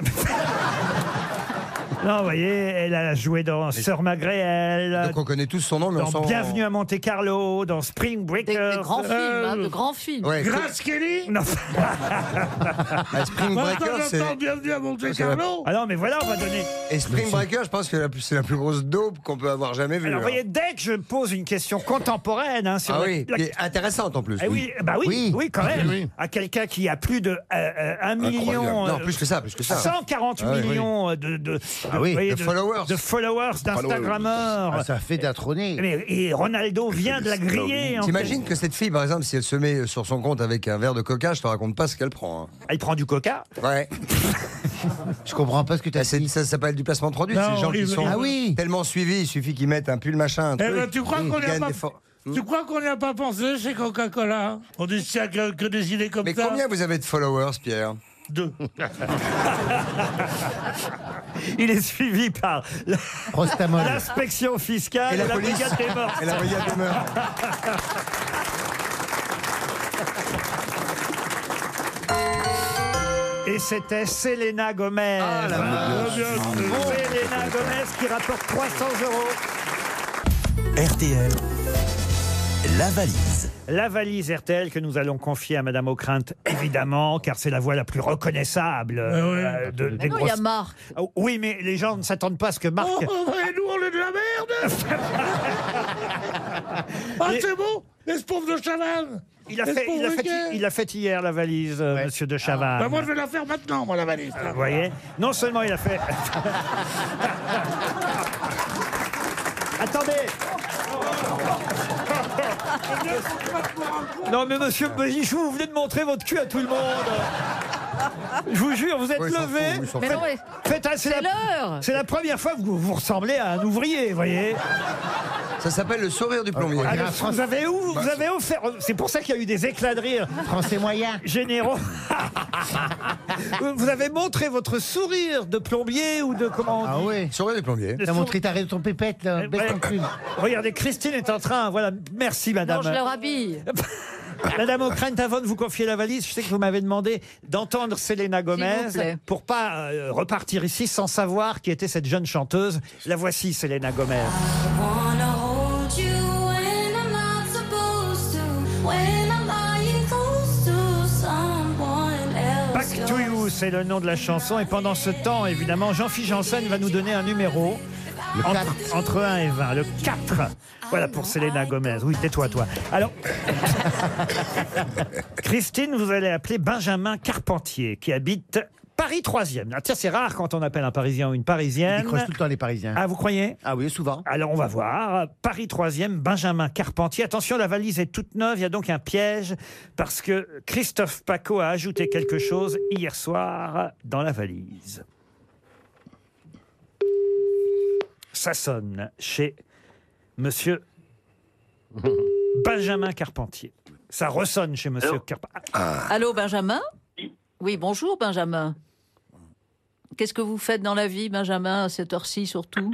Speaker 4: Non, vous voyez, elle a joué dans Sœur Magréel,
Speaker 6: Donc on connaît tous son nom, mais on
Speaker 4: dans
Speaker 6: s'en.
Speaker 4: Bienvenue à Monte Carlo, dans Spring
Speaker 7: Des, des
Speaker 4: Breakers. Euh,
Speaker 7: grands films, hein, de grands films.
Speaker 6: Ouais,
Speaker 5: Grace Kelly.
Speaker 4: Non.
Speaker 6: Ah, Spring
Speaker 5: Maintenant,
Speaker 6: Breaker, c'est.
Speaker 5: j'entends bienvenue à Monte
Speaker 6: c'est la-
Speaker 5: Carlo.
Speaker 4: Ah non, mais voilà, on va donner.
Speaker 6: Et Spring Breaker, je pense que la plus- c'est la plus grosse daube qu'on peut avoir jamais vue.
Speaker 4: Alors, vous
Speaker 6: hein.
Speaker 4: voyez, dès que je pose une question contemporaine hein, sur
Speaker 6: Ah
Speaker 4: la-
Speaker 6: oui,
Speaker 4: la-
Speaker 6: qui est intéressante en plus.
Speaker 4: Eh oui, bah oui, oui,
Speaker 8: Oui.
Speaker 4: quand même.
Speaker 10: oui.
Speaker 4: À quelqu'un qui a plus de 1 Euh, million.
Speaker 9: Incroyable.
Speaker 6: Non,
Speaker 4: euh,
Speaker 6: plus que ça, plus que ça.
Speaker 4: 140
Speaker 6: Ah oui.
Speaker 4: millions euh, de, de,
Speaker 8: Ah oui,
Speaker 4: vous voyez,
Speaker 6: de followers.
Speaker 4: de followers, d'Instagrammeurs.
Speaker 8: Ah, Ça fait d'atronner.
Speaker 4: Mais- Et Ronaldo vient de la griller. en
Speaker 6: T'imagines que cette fille, par exemple, si elle se met sur son compte avec un verre de coca, je te raconte pas ce qu'elle prend. hein.
Speaker 4: fait. Elle prend du coca.
Speaker 6: Ouais.
Speaker 8: Je comprends pas ce que tu
Speaker 6: Bah,
Speaker 8: as
Speaker 6: c'est-
Speaker 8: dit.
Speaker 6: ça s'appelle du placement de produit.
Speaker 5: Non,
Speaker 6: Ces gens qui
Speaker 5: il-
Speaker 6: sont
Speaker 5: il-
Speaker 6: [LAUGHS]
Speaker 8: Ah oui.
Speaker 6: tellement suivis, il suffit qu'ils mettent un pull machin. Un
Speaker 5: Eh
Speaker 6: truc,
Speaker 5: ben, tu crois
Speaker 6: ils
Speaker 5: qu'on n'y a
Speaker 6: gagnent
Speaker 5: pas.
Speaker 6: des Hmm. for-
Speaker 5: Tu crois qu'on n'y a pas pensé chez Coca-Cola hein On dit s'il y a que, que des idées comme
Speaker 6: Mais
Speaker 5: ça.
Speaker 6: combien vous avez de followers, Pierre [LAUGHS]
Speaker 5: Deux.
Speaker 4: Il est suivi par la-
Speaker 8: Prostamol.
Speaker 4: l'inspection fiscale
Speaker 6: Et
Speaker 4: et
Speaker 6: la
Speaker 4: la,
Speaker 6: police.
Speaker 4: brigade des morts.
Speaker 6: Et la brigade des mœurs.
Speaker 4: Et c'était Selena Gomez.
Speaker 6: Ah,
Speaker 4: Ah, Selena Gomez qui rapporte 300 euros.
Speaker 2: RTL, la valise.
Speaker 4: La valise RTL que nous allons confier à Madame O'Crinte, évidemment, car c'est la voix la plus reconnaissable
Speaker 5: Ah
Speaker 4: euh, de- des
Speaker 7: Non, il y a
Speaker 4: grosses-
Speaker 7: Marc.
Speaker 4: Ah, Oui, mais les gens ne s'attendent pas à ce que Marc.
Speaker 5: [LAUGHS] Oh, et nous, on est de la merde
Speaker 4: [LAUGHS]
Speaker 5: Ah, c'est bon Les pauvre de Chavannes
Speaker 4: Il a,
Speaker 5: Est-ce
Speaker 4: fait,
Speaker 5: qu'on
Speaker 4: il, a fait,
Speaker 5: regarde
Speaker 4: il a fait hier la valise, euh, Monsieur de Chavannes.
Speaker 5: Bah, moi, je vais la faire maintenant, moi, la valise.
Speaker 4: Vous voyez Non seulement il a fait. [LAUGHS] Attendez Non mais monsieur Béjichou, vous venez de montrer votre cul à tout le monde Je vous jure, vous êtes
Speaker 6: Ouais, ils s'en
Speaker 4: levé.
Speaker 6: foutent, ils s'en
Speaker 7: Mais non, mais-
Speaker 4: Faites un- c'est
Speaker 7: C'est
Speaker 4: la-
Speaker 7: l'heure
Speaker 4: c'est la première fois que vous vous ressemblez à un ouvrier, vous voyez
Speaker 6: Ça s'appelle le sourire du plombier.
Speaker 4: Ah, le- Vous avez où Vous avez offert C'est pour ça qu'il y a eu des éclats de rire
Speaker 8: Bah, Français moyen. [LAUGHS]
Speaker 4: généraux. vous avez montré votre sourire de plombier ou de comment on dit
Speaker 8: Ah ouais.
Speaker 6: Sourire du plombier.
Speaker 8: T'as montré ta raie de ton pépette, là. Baisse
Speaker 4: Ouais.
Speaker 8: ton cul.
Speaker 4: Regardez, Christine est en train. Voilà, merci
Speaker 7: Non,
Speaker 4: madame.
Speaker 7: je leur
Speaker 6: [LAUGHS]
Speaker 7: habille.
Speaker 4: Madame O'Krent, avant de vous confier la valise, je sais que vous m'avez demandé d'entendre Selena Gomez
Speaker 7: vous plaît.
Speaker 4: pour pas euh, repartir ici sans savoir qui était cette jeune chanteuse. La voici, Selena Gomez.
Speaker 14: Wanna hold you when I'm not supposed to, when I'm lying close to someone else.
Speaker 4: Back to you, vous, c'est le nom de la chanson. Et pendant ce temps, évidemment, Jean-Philippe Janssen va nous donner un numéro. Entre, entre 1 et 20, le 4. Voilà pour Selena Gomez. Oui, tais-toi, toi. Alors, Christine, vous allez appeler Benjamin Carpentier, qui habite Paris 3e. Ah, tiens, c'est rare quand on appelle un Parisien ou une Parisienne.
Speaker 8: Ils creusent tout le temps les Parisiens.
Speaker 4: Ah, vous croyez
Speaker 8: Ah oui, souvent.
Speaker 4: Alors, on va voir. Paris 3e, Benjamin Carpentier. Attention, la valise est toute neuve. Il y a donc un piège parce que Christophe Paco a ajouté quelque chose hier soir dans la valise. Ça sonne chez
Speaker 8: [LAUGHS]
Speaker 4: monsieur Benjamin Carpentier. Ça ressonne chez monsieur Carpentier.
Speaker 7: Allô, Benjamin Oui, bonjour, Benjamin. Qu'est-ce que vous faites dans la vie, Benjamin, à cette heure-ci surtout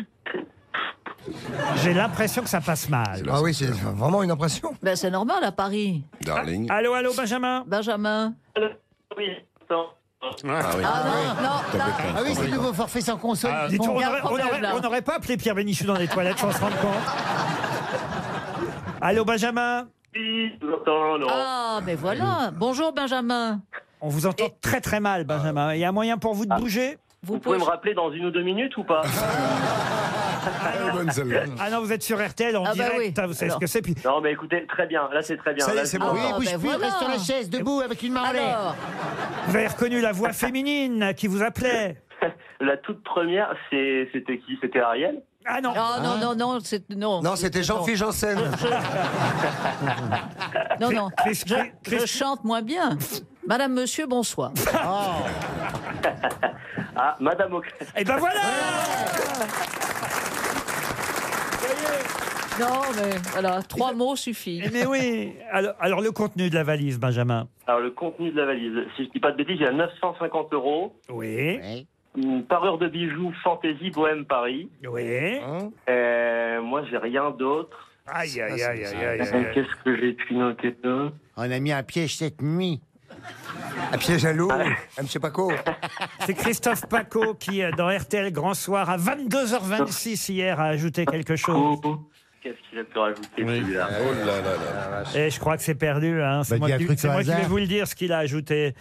Speaker 4: J'ai l'impression que ça passe mal.
Speaker 6: Ah oui, c'est vraiment une impression.
Speaker 7: ben, C'est normal à Paris.
Speaker 9: Darling.
Speaker 12: Ah,
Speaker 4: Allô, allô, Benjamin
Speaker 7: Benjamin
Speaker 9: Ah oui.
Speaker 7: Ah non, non, non.
Speaker 8: Ah oui, c'est le nouveau forfait sans console.
Speaker 4: Dites,
Speaker 8: Bon,
Speaker 4: Ah, on
Speaker 8: il
Speaker 4: n'aurait- on
Speaker 8: y a un problème,
Speaker 4: n'aurait-
Speaker 8: là.
Speaker 4: on n'aurait pas appelé Pierre Bénichou dans les toilettes sans se rendre compte. Allô, Benjamin
Speaker 7: Ah, mais voilà. Bonjour, Benjamin.
Speaker 4: On vous entend très très mal, Benjamin. Il y a moyen pour
Speaker 12: Ah.
Speaker 4: vous de bouger
Speaker 12: Vous pouvez me rappeler dans une ou deux minutes ou pas
Speaker 4: Ah non, vous êtes sur RTL en
Speaker 12: Ah bah
Speaker 4: direct,
Speaker 12: oui.
Speaker 4: hein, vous savez
Speaker 12: Alors. Ah, bah
Speaker 4: ce que c'est. Puis...
Speaker 12: Non, mais écoutez, très bien. Là, c'est très bien.
Speaker 4: Ça y est,
Speaker 12: Là,
Speaker 4: c'est
Speaker 12: je-
Speaker 4: bon.
Speaker 8: Oui, bouge
Speaker 7: ben
Speaker 8: plus,
Speaker 7: voilà.
Speaker 8: reste sur la chaise, debout, avec une main en l'air.
Speaker 7: Alors,
Speaker 4: Vous avez reconnu
Speaker 12: [LAUGHS]
Speaker 4: la voix féminine qui vous appelait.
Speaker 12: La toute première, Ah, c'est-
Speaker 4: [LAUGHS]
Speaker 12: c'était qui C'était Ariel
Speaker 4: Ah non.
Speaker 7: non, non, non, non, c'est- non.
Speaker 6: Non, c'était Jean-Philippe Janssen.
Speaker 7: Non, non.
Speaker 4: Chris-
Speaker 7: Je,
Speaker 4: Chris-
Speaker 7: je chante moins bien. Madame, monsieur,
Speaker 4: [LAUGHS]
Speaker 7: bonsoir.
Speaker 12: Ah, Madame Ocas.
Speaker 4: Et ben voilà
Speaker 7: Non, mais voilà, trois mots suffisent.
Speaker 4: Mais oui alors, alors, le contenu de la valise, Benjamin.
Speaker 12: Alors, le contenu de la valise, si je dis pas de bêtises, il y a 950 euros,
Speaker 4: Oui.
Speaker 12: une parure de bijoux Fantaisie Bohème Paris.
Speaker 4: Oui.
Speaker 12: Euh, moi, j'ai rien d'autre. Euh,
Speaker 4: Aïe, aïe, aïe, aïe, aïe, aïe.
Speaker 12: Qu'est-ce que j'ai pu noter d'autre
Speaker 8: On a mis un piège cette nuit.
Speaker 6: Un piège à l'eau. M. Paco.
Speaker 4: C'est Christophe Paco qui, euh, dans RTL Grand Soir, à 22h26 hier, a ajouté quelque chose.
Speaker 12: Qu'est-ce qu'il a pu rajouter celui-là
Speaker 9: Oh là là là.
Speaker 13: Eh,
Speaker 4: Et je crois que c'est perdu. Hein. C'est
Speaker 8: Bah,
Speaker 4: moi,
Speaker 8: dis un
Speaker 4: qui,
Speaker 8: truc
Speaker 4: c'est
Speaker 8: au
Speaker 4: moi qui
Speaker 8: hasard.
Speaker 4: vais vous le dire ce qu'il a ajouté.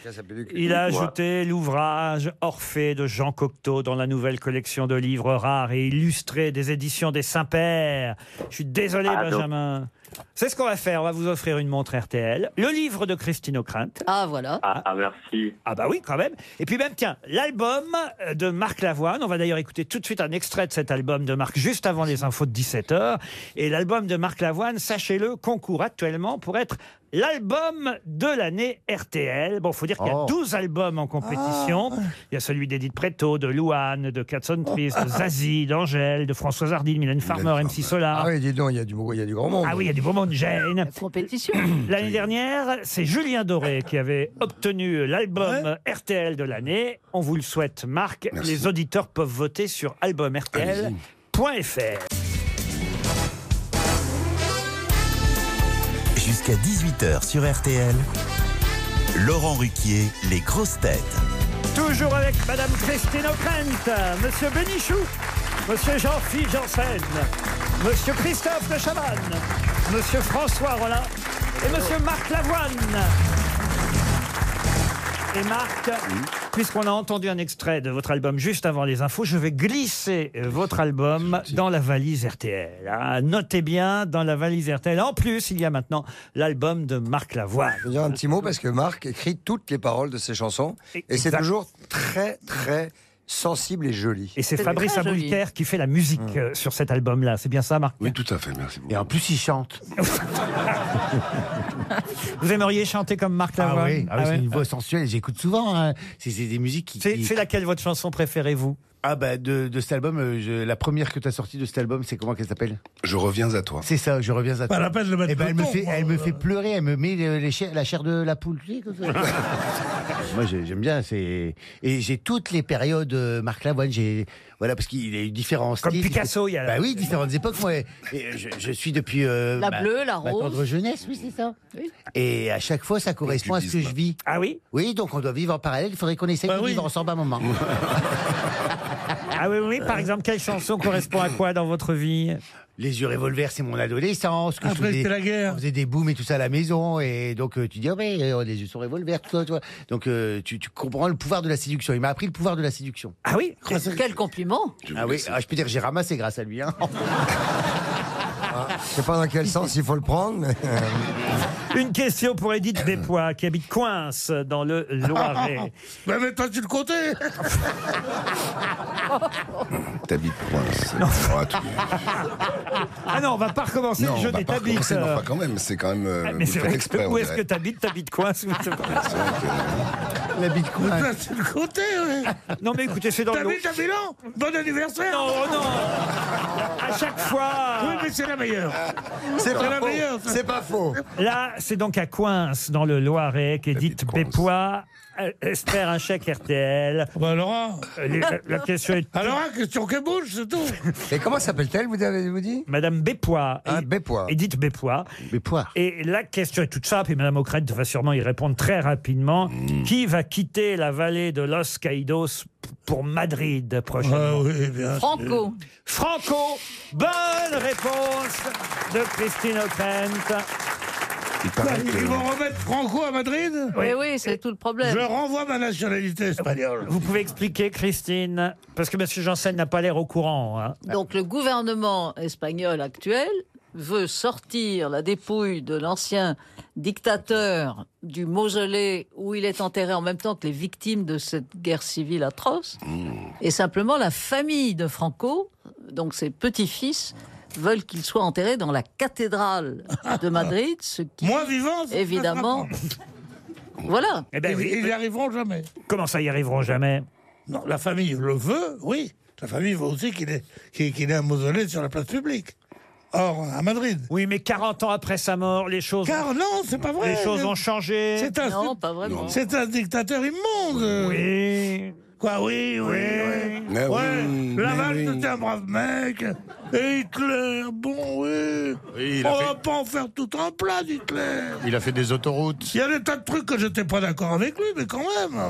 Speaker 4: Il a ajouté l'ouvrage Orphée de Jean Cocteau dans la nouvelle collection de livres rares et illustrés des éditions des Saint-Pères. Je suis désolé,
Speaker 12: Ah, donc.
Speaker 4: Benjamin. C'est ce qu'on va faire. On va vous offrir une montre RTL, le livre de Christine O'Krent.
Speaker 7: Ah, voilà.
Speaker 12: ah, ah, merci.
Speaker 4: Ah bah oui, quand même. Et puis même, tiens, l'album euh, de Marc Lavoine. On va d'ailleurs écouter tout de suite un extrait de cet album de Marc juste avant les infos de 17h. Et l'album de Marc Lavoine, sachez-le, concourt actuellement pour être l'album de l'année RTL. Bon, faut dire qu'il y a
Speaker 8: Oh.
Speaker 4: 12 albums en compétition.
Speaker 6: Ah,
Speaker 4: Il y a celui d'Edith Preto, de Louane, de Catson Priest,
Speaker 6: Oh.
Speaker 4: de Zazie, d'Angèle, de Françoise Hardy, de Mylène Farmer, MC Solar.
Speaker 6: Ah oui, dis donc, il y a du, il y a du grand monde.
Speaker 4: Ah oui, il y a du moment de Jane.
Speaker 7: La compétition.
Speaker 4: [CLEARS THROAT] L'année dernière, c'est Julien Doré qui avait obtenu l'album RTL de l'année. On vous le souhaite, Marc.
Speaker 9: Merci.
Speaker 4: Les auditeurs peuvent voter sur albumrtl.fr.
Speaker 2: Jusqu'à 18h sur RTL. Laurent Ruquier, les grosses têtes.
Speaker 4: Toujours avec Madame Christine O'Krent, Monsieur Benichou, Monsieur Jean-Philippe Janssen, Monsieur Christophe de Chavannes, Monsieur François Rollin et Monsieur Marc Lavoine. Et Marc, puisqu'on a entendu un extrait de votre album juste avant les infos, je vais glisser euh, votre album dans la valise RTL. hein. Notez bien, dans la valise RTL. En plus, il y a maintenant l'album de Marc Lavoine.
Speaker 6: Je veux dire un petit mot parce que Marc écrit toutes les paroles de ses chansons et c'est
Speaker 4: Exact.
Speaker 6: toujours très très sensible et joli.
Speaker 4: Et c'est
Speaker 7: C'est
Speaker 4: Fabrice
Speaker 7: très joli.
Speaker 4: Aboulker qui fait la musique euh, sur cet album-là. C'est bien ça, Marc
Speaker 9: Oui, tout à fait, merci beaucoup.
Speaker 8: Et en plus, il chante.
Speaker 4: Vous aimeriez chanter comme Marc Lavoine
Speaker 8: Ah oui, ah oui,
Speaker 4: Ah
Speaker 8: c'est
Speaker 4: ouais.
Speaker 8: une voix sensuelle, j'écoute souvent. hein. C'est c'est des musiques qui.
Speaker 4: C'est
Speaker 8: qui-
Speaker 4: c'est laquelle votre chanson préférée, vous
Speaker 8: Ah bah de, de cet album, euh, je- la première que tu as sortie de cet album, c'est comment qu'elle s'appelle
Speaker 9: Je reviens à toi.
Speaker 8: C'est ça, je reviens
Speaker 4: Bah,
Speaker 8: à toi.
Speaker 5: Pas la peine de mettre
Speaker 8: Eh ben,
Speaker 5: le
Speaker 8: elle, me
Speaker 5: ton,
Speaker 8: fait,
Speaker 5: moi.
Speaker 8: elle me fait pleurer, elle me met le- les chairs- la chair de la poule. tu sais,
Speaker 5: [LAUGHS]
Speaker 8: comme ça. Moi j'ai- j'aime bien, c'est et j'ai toutes les périodes euh, Marc Lavoine, j'ai voilà parce qu'il a eu différents
Speaker 4: Comme
Speaker 8: styles.
Speaker 4: Picasso, il y a-
Speaker 8: Bah oui, différentes époques. Moi, et je, je suis depuis euh,
Speaker 7: La
Speaker 5: bah,
Speaker 8: ma-
Speaker 7: bleue, la
Speaker 8: ma
Speaker 7: rose.
Speaker 8: tendre jeunesse, oui c'est ça.
Speaker 7: Oui.
Speaker 8: Et à chaque fois, ça correspond à ce que je vis.
Speaker 4: Ah oui
Speaker 8: Oui, donc on doit vivre en parallèle. Il faudrait qu'on essaye
Speaker 5: Bah
Speaker 8: de
Speaker 5: oui.
Speaker 8: vivre ensemble
Speaker 4: [LAUGHS]
Speaker 8: un moment.
Speaker 4: Ah oui, oui, par exemple, quelle chanson correspond à quoi dans votre vie Ah,
Speaker 8: Les yeux revolvers, c'est mon adolescence. Que je
Speaker 5: Après,
Speaker 8: faisais-
Speaker 5: c'était la guerre.
Speaker 8: On faisait des booms et tout ça à la maison. Et donc, euh, tu dis, oh, mais euh, les yeux sont revolvers, tout ça, tu vois. Donc, euh, tu, tu comprends le pouvoir de la séduction. Il m'a appris le pouvoir de la séduction.
Speaker 4: Ah oui
Speaker 7: Quel compliment
Speaker 8: Ah oui, ah, je peux dire, j'ai ramassé grâce à lui. hein. [LAUGHS]
Speaker 6: Je sais pas dans quel sens il faut le prendre, mais. euh,
Speaker 4: Une question pour Edith Despois, qui habite Coince, dans le Loiret.
Speaker 5: Mais, mais toi, tu le
Speaker 4: [LAUGHS]
Speaker 5: comptais
Speaker 9: T'habites Prince. Ah, tout-
Speaker 4: Ah non, on va pas recommencer
Speaker 9: Non,
Speaker 4: le jeu
Speaker 9: on va
Speaker 4: des euh,
Speaker 9: pas
Speaker 4: tablites.
Speaker 9: recommencer, non, pas quand même, c'est quand même. euh,
Speaker 4: Ah,
Speaker 9: vous
Speaker 4: mais c'est
Speaker 9: faites
Speaker 4: vrai que-
Speaker 9: exprès, on
Speaker 4: où est-ce
Speaker 9: dirait. Ah,
Speaker 4: que t'habites T'habites Coince
Speaker 8: La bite
Speaker 5: Mais toi, tu Ah, le comptais, ouais
Speaker 4: Non, mais écoutez, c'est dans le lot.
Speaker 5: T'habites à Milan Bon anniversaire
Speaker 4: Non, non À chaque fois
Speaker 5: Oui, mais c'est la meilleure
Speaker 6: C'est pas
Speaker 5: la
Speaker 6: faux.
Speaker 5: meilleure ça.
Speaker 6: C'est pas faux.
Speaker 4: Là, c'est donc à Coince, dans le Loiret, qu'Edith Bépois euh, espère un chèque RTL.
Speaker 5: Bah, Laurent
Speaker 4: la, Euh, la question est...
Speaker 5: Alors, hein, question que bouge, c'est tout
Speaker 6: Et comment s'appelle-t-elle, vous avez vous dit
Speaker 4: Madame Bépois.
Speaker 6: Ah,
Speaker 4: Et-
Speaker 6: Bépois.
Speaker 4: Edith Bépois.
Speaker 8: Bépois.
Speaker 4: Et la question est toute simple, et Madame Ocrette va sûrement y répondre très rapidement.
Speaker 6: Hmm.
Speaker 4: Qui va quitter la vallée de Los Caídos p- pour Madrid
Speaker 5: Ah
Speaker 4: prochainement
Speaker 7: Franco.
Speaker 4: Franco, bonne réponse de Christine Ockrent.
Speaker 5: Bah, Ils vont remettre Franco à Madrid
Speaker 7: Mais Eh oui, c'est tout le problème.
Speaker 5: Je renvoie ma nationalité espagnole.
Speaker 4: Vous pouvez expliquer, Christine Parce que M. Janssen n'a pas l'air au courant. hein.
Speaker 7: Donc le gouvernement espagnol actuel veut sortir la dépouille de l'ancien dictateur du mausolée où il est enterré en même temps que les victimes de cette guerre civile atroce. Et simplement, la famille de Franco, donc ses petits-fils, veulent qu'il soit enterré dans la cathédrale de Madrid, ce qui,
Speaker 5: Moi vivant c'est
Speaker 7: évidemment, voilà.
Speaker 4: Eh
Speaker 5: pas
Speaker 4: ben
Speaker 5: grave.
Speaker 4: oui.
Speaker 5: Ils n'y arriveront jamais.
Speaker 4: Comment ça, y arriveront jamais
Speaker 5: Non, la famille le veut, oui. La famille veut aussi qu'il ait, qu'il qu'il ait un mausolée sur la place publique. Or, à Madrid.
Speaker 4: Oui, mais 40 ans après sa mort, les choses,
Speaker 5: Car non, c'est pas vrai.
Speaker 4: les choses ont changé.
Speaker 5: C'est un,
Speaker 7: Non, pas vraiment.
Speaker 5: c'est un dictateur immonde.
Speaker 4: Oui.
Speaker 5: Quoi, oui, oui, oui.
Speaker 9: Mais
Speaker 5: ouais,
Speaker 9: oui,
Speaker 5: Laval,
Speaker 9: mais oui.
Speaker 5: c'était un brave mec. Et Hitler, bon, oui.
Speaker 10: Oui, il a
Speaker 5: On va
Speaker 10: fait-
Speaker 5: pas en faire tout un plat, Hitler.
Speaker 10: Il a fait des autoroutes.
Speaker 5: Il y a des tas de trucs que j'étais pas d'accord avec lui, mais quand même.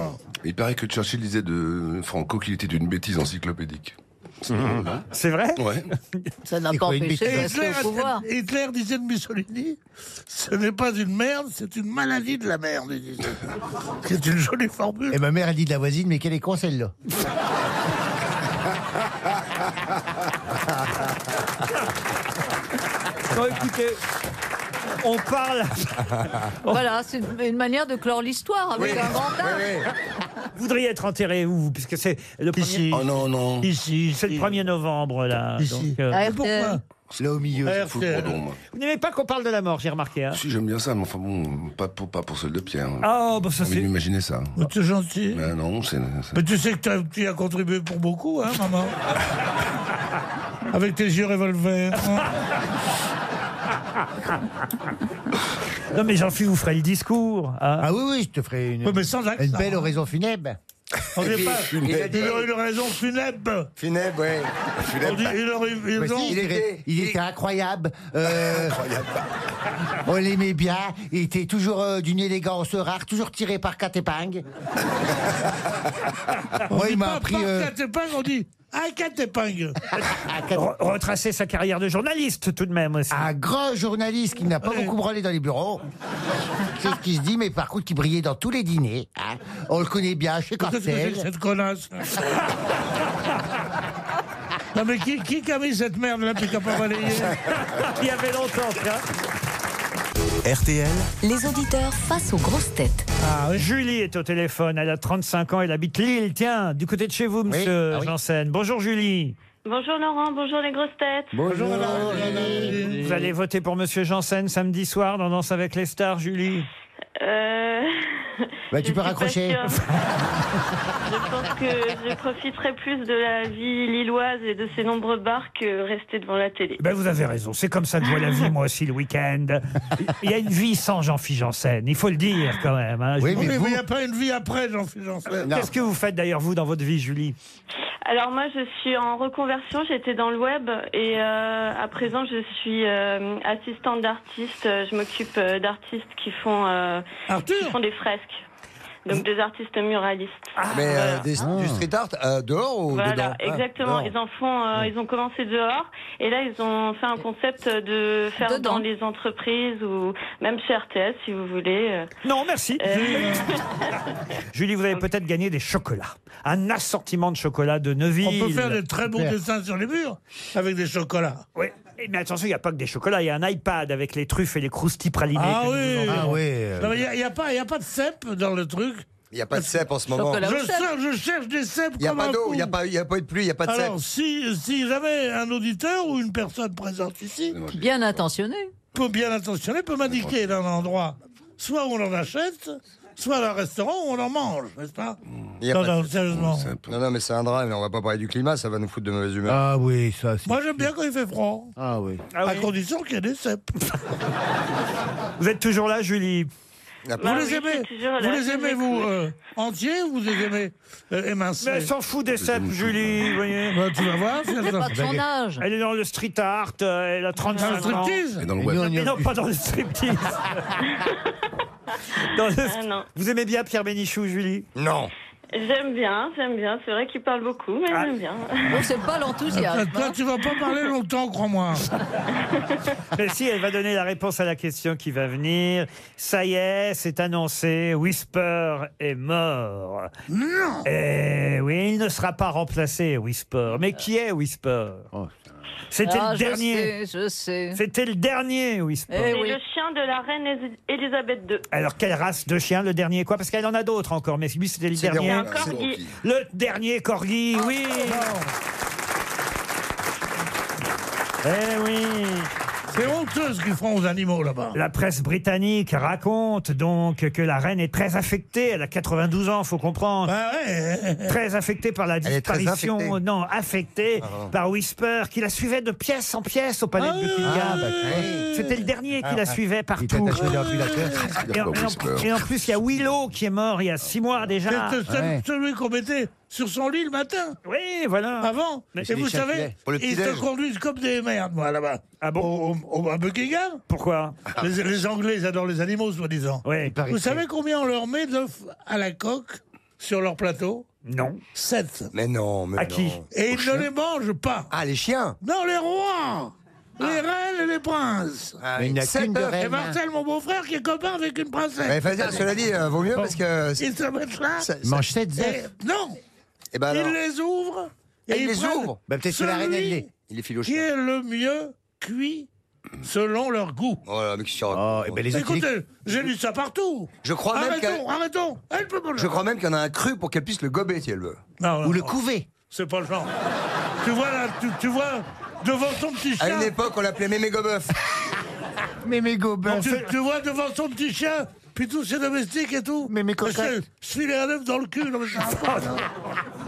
Speaker 9: Il paraît que Churchill disait de Franco qu'il était d'une bêtise encyclopédique.
Speaker 4: C'est vrai
Speaker 9: Ouais.
Speaker 7: Ça n'a
Speaker 8: C'est
Speaker 7: pas
Speaker 8: quoi, une
Speaker 7: empêché de
Speaker 8: bêtise
Speaker 7: rester au pouvoir.
Speaker 5: Hitler disait de Mussolini, ce n'est pas une merde, c'est une maladie de la merde, il disait. [LAUGHS] C'est une jolie formule.
Speaker 8: Et ma mère, elle dit de la voisine, mais quelle est con celle-là
Speaker 4: Non, écoutez, on parle. [LAUGHS]
Speaker 7: Voilà, c'est une, une manière de clore l'histoire avec un grand art.
Speaker 4: Vous voudriez être enterré où vous Puisque c'est le
Speaker 5: Ici.
Speaker 4: premier.
Speaker 9: Oh non, non.
Speaker 5: Ici,
Speaker 4: C'est le 1er novembre, là.
Speaker 5: Ici.
Speaker 4: donc, euh,
Speaker 7: Ah,
Speaker 5: Pourquoi
Speaker 8: Là au milieu.
Speaker 5: Ah,
Speaker 9: Fous le
Speaker 5: RTL.
Speaker 9: bourdon, moi.
Speaker 4: Vous n'aimez pas qu'on parle de la mort, j'ai remarqué. hein.
Speaker 9: Si, j'aime bien ça, mais enfin bon, pas pour, pas pour celle de Pierre. hein.
Speaker 4: Ah, bah ça
Speaker 9: Vous
Speaker 4: c'est.
Speaker 9: imaginez ça
Speaker 5: Mais tu es gentil.
Speaker 9: Ben non, c'est. c'est-
Speaker 5: Mais tu sais que t'as- tu y as contribué pour beaucoup, hein, maman Avec tes yeux revolvers. hein.
Speaker 4: Non, mais jean philippe vous ferez le discours. hein.
Speaker 8: Ah oui, oui, je te ferai une,
Speaker 5: Ouais, mais sans accent.
Speaker 8: une belle oraison funèbre.
Speaker 5: On dit
Speaker 8: [LAUGHS]
Speaker 5: pas. Il a
Speaker 6: Funèbre.
Speaker 5: eu une raison funèbre.
Speaker 6: Funèbre, ouais.
Speaker 5: On dit, il aurait eu une
Speaker 8: Bah,
Speaker 5: raison.
Speaker 8: si, il, était, il était incroyable. euh, on l'aimait bien. Il était toujours euh, d'une élégance rare, toujours tiré par quatre épingles. Moi, il m'a
Speaker 5: Pas
Speaker 8: appris.
Speaker 5: par
Speaker 8: euh,
Speaker 5: quatre épingles, on dit à quatre épingles.
Speaker 4: [LAUGHS] Re- Retracer sa carrière de journaliste, tout de même. aussi.
Speaker 8: un grand journaliste qui n'a pas beaucoup branlé dans les bureaux. C'est ce qui se dit, mais par contre, qui brillait dans tous les dîners. hein. On le connaît bien chez
Speaker 5: Qu'est-ce que c'est que
Speaker 8: Cartel.
Speaker 5: cette connasse Non mais qui, qui a mis cette merde là puis qui a pas balayé
Speaker 4: [LAUGHS] Il y avait longtemps, tiens.
Speaker 2: RTL,
Speaker 11: Les auditeurs face aux grosses têtes.
Speaker 4: Ah Julie est au téléphone, elle a 35 ans, elle habite Lille. Tiens, du côté de chez vous, monsieur
Speaker 8: ah oui.
Speaker 4: Janssen. Bonjour Julie.
Speaker 14: Bonjour Laurent, bonjour les grosses têtes.
Speaker 8: Bonjour,
Speaker 4: Vous allez voter pour monsieur Janssen samedi soir dans Danse avec les stars, Julie
Speaker 14: Euh...
Speaker 8: Bah, tu
Speaker 14: je
Speaker 8: peux
Speaker 14: suis
Speaker 8: raccrocher.
Speaker 14: pas sûre. je pense que je profiterai plus de la vie lilloise et de ses nombreux bars que rester devant la télé.
Speaker 4: [LAUGHS] Ben vous avez raison, c'est comme ça que je vois la vie moi aussi le week-end. Il y a une vie sans Jean-Philippe Janssen, il faut le dire quand même. hein,
Speaker 8: Oui,
Speaker 4: Julie.
Speaker 5: Ah, Mais
Speaker 8: mais
Speaker 5: il
Speaker 8: vous,
Speaker 5: n'y a pas une vie après, Jean-Philippe Janssen.
Speaker 8: non.
Speaker 4: Qu'est-ce que vous faites d'ailleurs vous dans votre vie, Julie
Speaker 14: Alors moi, je suis en reconversion, j'étais dans le web et euh, à présent, je suis euh, assistante d'artiste. Je m'occupe euh, d'artistes qui font, euh, qui
Speaker 5: Arthur
Speaker 14: font des fresques. Donc des artistes muralistes.
Speaker 4: Ah,
Speaker 6: Mais euh,
Speaker 14: Voilà.
Speaker 6: des- du
Speaker 5: Ah.
Speaker 6: street art euh, dehors ou dedans
Speaker 14: Voilà,
Speaker 6: Ah,
Speaker 14: exactement.
Speaker 6: dehors.
Speaker 14: Ils en font, euh, ils ont commencé dehors et là ils ont fait un concept de faire dans les entreprises ou même chez RTS si vous voulez. euh.
Speaker 4: Non, merci. Julie, vous avez peut-être gagné des chocolats. Un assortiment de chocolat de Neuville.
Speaker 5: On peut faire des très bons
Speaker 4: Super.
Speaker 5: dessins sur les murs avec des chocolats.
Speaker 4: Oui. Et- Mais attention, il n'y a pas que des chocolats, il y a un iPad avec les truffes et les croustilles pralinés.
Speaker 5: Ah
Speaker 4: que nous
Speaker 5: oui.
Speaker 4: vous enverrons.
Speaker 5: Il n'y a, pas- y a pas de cèpe dans le truc.
Speaker 6: Il n'y a pas de cèpe en ce moment.
Speaker 5: Je, cherche- je cherche des cèpes
Speaker 6: Il n'y a
Speaker 5: comme
Speaker 6: pas
Speaker 5: un
Speaker 6: d'eau,
Speaker 5: fou.
Speaker 6: il n'y a, pas- il y a pas eu de pluie, il n'y a pas de
Speaker 5: Alors,
Speaker 6: sec.
Speaker 5: si, si j'avais un auditeur ou une personne présente ici,
Speaker 7: Bien intentionné.
Speaker 5: peut bien intentionné, peut m'indiquer d'un endroit. Soit on en achète, soit à un restaurant où on en mange, n'est-ce pas
Speaker 6: Il y a
Speaker 5: Non,
Speaker 6: pas de-
Speaker 5: non, sérieusement.
Speaker 6: Non, non, mais c'est un drame, on va pas parler du climat, ça va nous foutre de mauvaise humeur.
Speaker 8: Ah oui, ça c'est.
Speaker 5: Moi, j'aime bien quand il fait froid.
Speaker 8: Ah oui.
Speaker 5: À condition qu'il y ait des cèpes.
Speaker 4: Vous êtes toujours là, Julie
Speaker 5: Vous les aimez, vous, les aimez, vous euh, entiers ou vous les aimez euh, émincés
Speaker 4: Mais elle s'en fout des cèpes, Julie, vous voyez.
Speaker 5: Bah, tu vas voir, si elle s'en-
Speaker 4: Elle est dans le street art, euh, elle a 35
Speaker 5: Dans
Speaker 4: ans.
Speaker 5: le striptease Et dans le web.
Speaker 4: Mais non, pas dans le striptease. Dans le- Vous aimez bien Pierre Bénichou, Julie
Speaker 6: Non.
Speaker 14: J'aime bien, j'aime bien. C'est vrai qu'ils parlent beaucoup, mais j'aime bien.
Speaker 7: Ah. Oh,
Speaker 5: Toi,
Speaker 7: hein.
Speaker 5: toi, tu vas pas parler longtemps, crois-moi.
Speaker 4: [LAUGHS] Mais si, elle va donner la réponse à la question qui va venir. Ça y est, c'est annoncé, Whisper est mort.
Speaker 5: Non
Speaker 4: Eh oui, il ne sera pas remplacé, Whisper. Mais qui est Whisper C'était
Speaker 7: Ah,
Speaker 4: le
Speaker 7: je
Speaker 4: dernier.
Speaker 7: sais, je sais. Eh
Speaker 4: C'était le dernier, Whisper.
Speaker 14: C'est le chien de la reine Elisabeth II.
Speaker 4: Alors, quelle race de chien Le dernier quoi Parce qu'elle en a d'autres encore, mais lui, c'était le
Speaker 14: C'est
Speaker 4: dernier.
Speaker 14: un corgi.
Speaker 4: Le dernier corgi, oui Eh oui
Speaker 5: C'est honteux ce qu'ils font aux animaux là-bas.
Speaker 4: La presse britannique raconte donc que la reine est très affectée. Elle a 92 ans, faut comprendre.
Speaker 5: Bah
Speaker 4: Très affectée par la
Speaker 6: est très
Speaker 4: disparition,
Speaker 6: affectée. Ah,
Speaker 4: non, affectée
Speaker 6: Pardon.
Speaker 4: par Whisper, qui la suivait de pièce en pièce au palais
Speaker 6: Ah
Speaker 4: de
Speaker 6: oui.
Speaker 4: Buckingham.
Speaker 6: Ah, bah, tu vois.
Speaker 4: C'était le dernier qui
Speaker 6: Ah,
Speaker 4: la
Speaker 6: ah.
Speaker 4: suivait partout.
Speaker 6: Il t'attache les ordinateurs.
Speaker 4: Et en, et en- et en plus, il y a Willow qui est mort il y a six mois
Speaker 5: C'est
Speaker 4: déjà.
Speaker 5: c'est- c'est celui qu'on mettait sur son lit le matin.
Speaker 4: Oui, voilà.
Speaker 5: Avant.
Speaker 4: Mais
Speaker 5: Et
Speaker 4: c'est
Speaker 5: vous
Speaker 4: les
Speaker 5: savez,
Speaker 4: châtelets. Pour le
Speaker 5: ils
Speaker 4: petit-déj.
Speaker 5: se conduisent comme des merdes, moi, là-bas.
Speaker 4: Ah bon
Speaker 5: À Buckingham
Speaker 4: Pourquoi
Speaker 5: les, les Anglais, ils adorent les animaux, soi-disant.
Speaker 4: Ouais.
Speaker 5: Vous savez combien on leur met d'œufs à la coque sur leur plateau
Speaker 4: Non.
Speaker 5: 7.
Speaker 6: Mais non, mais
Speaker 5: À
Speaker 6: non.
Speaker 5: qui Et
Speaker 6: Aux
Speaker 5: ils
Speaker 6: chiens
Speaker 5: ne les mangent pas.
Speaker 6: Ah, les chiens
Speaker 5: Non, les rois Les reines et les princes
Speaker 6: Ah, Mais il n'y a
Speaker 5: Sept
Speaker 6: qu'une de
Speaker 5: œufs. Et
Speaker 6: reine, hein.
Speaker 5: Marcel, mon beau-frère, qui est copain avec une princesse.
Speaker 6: Mais vas-y, cela dit, euh, vaut mieux parce que-
Speaker 5: Ils se mettent là.
Speaker 6: Ça- ça- Ils mangent sept œufs.
Speaker 5: Et- Non
Speaker 6: Eh ben alors.
Speaker 5: Ils les ouvrent.
Speaker 6: Ah, il les
Speaker 5: prennent
Speaker 6: ouvre Bah, peut-être que la reine, elle
Speaker 5: celui
Speaker 6: l'est. Il les file aux
Speaker 5: Qui est le mieux cuit selon leur goût
Speaker 6: Oh là, mais qui sera-
Speaker 5: Mais Écoutez, ben, j'ai lu ça partout.
Speaker 6: Je crois même
Speaker 5: Arrêtons,
Speaker 6: qu'elle-
Speaker 5: arrêtons. Elle peut manger.
Speaker 6: Je crois même qu'il y en a un cru pour qu'elle puisse le gober si elle veut.
Speaker 5: Non, non,
Speaker 6: Ou le
Speaker 5: non.
Speaker 6: couver.
Speaker 5: C'est pas le genre. tu vois là, tu, tu vois devant son petit
Speaker 6: À
Speaker 5: chien.
Speaker 6: une époque, on l'appelait Mémé
Speaker 4: [LAUGHS]
Speaker 6: Gobeuf.
Speaker 8: Mémé
Speaker 5: Non,
Speaker 8: Gobeuf.
Speaker 5: tu, tu vois devant son petit chien, puis tous ses domestiques et tout.
Speaker 8: Mais mes coquins.
Speaker 5: Parce que Je suis les œuf dans le cul. non, mais ça va pas.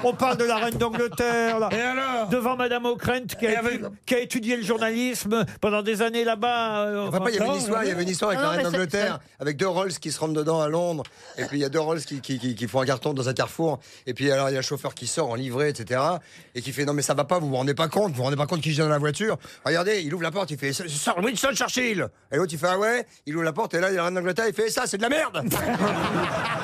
Speaker 4: On parle de la reine d'Angleterre, là.
Speaker 5: Et alors
Speaker 4: Devant Madame O'Krent, qui, a
Speaker 5: Et avec-
Speaker 4: étud- qui a étudié le journalisme pendant des années là-bas. euh,
Speaker 6: Enfin,
Speaker 4: enfin,
Speaker 6: il y avait
Speaker 4: non,
Speaker 6: une histoire, il y avait une histoire avec
Speaker 4: Ah
Speaker 6: la
Speaker 4: non,
Speaker 6: reine
Speaker 4: mais c'est-
Speaker 6: d'Angleterre, avec deux Rolls qui se rentrent dedans à Londres, et puis il y a deux Rolls qui, qui, qui- qui font un carton dans un carrefour, et puis alors il y a le chauffeur qui sort en livrée, etc., et qui fait non mais ça va pas, vous vous rendez pas compte, vous vous rendez pas compte qui j'ai dans la voiture. Regardez, il ouvre la porte, il fait sort Winston Churchill, et l'autre il fait ah ouais, il ouvre la porte et là il y a la reine d'Angleterre, il fait ça c'est de la merde.
Speaker 5: [LAUGHS]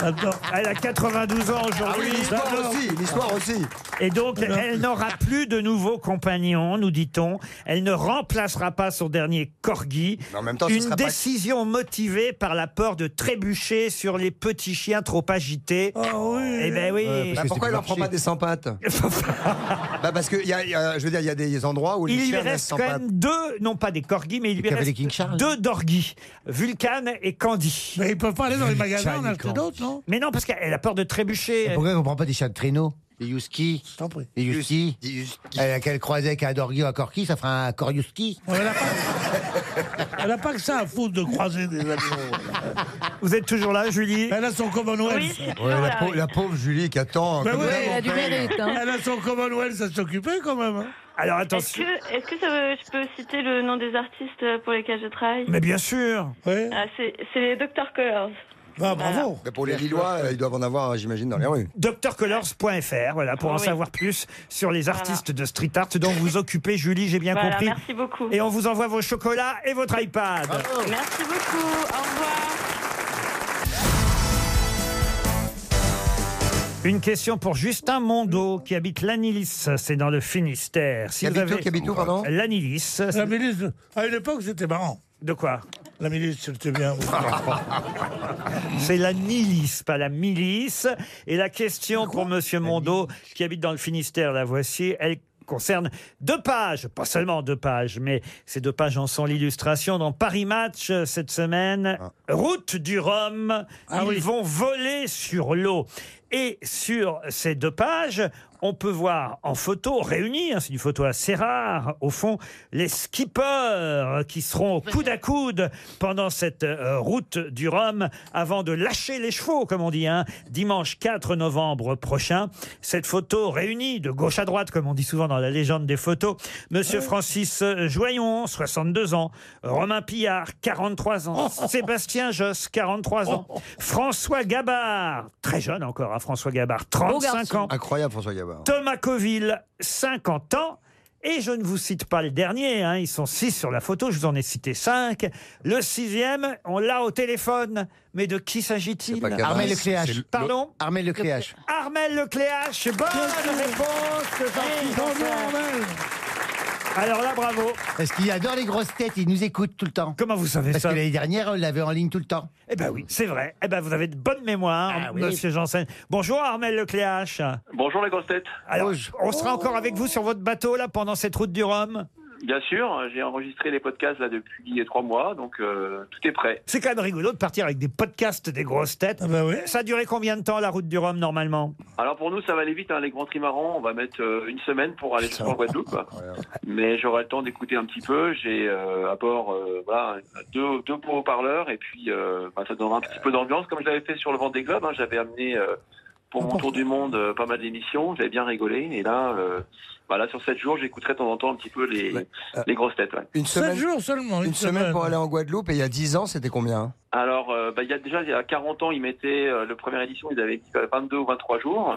Speaker 4: Attends, elle a 92 ans
Speaker 6: Ah oui,
Speaker 4: aujourd'hui.
Speaker 6: l'histoire
Speaker 4: D'accord.
Speaker 6: aussi, l'histoire aussi.
Speaker 4: Et donc, elle n'aura plus de nouveaux compagnons, nous dit-on. Elle ne remplacera pas son dernier corgi.
Speaker 6: Mais en même temps, ce
Speaker 4: Une
Speaker 6: serait pas-
Speaker 4: décision motivée par la peur de trébucher sur les petits chiens trop
Speaker 5: Ah
Speaker 4: agités. Eh ben oui.
Speaker 6: Bah, pourquoi il en prend pas des
Speaker 4: [LAUGHS]
Speaker 6: sans pattes Bah parce que il y a- il y a- je veux dire, il y a des endroits où les
Speaker 4: Il lui
Speaker 6: chiens
Speaker 4: reste
Speaker 6: restent sans
Speaker 4: quand
Speaker 6: pattes.
Speaker 4: même deux, non pas des corgis, mais il lui
Speaker 6: cavaliers
Speaker 4: reste deux dorgis, Vulcan et Candy.
Speaker 5: Mais ils peuvent pas aller dans les magasins en
Speaker 8: Vulcan et
Speaker 5: acheter d'autres, non
Speaker 4: Mais non, parce qu'elle a peur de trébucher.
Speaker 8: Pourquoi on prend pas des chats de traîneau Des Youski Des Youski Elle Qu'elle croisait avec un Dorgui ou un Corki, ça fera un Koryuski.
Speaker 5: Elle n'a pas que ça à foutre de croiser Ah, des animaux.
Speaker 4: Vous êtes toujours là, Julie
Speaker 5: Elle a son Commonwealth.
Speaker 6: Ouais, la,
Speaker 4: Ah,
Speaker 6: pau- la pauvre Julie qui attend.
Speaker 5: Ben
Speaker 6: comme
Speaker 5: oui,
Speaker 6: vraiment
Speaker 5: elle a du
Speaker 6: pleine.
Speaker 5: mérite, hein. Elle a son Commonwealth à s'occuper quand même. hein.
Speaker 4: Alors
Speaker 14: Est-ce que, est-ce que ça veut- je peux citer le nom des artistes pour lesquels je travaille
Speaker 4: Mais bien sûr.
Speaker 14: Ah, c'est, c'est les Dr Colors.
Speaker 5: Ah,
Speaker 14: bravo.
Speaker 6: Mais pour les Lillois, euh, ils doivent en avoir, j'imagine, dans les rues.
Speaker 4: drcolors.fr, voilà, pour en
Speaker 14: Ah Oui.
Speaker 4: savoir plus sur les artistes de street art dont vous occupez, Julie, j'ai bien
Speaker 14: Voilà,
Speaker 4: compris.
Speaker 14: merci beaucoup.
Speaker 4: Et on vous envoie vos chocolats et votre iPad.
Speaker 14: Merci beaucoup. Au revoir.
Speaker 4: Une question pour Justin Mondo qui habite l'Anilis, c'est dans le Finistère.
Speaker 5: Qui habite où, qui habite où, pardon
Speaker 4: L'Anilis. c'est-
Speaker 5: La milice, à une époque, c'était marrant.
Speaker 4: De quoi
Speaker 5: La milice, c'était bien.
Speaker 4: [LAUGHS] C'est la milice, pas la milice. Et la question pour Monsieur Mondo, qui habite dans le Finistère, la voici. Elle concerne deux pages, pas seulement deux pages, mais ces deux pages en sont l'illustration dans Paris Match euh, cette semaine. Route du Rhum,
Speaker 5: Ah,
Speaker 4: ils vont voler sur l'eau. Et sur ces deux pages, on peut voir en photo, réunis, hein, c'est une photo assez rare, au fond, les skippers euh, qui seront coude à coude pendant cette euh, route du Rhum avant de lâcher les chevaux, comme on dit, hein, dimanche 4 novembre prochain. Cette photo réunie de gauche à droite, comme on dit souvent dans la légende des photos, Monsieur Francis euh, Joyon, 62 ans, Romain Pillard, 43 ans, Sébastien Josse, 43 ans, François Gabard, très jeune encore, hein, François Gabard, 35 ans,
Speaker 6: Incroyable, François Gabard.
Speaker 4: Thomas Coville, 50 ans. Et je ne vous cite pas le dernier, hein, ils sont six sur la photo, je vous en ai cité cinq. Le sixième, on l'a au téléphone. Mais de qui s'agit-il
Speaker 8: Gabin. Armel Lecléache. C'est le-
Speaker 4: Pardon
Speaker 8: Armel Lecléache.
Speaker 4: Armel Lecléache, bonne réponse
Speaker 8: Eh,
Speaker 4: de Jean-Philippe Janssen. Alors là, bravo.
Speaker 8: Parce qu'il adore les grosses têtes, il nous écoute tout le temps.
Speaker 4: Comment vous savez
Speaker 8: Parce
Speaker 4: ça
Speaker 8: que l'année dernière, on l'avait en ligne tout le temps.
Speaker 4: Eh ben oui, c'est vrai. Eh ben vous avez de bonnes mémoires,
Speaker 8: Ah oui.
Speaker 4: monsieur Janssen. Bonjour Armel Lecléache.
Speaker 12: Bonjour les grosses têtes.
Speaker 4: Alors, on sera encore avec vous sur votre bateau là pendant cette route du Rhum
Speaker 12: Bien sûr, j'ai enregistré les podcasts là depuis trois mois, donc euh, tout est prêt.
Speaker 4: C'est quand même rigolo de partir avec des podcasts des grosses têtes.
Speaker 8: Ah ben
Speaker 4: Ça a duré combien de temps la route du Rhum normalement
Speaker 12: Alors pour nous, ça va aller vite, hein, les grands trimarans. On va mettre euh, une semaine pour aller jusqu'en Guadeloupe. Mais j'aurai le temps d'écouter un petit peu. J'ai euh, à bord euh, voilà, deux, deux beaux haut-parleurs et puis euh, bah, ça donnera un petit peu d'ambiance, comme je l'avais fait sur le Vendée Globe. hein. J'avais amené euh, pour mon tour du monde euh, pas mal d'émissions. J'avais bien rigolé. Et là, euh, bah, là sur sept jours, j'écouterai de temps en temps un petit peu les, les grosses têtes. ouais.
Speaker 6: Une semaine,
Speaker 5: seulement.
Speaker 6: Une, semaine, pour aller en Guadeloupe et il y a 10 ans, c'était combien
Speaker 12: Alors, euh, bah, il y a déjà il y a 40 ans, ils mettaient euh, le première édition, ils avaient dit euh, 22 ou 23 jours.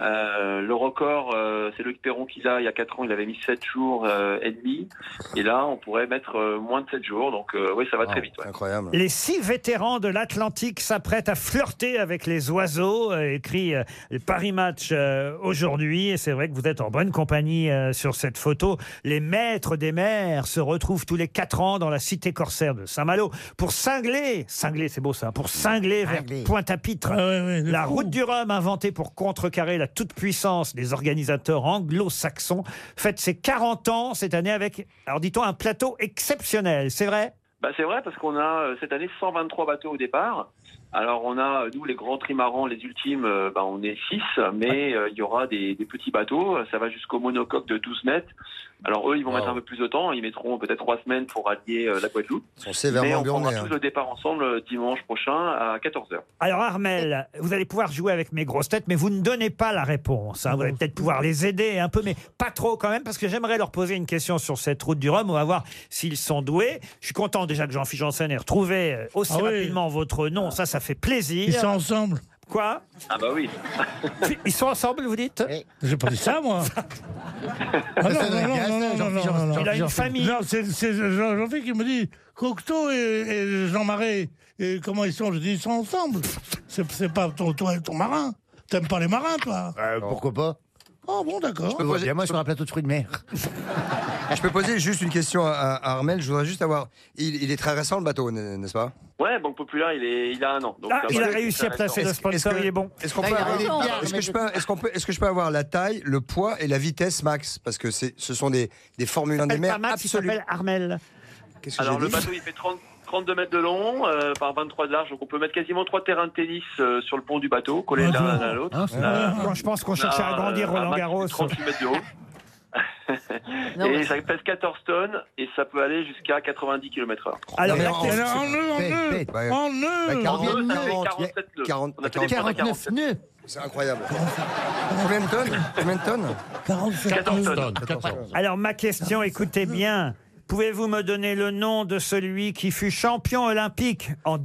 Speaker 12: Euh, le record, euh, c'est Loïc Perron qui l'a. Il y a 4 ans, il avait mis 7 jours euh, et demi. Et là, on pourrait mettre euh, moins de 7 jours. Donc, euh, oui, ça va très vite. ouais.
Speaker 6: Incroyable.
Speaker 4: Les six vétérans de l'Atlantique s'apprêtent à flirter avec les oiseaux, euh, écrit euh, le Paris Match euh, aujourd'hui. Et c'est vrai que vous êtes en bonne compagnie euh, sur cette photo. Les maîtres des mers se retrouvent tous les quatre ans dans la cité corsaire de Saint-Malo pour cingler, cingler c'est beau ça, pour cingler vers Pointe-à-Pitre. la route du Rhum inventée pour contrecarrer la toute-puissance des organisateurs anglo-saxons fête ses 40 ans cette année avec, alors dit-on, un plateau exceptionnel. C'est vrai
Speaker 12: Bah, c'est vrai parce qu'on a euh, cette année 123 bateaux au départ. Alors on a euh, nous les grands trimarans, les ultimes, euh, bah, on est 6, mais euh, il y aura des, des petits bateaux. Ça va jusqu'au monocoque de 12 mètres. Alors eux, ils vont mettre un peu plus de temps. Ils mettront peut-être trois semaines pour rallier euh, la Guadeloupe.
Speaker 6: sévèrement
Speaker 12: mais on prendra
Speaker 6: gournés, hein.
Speaker 12: tous le départ ensemble euh, dimanche prochain à 14 h
Speaker 4: Alors Armel, vous allez pouvoir jouer avec mes grosses têtes, mais vous ne donnez pas la réponse. hein. Vous allez peut-être pouvoir les aider un peu, mais pas trop quand même, parce que j'aimerais leur poser une question sur cette route du Rhum. On va voir s'ils sont doués. Je suis content déjà que Jean-Philippe Janssen ait retrouvé euh, aussi
Speaker 5: Ah oui.
Speaker 4: rapidement votre nom. Ça, ça fait plaisir.
Speaker 5: Ils sont ensemble.
Speaker 4: Quoi
Speaker 12: Ah bah oui.
Speaker 4: Ils sont ensemble, vous dites
Speaker 5: J'ai pas dit [LAUGHS] ça, moi. Ah non, non, non, non, non, non, non, non.
Speaker 4: Il a une famille.
Speaker 5: Non, c'est c'est Jean- Jean-Philippe qui me dit Cocteau et, et Jean Marais, et comment ils sont Je dis ils sont ensemble. C'est c'est pas ton, toi et ton marin. T'aimes pas les marins, toi
Speaker 6: Euh,
Speaker 8: Pourquoi pas
Speaker 5: Oh bon, d'accord.
Speaker 8: Je vois bien moi sur un plateau de fruits de mer.
Speaker 6: Je peux poser juste une question à, à Armel. Je voudrais juste avoir. Il, il est très récent le bateau, n'est- n'est-ce pas
Speaker 12: Ouais, Banque Populaire, il, est, Ah, il a un an. Donc, ça va, c'est intéressant.
Speaker 6: Est-ce
Speaker 12: Ah,
Speaker 6: qu'on peut, avoir- est-ce que je peux- est-ce qu'on peut- est-ce que je peux avoir la taille, le poids et la vitesse max Parce que c'est- ce sont des, des formules 1 des mers absolues.
Speaker 4: Armel.
Speaker 6: Qu'est-ce que
Speaker 12: Alors
Speaker 6: j'ai
Speaker 12: le
Speaker 6: dit
Speaker 12: bateau il fait 30, 32 mètres de long euh, par 23 de large, donc on peut mettre quasiment trois terrains de tennis euh, sur le pont du bateau, collés
Speaker 4: Ah,
Speaker 12: l'un
Speaker 4: bon.
Speaker 12: à l'autre.
Speaker 5: Hein,
Speaker 4: Ah, c'est
Speaker 12: Euh,
Speaker 4: vrai. Bon, je pense qu'on
Speaker 12: on
Speaker 4: cherche à
Speaker 12: a,
Speaker 4: agrandir
Speaker 12: euh, un
Speaker 4: Roland
Speaker 12: max de
Speaker 4: Garros.
Speaker 12: 38 mètres de haut.
Speaker 4: [LAUGHS] Non,
Speaker 12: et
Speaker 4: mais-
Speaker 12: ça pèse 14 tonnes et ça peut aller jusqu'à 90 km/h.
Speaker 4: Alors,
Speaker 6: Non, mais
Speaker 4: la
Speaker 6: en-
Speaker 4: question-
Speaker 6: en nœud, en Bête, nœud, bête. Ouais. en nœud. Bah, quarante-
Speaker 12: En nœud, ça fait
Speaker 6: quarante-
Speaker 12: 47 nœuds.
Speaker 6: quarante-
Speaker 12: On a fait des points à 47.
Speaker 6: nœuds C'est incroyable. Combien de tonnes Combien de tonnes
Speaker 12: 14 tonnes.
Speaker 4: Alors ma question, écoutez bien. Pouvez-vous me donner le nom de celui qui fut champion olympique en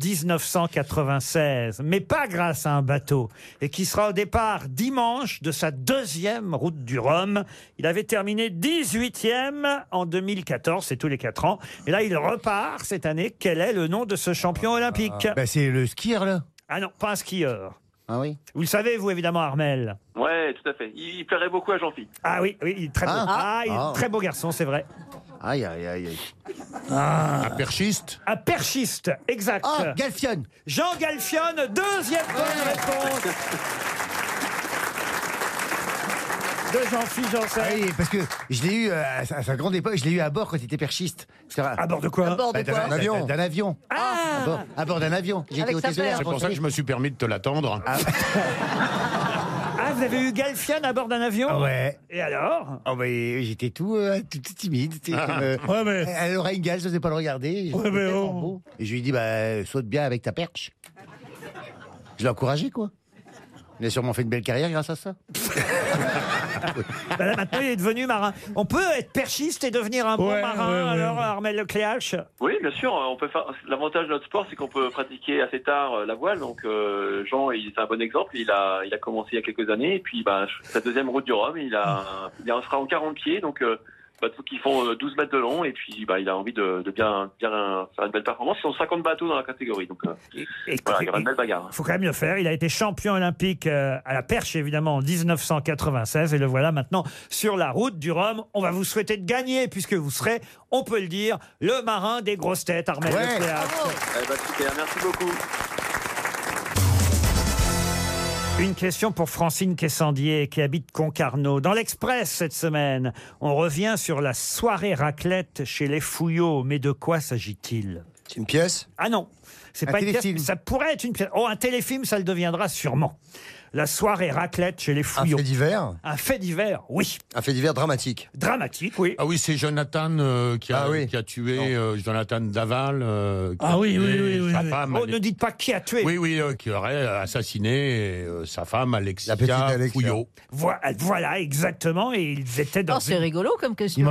Speaker 4: 1996, mais pas grâce à un bateau, et qui sera au départ dimanche de sa deuxième route du Rhum Il avait terminé 18e en 2014, c'est tous les quatre ans. Et là, il repart cette année. Quel est Ah, ben, le nom de ce champion olympique
Speaker 8: Bah, c'est le skieur là.
Speaker 4: Ah non, pas un skieur. Ah oui Vous le savez, vous, évidemment, Armel.
Speaker 12: Ouais, tout à fait. Il, il plairait beaucoup à Jean-Philippe.
Speaker 4: Ah oui, oui, il est très beau.
Speaker 12: Ah.
Speaker 4: Ah, il est
Speaker 12: Ah.
Speaker 4: très beau garçon, c'est vrai. Aïe, aïe, aïe,
Speaker 12: Ah.
Speaker 10: Un perchiste
Speaker 4: Un perchiste, exact.
Speaker 8: Ah, Galfionne.
Speaker 4: Jean Galfionne, deuxième bonne réponse de Jean-Philippe Janssen.
Speaker 8: Ah oui, parce que je l'ai eu euh, à sa, à sa grande époque, je l'ai eu à bord quand il était perchiste. À
Speaker 4: bord de quoi Ah
Speaker 8: À
Speaker 4: bord
Speaker 10: Bah,
Speaker 4: de quoi
Speaker 8: D'un avion. D'un avion. à bord, à bord d'un avion. J'étais au
Speaker 10: C'est pour ça que je me suis permis de te l'attendre.
Speaker 4: Ah, vous avez eu Galfian à bord d'un avion
Speaker 8: Ah Ouais.
Speaker 4: Et alors
Speaker 8: Eh. Oh, mais j'étais tout, euh, tout, tout timide. tu
Speaker 4: Ah.
Speaker 12: Ah.
Speaker 8: sais, comme, [LAUGHS] euh,
Speaker 4: Ouais, mais-
Speaker 8: À l'oreille je n'osais pas le regarder.
Speaker 4: Ouais, mais
Speaker 8: Tellement
Speaker 4: oh.
Speaker 8: beau. Et je lui ai dit, bah, saute bien avec ta perche. Je l'ai encouragé, quoi. Il a sûrement fait une belle carrière grâce à ça.
Speaker 4: Bah là, maintenant, il est devenu marin. On peut être perchiste et devenir un bon
Speaker 12: Ouais,
Speaker 4: marin,
Speaker 12: ouais, ouais,
Speaker 4: alors,
Speaker 12: ouais.
Speaker 4: Armel Lecléache
Speaker 12: Oui, bien sûr. On peut faire. L'avantage de notre sport, c'est qu'on peut pratiquer assez tard euh, la voile. Donc euh, Jean, il est un bon exemple. Il a, il a commencé il y a quelques années. Et puis, bah, sa deuxième route du Rhum, il a, il en sera en 40 pieds. Donc, euh, bateaux qui font euh, 12 mètres de long. Et puis, bah, il a envie de, de bien, bien faire une belle performance. Ils ont 50 bateaux dans la catégorie. Donc, euh, voilà, il y aura une belle bagarre.
Speaker 4: faut quand même le faire. Il a été champion olympique euh, à la perche, évidemment, en 1996. Et le voilà maintenant sur la route du Rhum. On va vous souhaiter de gagner, puisque vous serez, on peut le dire, le marin des grosses têtes, Armel Lecléache.
Speaker 12: Eh ben, super, merci beaucoup.
Speaker 4: Une question pour Francine Quessandier qui habite Concarneau. Dans l'Express cette semaine, on revient sur la soirée raclette chez les Fouillots. Mais de quoi s'agit-il
Speaker 6: C'est une pièce
Speaker 4: Ah non, c'est
Speaker 6: Un
Speaker 4: pas une pièce.
Speaker 6: téléfilm.
Speaker 4: mais Ça pourrait être une pièce. Oh, un téléfilm, ça le deviendra sûrement. La soirée raclette chez les Fouillots.
Speaker 6: fait divers
Speaker 4: Un fait divers, oui.
Speaker 6: Un fait divers dramatique.
Speaker 4: Dramatique, oui.
Speaker 10: Ah oui, c'est Jonathan euh, qui, a, qui a tué euh, Jonathan Daval. euh, qui a
Speaker 4: Ah oui,
Speaker 10: tué
Speaker 4: oui, oui, oui,
Speaker 10: Sa
Speaker 4: oui.
Speaker 10: femme.
Speaker 4: Oh,
Speaker 10: Alex-
Speaker 4: ne dites pas qui a tué.
Speaker 10: Oui, oui, euh, qui aurait assassiné euh, sa femme Alexia Pouillot.
Speaker 4: Voi- Voilà, exactement. Et ils étaient dans. Mmh.
Speaker 7: Oh, c'est rigolo comme question.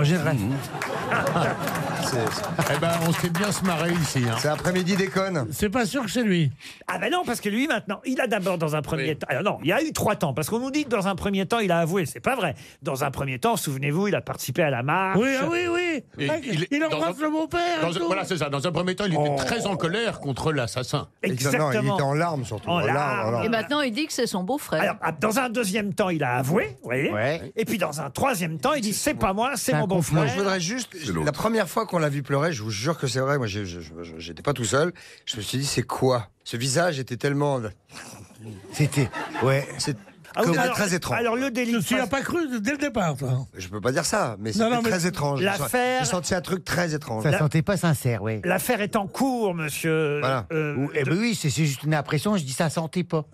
Speaker 10: Eh ben, on s'est bien se marrer ici. hein.
Speaker 6: C'est après-midi déconne.
Speaker 4: C'est pas sûr que c'est lui. Ah ben non, parce que lui maintenant, il a d'abord dans un premier temps. Alors non, il y a eu trois temps, parce qu'on nous dit que dans un premier temps, il a avoué, c'est pas vrai. Dans un premier temps, souvenez-vous, il a participé à la marche.
Speaker 10: Oui, ah oui, oui. Et Ah, il- il embrasse dans un- le
Speaker 4: beau-père. Oh.
Speaker 10: Dans un- voilà, c'est ça. Dans un premier temps, il était très en colère contre l'assassin.
Speaker 4: Exactement. Non, il était en larmes,
Speaker 6: surtout.
Speaker 4: En En
Speaker 10: Oh
Speaker 4: larmes, larmes. en larmes.
Speaker 7: Et maintenant, il dit que c'est son beau-frère.
Speaker 4: Ah, Dans un deuxième temps, il a avoué, vous voyez. Et puis dans un troisième temps, il dit c'est pas moi, c'est mon bon frère.
Speaker 6: Je voudrais juste. La première fois qu'on l'a vu pleurer, je vous jure que c'est vrai, moi j'ai- je- je- j'étais pas tout seul. Je me suis dit, c'est quoi Ce visage était tellement. [LAUGHS]
Speaker 8: C'était. Ouais.
Speaker 6: C'est
Speaker 4: Ah oui,
Speaker 6: C'était
Speaker 4: alors-
Speaker 6: très étrange.
Speaker 4: alors le délit-
Speaker 6: Tu as pas cru dès le départ, toi. Je peux pas dire ça, mais
Speaker 4: Non,
Speaker 6: c'était
Speaker 4: non, mais
Speaker 6: très étrange.
Speaker 4: l'affaire-
Speaker 6: J'ai senti un truc très étrange.
Speaker 8: Ça sentait pas sincère, ouais.
Speaker 4: L'affaire est en cours, monsieur.
Speaker 8: Voilà.
Speaker 4: euh,
Speaker 8: Ou- eh ben oui, c'est c'est juste une impression. Je dis ça
Speaker 4: [LAUGHS]
Speaker 8: sentait pas.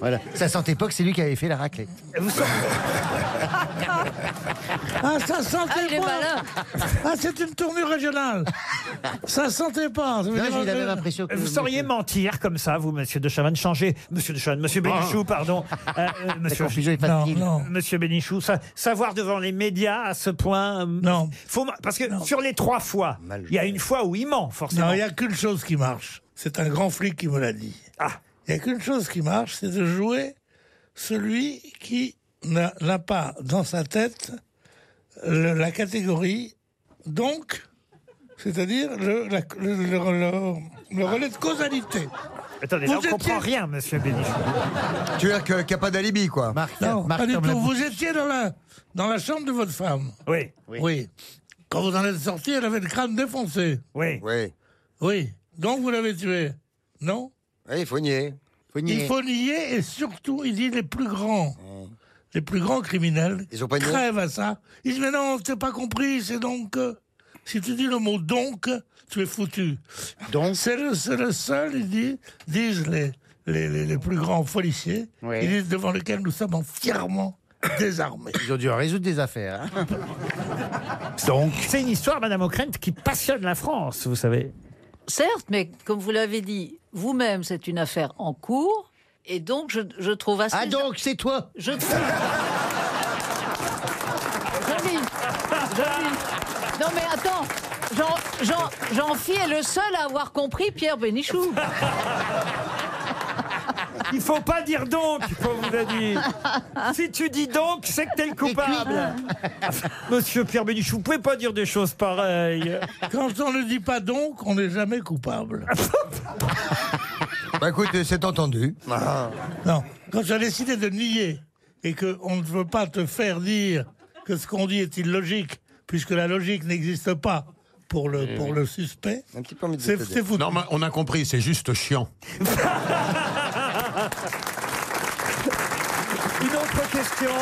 Speaker 8: voilà. Ça sentait pas que c'est lui qui avait fait la raclette.
Speaker 5: [LAUGHS] Ah, ça sentait
Speaker 7: Ah, il est
Speaker 5: pas.
Speaker 7: malin.
Speaker 5: Ah, c'est une tournure régionale. ça sentait pas. Ça veut dire-
Speaker 4: Vous sauriez mentir comme ça, vous, monsieur de Chavannes, changer. Monsieur de Chavannes, monsieur Bénichou, pardon. Euh, euh, monsieur
Speaker 8: D'accord, Figeaud est facile.
Speaker 4: Non, non. Monsieur Bénichou, ça- savoir devant les médias à ce point. Non. Faut, ma- parce que sur les trois fois, il y a une fois où il ment, forcément.
Speaker 5: Non, il n'y a qu'une chose qui marche. C'est un grand flic qui me l'a dit. Il n'y a qu'une chose qui marche, c'est de jouer celui qui n'a n'a pas dans sa tête le- la catégorie donc, c'est-à-dire le, la- le- le- le- le relais de causalité.
Speaker 4: Attendez,
Speaker 5: Vous
Speaker 4: là, on
Speaker 5: étiez-
Speaker 4: comprend rien, monsieur Bénichou.
Speaker 6: Tu veux dire que- qu'il n'y a pas d'alibi, quoi.
Speaker 5: Non,
Speaker 6: Marc
Speaker 5: pas du
Speaker 6: Tremblay.
Speaker 5: tout. Vous étiez dans la, dans la chambre de votre femme.
Speaker 4: Oui.
Speaker 5: Oui. Quand vous en êtes sorti, elle avait le crâne défoncé.
Speaker 4: Oui.
Speaker 6: Oui.
Speaker 5: Oui. Donc vous l'avez tué. Non
Speaker 6: Oui, il faut nier.
Speaker 5: Il faut nier et surtout, il dit les plus grands. Les plus grands criminels
Speaker 6: Ils ont pas nié
Speaker 5: crèvent à ça. Ils disent, mais non, t'as pas compris, c'est donc... euh, si tu dis le mot donc, tu es foutu.
Speaker 8: Donc
Speaker 5: C'est le, c'est le seul, ils disent, disent les, les, les, les plus grands policiers,
Speaker 8: Ouais.
Speaker 5: ils disent devant lesquels nous sommes fièrement [COUGHS] désarmés.
Speaker 8: Ils ont dû résoudre des affaires. hein.
Speaker 4: Donc. C'est une histoire, madame O'Krent, qui passionne la France, vous savez.
Speaker 7: Certes, mais comme vous l'avez dit, vous-même, c'est une affaire en cours. Et donc, je, je trouve assez. Ah, donc,
Speaker 8: c'est toi
Speaker 7: Je trouve. Joli. Joli. Non, mais attends. Jean, Jean, Jean-Phi est le seul à avoir compris Pierre
Speaker 4: [LAUGHS]
Speaker 7: Bénichou.
Speaker 4: Il faut pas dire donc, il faut vous le dire. Si tu dis donc, c'est que t'es le coupable. Monsieur Pierre Bénichou, vous pouvez pas dire des choses pareilles. [LAUGHS]
Speaker 5: Quand on ne dit pas donc, on n'est jamais coupable.
Speaker 6: Bah écoute, c'est entendu. Ah.
Speaker 5: Non, quand tu as décidé de nier et qu'on ne veut pas te faire dire que ce qu'on dit est illogique, puisque la logique n'existe pas pour le,
Speaker 10: Eh
Speaker 5: pour
Speaker 10: oui.
Speaker 5: le suspect, c'est c'est foutu.
Speaker 10: Non, mais on a compris, c'est juste chiant.
Speaker 4: Une autre question,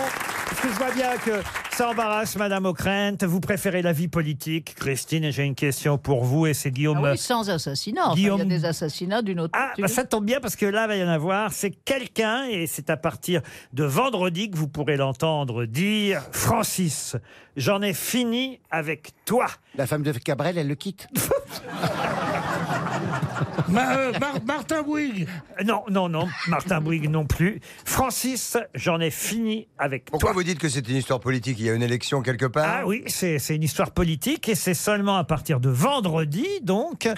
Speaker 4: parce que je vois bien que ça embarrasse Madame O'Krent. Vous préférez la vie politique, Christine, et j'ai une question pour vous, et c'est Guillaume.
Speaker 7: Ah oui, sans assassinat. Enfin,
Speaker 4: Guillaume-
Speaker 7: Il y a des assassinats d'une autre
Speaker 4: Ah, bah, ça tombe bien parce que là, il va y en avoir. C'est quelqu'un, et c'est à partir de vendredi que vous pourrez l'entendre dire Francis, j'en ai fini avec toi. La femme de Cabrel, elle le [LAUGHS] quitte. euh,
Speaker 5: Martin Bouygues.
Speaker 4: Non, non, non, Martin Bouygues non plus. Francis, j'en ai fini avec
Speaker 6: Pourquoi vous dites que c'est une histoire politique Il y a une élection quelque part
Speaker 4: Ah oui, c'est c'est une histoire politique et c'est seulement à partir de vendredi, donc.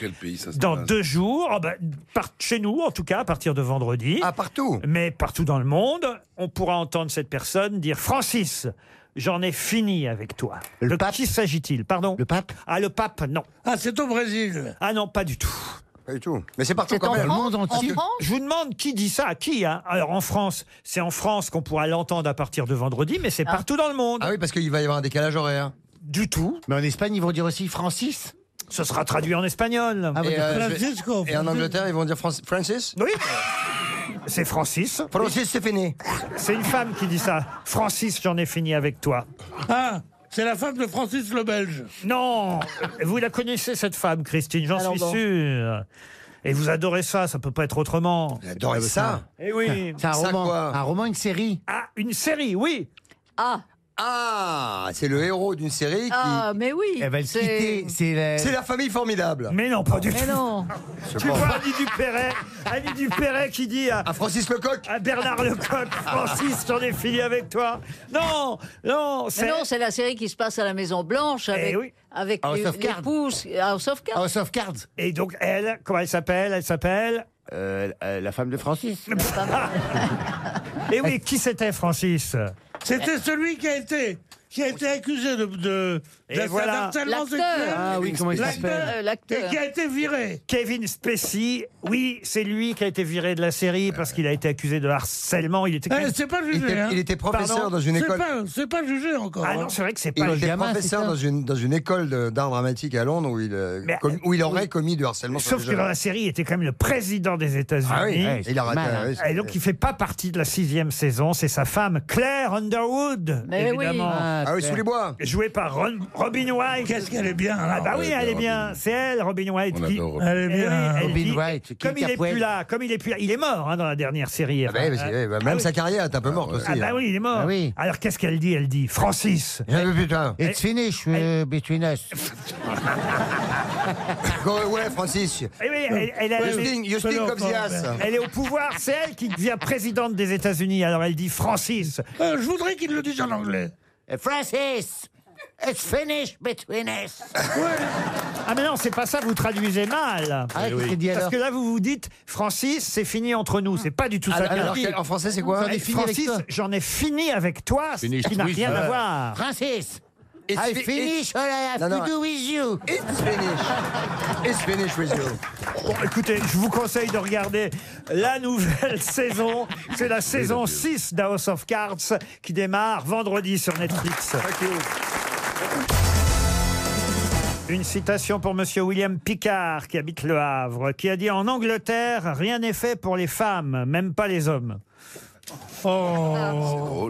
Speaker 4: Dans deux jours, oh ben, par, chez nous en tout cas, à partir de vendredi. Ah,
Speaker 6: partout
Speaker 4: Mais partout dans le monde, on pourra entendre cette personne dire Francis, j'en ai fini avec toi. Le pape Qui s'agit-il Pardon Le pape Ah, le pape, non.
Speaker 5: Ah, c'est au Brésil
Speaker 4: Ah non, pas du tout.
Speaker 6: Pas du tout. Mais c'est partout
Speaker 4: C'est
Speaker 6: quand même.
Speaker 4: Je vous demande qui dit ça à qui. hein. Alors en France, c'est en France qu'on pourra l'entendre à partir de vendredi, mais c'est partout dans le monde.
Speaker 6: Ah oui, parce qu'il va y avoir un décalage horaire.
Speaker 4: Du tout.
Speaker 8: Mais en Espagne, ils vont dire aussi Francis Ah
Speaker 4: Ce sera traduit en espagnol.
Speaker 6: Et, euh, je vais- et en Angleterre, ils vont dire Francis. Francis
Speaker 4: Oui. C'est Francis.
Speaker 6: Francis, c'est fini.
Speaker 4: C'est une femme qui dit ça. Francis, j'en ai fini avec toi.
Speaker 5: Ah, c'est la femme de Francis le Belge.
Speaker 4: Non Vous la connaissez, cette femme, Christine, j'en
Speaker 5: Alors
Speaker 4: suis
Speaker 5: bon.
Speaker 4: sûr. Et vous adorez ça, ça peut pas être autrement. Vous
Speaker 6: adorez ça
Speaker 4: Eh oui.
Speaker 8: C'est un roman. Un roman, une série.
Speaker 4: Ah, une série, oui.
Speaker 7: Ah,
Speaker 6: Ah, c'est le héros d'une série qui.
Speaker 7: ah, mais oui. c'est-
Speaker 8: C'est la...
Speaker 6: famille formidable.
Speaker 4: Mais non, pas du
Speaker 7: Mais
Speaker 4: tout.
Speaker 7: non.
Speaker 4: Tu vois Annie Dupéret, Annie Dupéret qui dit à,
Speaker 6: Francis Lecoq,
Speaker 4: à Bernard Lecoq, Francis, j'en ai fini avec toi. Non, non,
Speaker 7: Mais non, c'est la série qui se passe à la Maison
Speaker 4: Eh
Speaker 7: Blanche avec, avec
Speaker 4: House
Speaker 7: les,
Speaker 4: of
Speaker 7: les
Speaker 4: Cards.
Speaker 7: pouces. House of Cards.
Speaker 4: Et donc, elle, comment elle s'appelle Elle s'appelle
Speaker 8: la femme de Francis.
Speaker 4: [LAUGHS] Et oui, qui c'était, Francis
Speaker 5: C'était celui qui a été, qui a été accusé de, de
Speaker 4: Et
Speaker 5: d'harcè-
Speaker 4: voilà.
Speaker 5: d'harcèlement
Speaker 4: L'acteur.
Speaker 5: sexuel.
Speaker 4: Ah oui, comment il
Speaker 5: L'acteur.
Speaker 4: s'appelle Euh,
Speaker 5: Et
Speaker 4: l'acteur.
Speaker 5: qui a été viré.
Speaker 4: Kevin Spacey, oui, c'est lui qui a été viré de la série parce qu'il a été accusé de harcèlement. Il était,
Speaker 5: Eh, c'est pas jugé. hein.
Speaker 4: Pardon
Speaker 5: C'est pas- C'est pas, jugé encore.
Speaker 4: Ah
Speaker 5: hein.
Speaker 4: non, c'est vrai que c'est
Speaker 6: Il
Speaker 4: pas
Speaker 6: était professeur dans une, dans une école de- d'art dramatique à Londres où il, euh, com- où il aurait commis du harcèlement. sur
Speaker 4: Sauf
Speaker 6: des
Speaker 4: que
Speaker 6: jeunes.
Speaker 4: dans la série, il était quand même le président des États-Unis.
Speaker 6: Ah oui, ouais, il a raté, Mal, hein. ouais, c'est-
Speaker 4: Et donc, il fait pas partie de la sixième saison. C'est sa femme, Claire Underwood.
Speaker 6: Mais oui.
Speaker 4: évidemment.
Speaker 6: Ah, Ah oui, Claire. sous les bois.
Speaker 4: Jouée par Ron- Robin White.
Speaker 5: Qu'est-ce qu'elle est bien, hein.
Speaker 4: Ah,
Speaker 5: alors.
Speaker 4: bah oui,
Speaker 5: Ouais,
Speaker 4: elle est
Speaker 5: Robin.
Speaker 4: bien. C'est elle, Robin White.
Speaker 5: On
Speaker 4: qui-
Speaker 5: adore Robin. Elle est
Speaker 4: Eh
Speaker 5: bien, hein.
Speaker 4: elle
Speaker 5: Robin
Speaker 4: dit-
Speaker 5: White, Kim
Speaker 4: Comme il est
Speaker 5: Capwell.
Speaker 4: plus là, comme il est plus là. Il est mort hein, dans la dernière série. euh,
Speaker 6: Ah bah oui, parce que, oui, bah, même sa carrière est un peu morte aussi,
Speaker 4: Ah bah
Speaker 6: hein.
Speaker 4: oui, il est mort.
Speaker 6: Ah oui.
Speaker 4: Alors, qu'est-ce qu'elle dit Elle dit Francis.
Speaker 8: It's finished euh, between
Speaker 4: [LAUGHS]
Speaker 8: us. [LAUGHS] Oh,
Speaker 6: Go away, Francis.
Speaker 4: Eh oui, elle, elle a-
Speaker 6: You sting- you sting of the ass.
Speaker 4: Elle est au pouvoir, c'est elle qui devient présidente des États-Unis. Alors elle dit Francis.
Speaker 5: Euh, je voudrais qu'il le dise en anglais.
Speaker 8: Euh, Francis, it's finished between us.
Speaker 4: Ah mais non, c'est pas ça, vous traduisez mal.
Speaker 8: Ah, Eh oui. qu'est-ce qu'elle dit
Speaker 4: Parce
Speaker 8: alors
Speaker 4: que là, vous vous dites, Francis, c'est fini entre nous. C'est pas du tout ça.
Speaker 8: Alors-
Speaker 4: qu'elle
Speaker 8: alors
Speaker 4: dit.
Speaker 8: qu'elle- en français, c'est quoi J'en ai fini avec
Speaker 4: Francis,
Speaker 8: toi.
Speaker 4: j'en ai fini avec toi, ce
Speaker 8: Finished
Speaker 4: qui n'a
Speaker 8: with
Speaker 4: rien à
Speaker 8: her.
Speaker 4: voir.
Speaker 8: euh, Francis,
Speaker 6: It's
Speaker 8: I
Speaker 6: fi-
Speaker 8: finish
Speaker 6: it's-
Speaker 8: all I have
Speaker 6: Non, non.
Speaker 8: to do with you.
Speaker 6: It's finished. It's finished with you.
Speaker 4: Bon, écoutez, je vous conseille de regarder la nouvelle [LAUGHS] saison. C'est la saison 6 d'House of Cards qui démarre vendredi sur Netflix. Une citation pour Monsieur William Picard, qui habite Le Havre, qui a dit En Angleterre, rien n'est fait pour les femmes, même pas les hommes. Oh.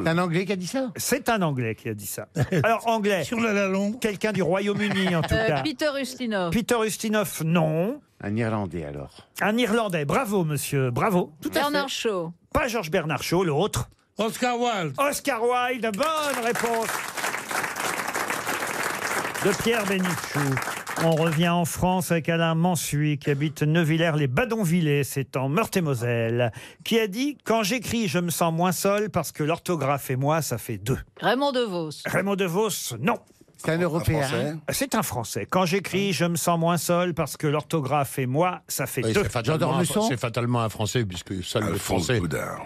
Speaker 8: C'est un Anglais qui a dit ça
Speaker 4: C'est un Anglais qui a dit
Speaker 8: [LAUGHS]
Speaker 4: ça. Alors, Anglais. Sur Quelqu'un du Royaume-Uni, en tout
Speaker 7: Euh,
Speaker 4: cas.
Speaker 7: Peter Ustinov.
Speaker 4: Peter Ustinov, non.
Speaker 8: Un Irlandais alors.
Speaker 4: Un Irlandais. Bravo, monsieur. Bravo. Tout à fait.
Speaker 7: Bernard Shaw.
Speaker 4: Pas Georges Bernard Shaw, l'autre.
Speaker 5: Oscar Wilde.
Speaker 4: Oscar Wilde, bonne réponse de Pierre Bénichou. On revient en France avec Alain Mansuy qui habite Neuvillers-les-Badonvillers, c'est en Meurthe-et-Moselle, qui a dit « Quand j'écris, je me sens moins seul parce que l'orthographe et moi, ça fait deux.
Speaker 7: Raymond DeVos. »
Speaker 4: Raymond DeVos, non. C'est un
Speaker 7: Européen. Français
Speaker 4: C'est un Français. Quand j'écris, je me sens moins seul parce que l'orthographe et moi, ça fait
Speaker 10: Oui,
Speaker 4: deux.
Speaker 10: c'est, fatalement un, c'est fatalement un Français, puisque seuls les Français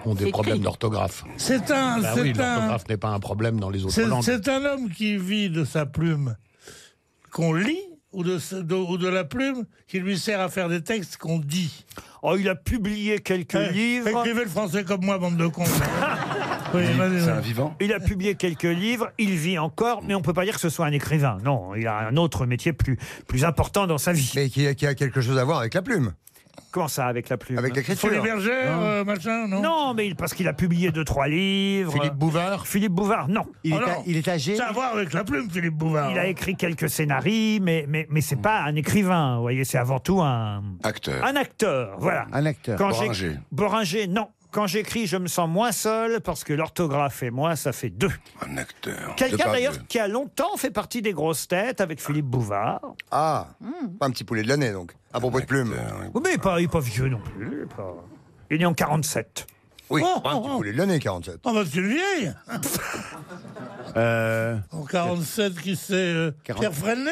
Speaker 10: ont des
Speaker 4: Écrit.
Speaker 10: problèmes d'orthographe.
Speaker 5: C'est un-
Speaker 10: Bah
Speaker 5: c'est
Speaker 10: oui,
Speaker 5: un-
Speaker 10: l'orthographe n'est pas un problème dans les autres
Speaker 5: C'est
Speaker 10: langues.
Speaker 5: c'est un homme qui vit de sa plume qu'on lit ou de, ce- de- ou de la plume qui lui sert à faire des textes qu'on dit.
Speaker 4: Oh, il a publié quelques
Speaker 5: Eh,
Speaker 4: livres.
Speaker 5: écrivez le français comme moi, bande de cons.
Speaker 4: hein. [LAUGHS] Oui,
Speaker 5: vas-y, C'est vas-y. un
Speaker 9: vivant.
Speaker 4: Il a publié quelques livres, il vit encore, mais on peut pas dire que ce soit un écrivain. Non, il a un autre métier plus, plus important dans sa vie. Mais qui a, quelque chose à voir avec la plume. Comment ça, avec la plume Avec
Speaker 5: Faut les bergères, euh, machin, non
Speaker 4: Non, mais il- parce qu'il a publié deux, trois livres.
Speaker 5: Philippe
Speaker 4: Bouvard Philippe Bouvard, non.
Speaker 5: Il est Ah non. il est âgé Ça a à voir avec la plume, Philippe Bouvard. hein.
Speaker 4: Il a écrit quelques scénarios, mais, mais, mais
Speaker 5: Mm.
Speaker 4: c'est pas un écrivain, vous voyez, c'est avant tout un...
Speaker 9: Acteur.
Speaker 4: Un acteur, voilà.
Speaker 9: Un acteur.
Speaker 4: Quand
Speaker 9: Boringer.
Speaker 4: j'éc- Boringer, non. Quand j'écris, je me sens moins seul parce que l'orthographe et moi, ça fait deux.
Speaker 9: Un acteur.
Speaker 4: Quelqu'un
Speaker 9: Depardieu.
Speaker 4: d'ailleurs qui a longtemps fait partie des grosses têtes avec Philippe Bouvard.
Speaker 6: Ah,
Speaker 7: Hmm.
Speaker 6: pas un petit poulet de l'année donc. À propos de plume.
Speaker 4: Oui, mais pas, il est pas vieux non plus. il est pas- Il est né en 47.
Speaker 6: Oui,
Speaker 4: Oh,
Speaker 6: pas un petit poulet de l'année 47.
Speaker 5: Oh, bah, c'est une vieille En 47, qui c'est euh, Pierre Freinet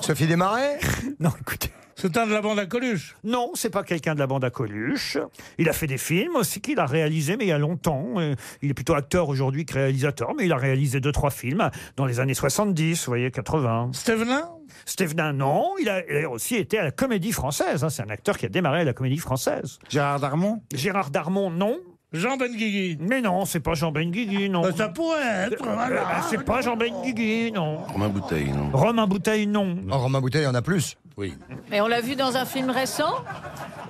Speaker 6: [LAUGHS] Sophie Desmarais
Speaker 4: [LAUGHS] Non, écoutez.
Speaker 5: C'est un de la bande à Coluche
Speaker 4: Non, c'est pas quelqu'un de la bande à Coluche. Il a fait des films aussi qu'il a réalisé, mais il y a longtemps. Euh, Il est plutôt acteur aujourd'hui que réalisateur, mais il a réalisé deux, trois films dans les années 70, vous voyez, 80.
Speaker 5: Stevenin
Speaker 4: Stevenin, non. Il a d'ailleurs aussi été à la comédie française. hein. C'est un acteur qui a démarré à la comédie française. Gérard Darmon Gérard Darmon, non.
Speaker 5: Jean Benguigui Bah,
Speaker 4: Mais non, c'est pas Jean Benguigui, non.
Speaker 5: Ça pourrait être,
Speaker 4: Euh,
Speaker 5: voilà.
Speaker 4: ah, c'est pas Jean Benguigui, non.
Speaker 9: Romain Bouteille, non
Speaker 4: Romain Bouteille, non.
Speaker 6: Romain Bouteille, il y en a plus.
Speaker 9: Oui.
Speaker 7: Mais on l'a vu dans un film récent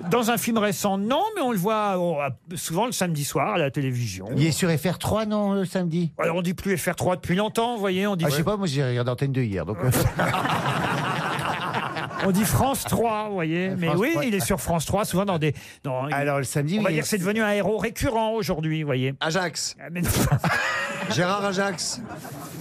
Speaker 4: Dans un film récent, non, mais on le voit oh, à- souvent le samedi soir à la télévision.
Speaker 8: Il est sur FR3, non, le samedi
Speaker 4: Alors on dit plus FR3 depuis longtemps, vous voyez, on dit,
Speaker 8: Ah, je sais pas, moi j'ai regardé Antenne 2 hier, donc... euh.
Speaker 4: [LAUGHS] on dit France 3, vous voyez. Mais
Speaker 8: Euh, France
Speaker 4: oui,
Speaker 8: 3.
Speaker 4: il est sur France 3, souvent dans des... Dans, Alors le samedi... On va
Speaker 8: oui,
Speaker 4: dire
Speaker 8: il-
Speaker 4: que c'est devenu un héros récurrent aujourd'hui, vous voyez. Ah,
Speaker 6: Ajax.
Speaker 8: [LAUGHS]
Speaker 4: Gérard
Speaker 6: Ajax.